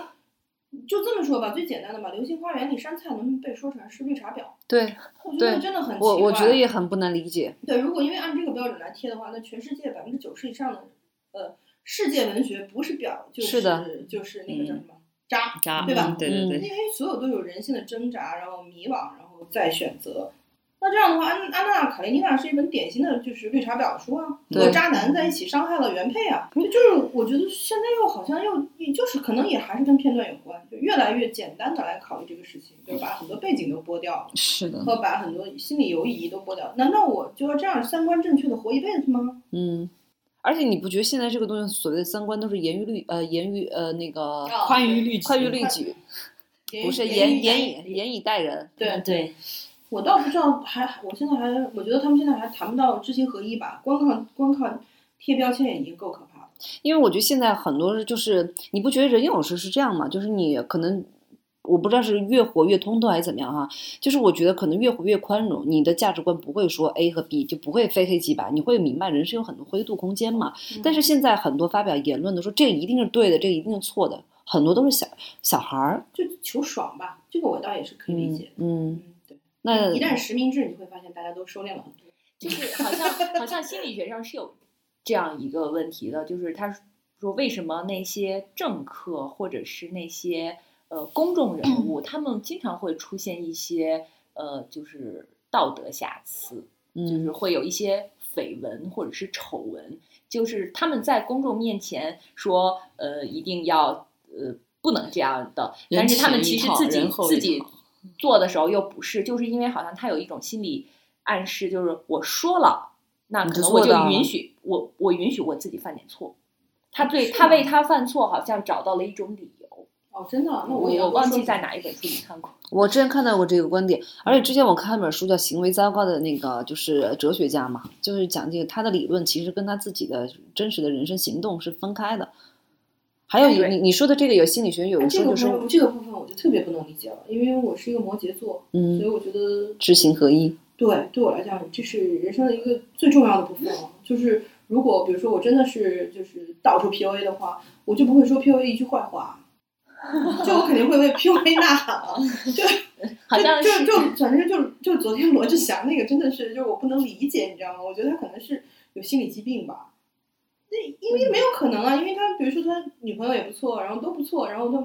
[SPEAKER 1] 就这么说吧，最简单的吧，《流星花园》里杉菜能被说成是绿茶婊，
[SPEAKER 3] 对
[SPEAKER 1] 我觉
[SPEAKER 3] 对
[SPEAKER 1] 得真的很奇怪。
[SPEAKER 3] 我我觉得也很不能理解。
[SPEAKER 1] 对，如果因为按这个标准来贴的话，那全世界百分之九十以上的呃世界文学不是婊就是
[SPEAKER 3] 的嗯
[SPEAKER 1] 就是那个叫什么渣，
[SPEAKER 4] 渣
[SPEAKER 1] 对吧
[SPEAKER 4] 嗯对对对，
[SPEAKER 1] 因为所有都有人性的挣扎，然后迷惘，然后再选择。那这样的话，安安娜·卡列尼娜是一本典型的就是绿茶婊书啊，
[SPEAKER 3] 对嗯
[SPEAKER 1] 和渣男在一起伤害了原配啊，就就是我觉得现在又好像又也就是可能也还是跟片段有关，就越来越简单的来考虑这个事情，就把很多背景都剥掉了，
[SPEAKER 3] 是的，
[SPEAKER 1] 和把很多心理犹疑都剥掉了。难道我就要这样三观正确的活一辈子吗？
[SPEAKER 3] 嗯。而且你不觉得现在这个东西，所谓的三观都是严于律呃严于呃那个
[SPEAKER 1] 啊
[SPEAKER 4] 宽于律己，
[SPEAKER 3] 宽于律己，
[SPEAKER 1] 严
[SPEAKER 3] 不是
[SPEAKER 1] 严于
[SPEAKER 3] 严严
[SPEAKER 1] 律
[SPEAKER 3] 以严以待人。
[SPEAKER 1] 对
[SPEAKER 4] 嗯对，
[SPEAKER 1] 我倒不知道还，我现在还，我觉得他们现在还谈不到知行合一吧，光靠光靠贴标签也已经够可怕了。
[SPEAKER 3] 因为我觉得现在很多就是，你不觉得人有时是这样吗？就是你可能，我不知道是越活越通透还是怎么样哈、就是我觉得可能越活越宽容，你的价值观不会说 A 和 B 就不会非黑即白，你会明白人是有很多灰度空间嘛。
[SPEAKER 1] 嗯
[SPEAKER 3] 但是现在很多发表言论的说这个一定是对的，这个一定是错的，很多都是小小孩儿。
[SPEAKER 1] 就求爽吧，这个我倒也是可以理解的。
[SPEAKER 3] 嗯，
[SPEAKER 1] 嗯，对，
[SPEAKER 3] 那
[SPEAKER 1] 一旦实名制，你会发现大家都收敛了很多。
[SPEAKER 2] 就是好像好像心理学上是有这样一个问题的，就是他说为什么那些政客或者是那些呃公众人物，他们经常会出现一些呃就是道德瑕疵，就
[SPEAKER 3] 嗯
[SPEAKER 2] 是会有一些绯闻或者是丑闻，就是他们在公众面前说呃一定要呃不能这样的，
[SPEAKER 4] 人
[SPEAKER 2] 但是他们
[SPEAKER 4] 前一
[SPEAKER 2] 其实
[SPEAKER 4] 套
[SPEAKER 2] 自己
[SPEAKER 4] 人后
[SPEAKER 2] 自
[SPEAKER 4] 一
[SPEAKER 2] 己
[SPEAKER 4] 套
[SPEAKER 2] 做的时候又不是，就是因为好像他有一种心理暗示，就是我说了，那
[SPEAKER 3] 你
[SPEAKER 2] 可
[SPEAKER 3] 就
[SPEAKER 2] 能我
[SPEAKER 3] 做
[SPEAKER 2] 就
[SPEAKER 3] 到了
[SPEAKER 2] 允许我我允许我自己犯点错。他对
[SPEAKER 1] 是
[SPEAKER 2] 他
[SPEAKER 1] 吗
[SPEAKER 2] 为他犯错好像找到了一种理由，
[SPEAKER 1] 哦，真的啊，那
[SPEAKER 2] 我
[SPEAKER 1] 也
[SPEAKER 2] 我
[SPEAKER 1] 要
[SPEAKER 2] 忘
[SPEAKER 1] 说
[SPEAKER 2] 记在哪一本书里看过。
[SPEAKER 3] 我之前看到过这个观点，而且之前我看一本书叫《行为糟糕》的那个，就是哲学家嘛，就是讲这个他的理论其实跟他自己的真实的人生行动是分开的。还有一个
[SPEAKER 2] 对
[SPEAKER 3] 你你说的这个有心理学有
[SPEAKER 1] 哎
[SPEAKER 3] 一
[SPEAKER 1] 这个
[SPEAKER 3] 说就
[SPEAKER 1] 部
[SPEAKER 3] 是
[SPEAKER 1] 分，这个部分我就特别不能理解了，因为我是一个摩羯座，所以
[SPEAKER 3] 嗯
[SPEAKER 1] 我觉得
[SPEAKER 3] 知行合一，
[SPEAKER 1] 对，对我来讲，这是人生的一个最重要的部分了。就是如果比如说我真的是就是到处 PUA 的话，我就不会说 PUA 一句坏 话，就我肯定会为 PUA 呐喊啊。
[SPEAKER 2] 好像
[SPEAKER 1] 就就是就反正就就昨天罗志祥那个真的是，就是我不能理解，你知道吗？我觉得他可能是有心理疾病吧。那因为没有可能啊，因为他比如说他女朋友也不错，然后都不错，然后他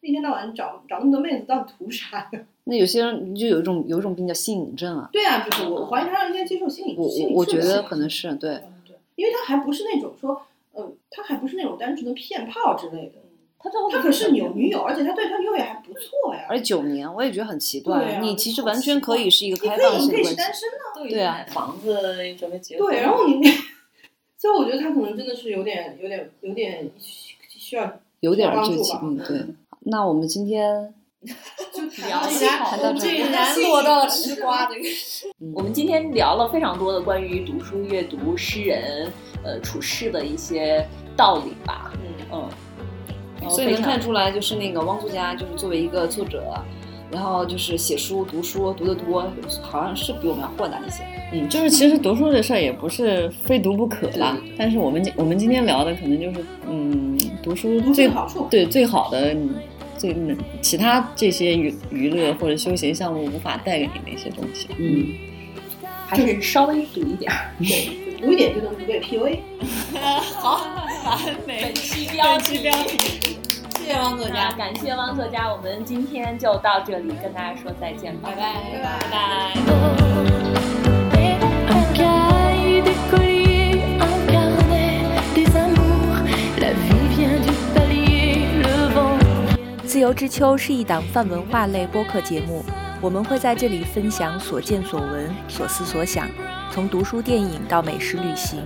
[SPEAKER 1] 一天到晚找找那么多妹子，到底图啥？
[SPEAKER 3] 那有些人就有一种有一种病叫心瘾症啊，
[SPEAKER 1] 对啊，就是我怀疑他应该接受心理
[SPEAKER 3] 我
[SPEAKER 1] 心
[SPEAKER 3] 我
[SPEAKER 1] 理
[SPEAKER 3] 我
[SPEAKER 1] 治
[SPEAKER 3] 觉
[SPEAKER 1] 疗
[SPEAKER 3] 得可能是对，
[SPEAKER 1] 嗯对，因为他还不是那种说，呃，他还不是那种单纯的骗炮之类的，
[SPEAKER 2] 他最后
[SPEAKER 1] 他可是有女友，而且他对他女友也还不错呀。
[SPEAKER 3] 而九年我也觉得很奇怪，
[SPEAKER 1] 对啊
[SPEAKER 3] 你其实
[SPEAKER 1] 好
[SPEAKER 3] 完
[SPEAKER 1] 奇
[SPEAKER 3] 全可
[SPEAKER 1] 怪
[SPEAKER 3] 以是一个
[SPEAKER 1] 你
[SPEAKER 3] 开
[SPEAKER 1] 可以，你
[SPEAKER 3] 放性
[SPEAKER 1] 可
[SPEAKER 3] 的
[SPEAKER 1] 以
[SPEAKER 3] 关
[SPEAKER 1] 是
[SPEAKER 3] 系，
[SPEAKER 1] 单身啊。
[SPEAKER 4] 都已
[SPEAKER 3] 对
[SPEAKER 4] 经
[SPEAKER 3] 啊
[SPEAKER 4] 买房子准备结婚了，
[SPEAKER 1] 对，然后你， 所以我觉得他可能真的是有点、有点、有点需需要
[SPEAKER 3] 有点儿
[SPEAKER 1] 帮
[SPEAKER 3] 这
[SPEAKER 1] 助
[SPEAKER 3] 疾
[SPEAKER 1] 吧
[SPEAKER 3] 病对。那我们今天
[SPEAKER 1] 就
[SPEAKER 2] 聊一下
[SPEAKER 1] 谈
[SPEAKER 3] 到
[SPEAKER 1] 到
[SPEAKER 3] 这
[SPEAKER 1] 这
[SPEAKER 3] 里
[SPEAKER 1] 个
[SPEAKER 4] 然
[SPEAKER 1] 性
[SPEAKER 4] 落到
[SPEAKER 1] 格
[SPEAKER 4] 了吃瓜这个。
[SPEAKER 3] 嗯
[SPEAKER 2] 我们今天聊了非常多的关于读书、阅读、诗人、呃处世的一些道理吧，
[SPEAKER 1] 嗯，
[SPEAKER 2] 嗯，呃
[SPEAKER 3] 所以
[SPEAKER 2] 非
[SPEAKER 3] 能
[SPEAKER 2] 常
[SPEAKER 3] 看出来，就是那个汪作家，就是作为一个作者，然后就是写书、读书读得多，好像是比我们要豁达一些。
[SPEAKER 4] 嗯，就是其实读书这事儿也不是非读不可吧，但是我们今我们今天聊的可能就是，嗯，读书
[SPEAKER 1] 读书
[SPEAKER 4] 最
[SPEAKER 1] 的好处
[SPEAKER 4] 对最好的，嗯最嗯其他这些娱娱乐或者休闲项目无法带给你的一些东西。
[SPEAKER 3] 嗯，
[SPEAKER 2] 还是稍微读一点。
[SPEAKER 1] 对，读一点就能读给 PUA。
[SPEAKER 4] 好，完美
[SPEAKER 2] 本。期标
[SPEAKER 4] 本期
[SPEAKER 2] 题
[SPEAKER 4] 标。题，谢谢汪作
[SPEAKER 2] 那
[SPEAKER 4] 家，
[SPEAKER 2] 感谢汪作家，我们今天就到这里，跟大家说再见吧，
[SPEAKER 4] 拜拜
[SPEAKER 2] 拜拜。
[SPEAKER 5] Un cahier, des colliers, un carnet, des amours. La vie vient du palier, le vent.
[SPEAKER 6] 自由之秋是一档泛文化类播客节目，我们会在这里分享所见所闻、所思所想，从读书、电影到美食、旅行，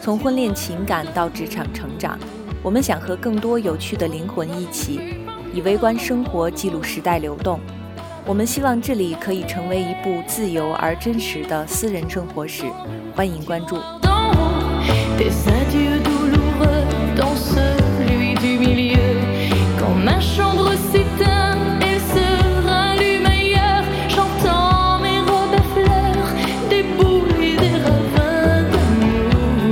[SPEAKER 6] 从婚恋情感到职场成长，我们想和更多有趣的灵魂一起，以微观生活记录时代流动。我们希望这里可以成为一部自由而真实的私人生活史，欢迎关注。
[SPEAKER 5] d'en haut, des adieux douloureux dans celui du milieu. Quand ma chambre s'éteint, elle se rallume ailleurs. J'entends mes robes à fleurs débouler des ravins d'amour.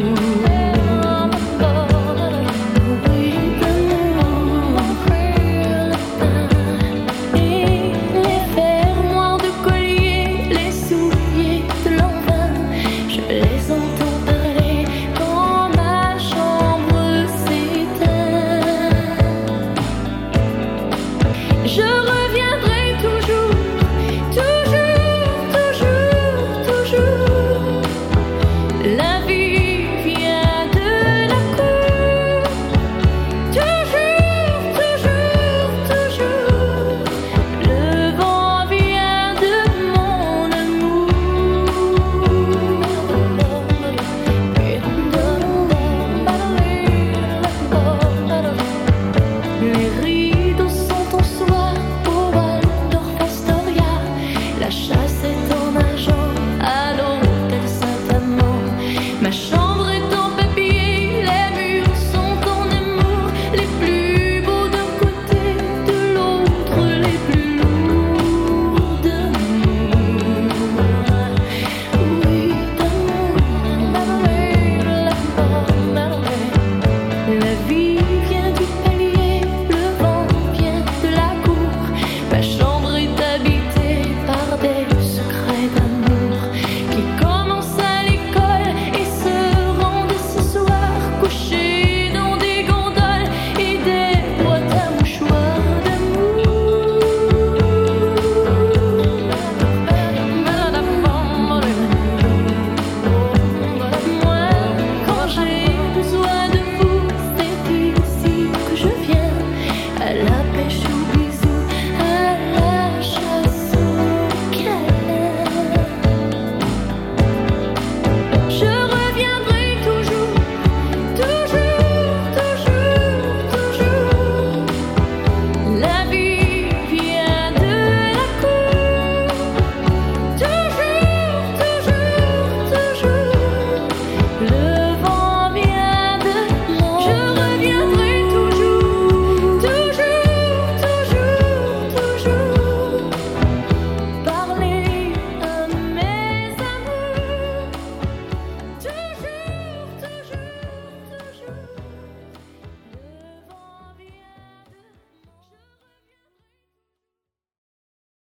[SPEAKER 5] Oui, d'amour. Et les fermoirs de collier, les souliers de l'envin, je les entends parler quand ma chambre s'éteint. Je reviendrai toujours, toujours, toujours, toujours. La vie vient de la cour. Toujours, toujours, toujours, le vent vient de mon amour. Les rideaux sont en soie au bal d'Orphestoria. La chasse est en argent à l'hôtel Saint-Amand. Ma chambre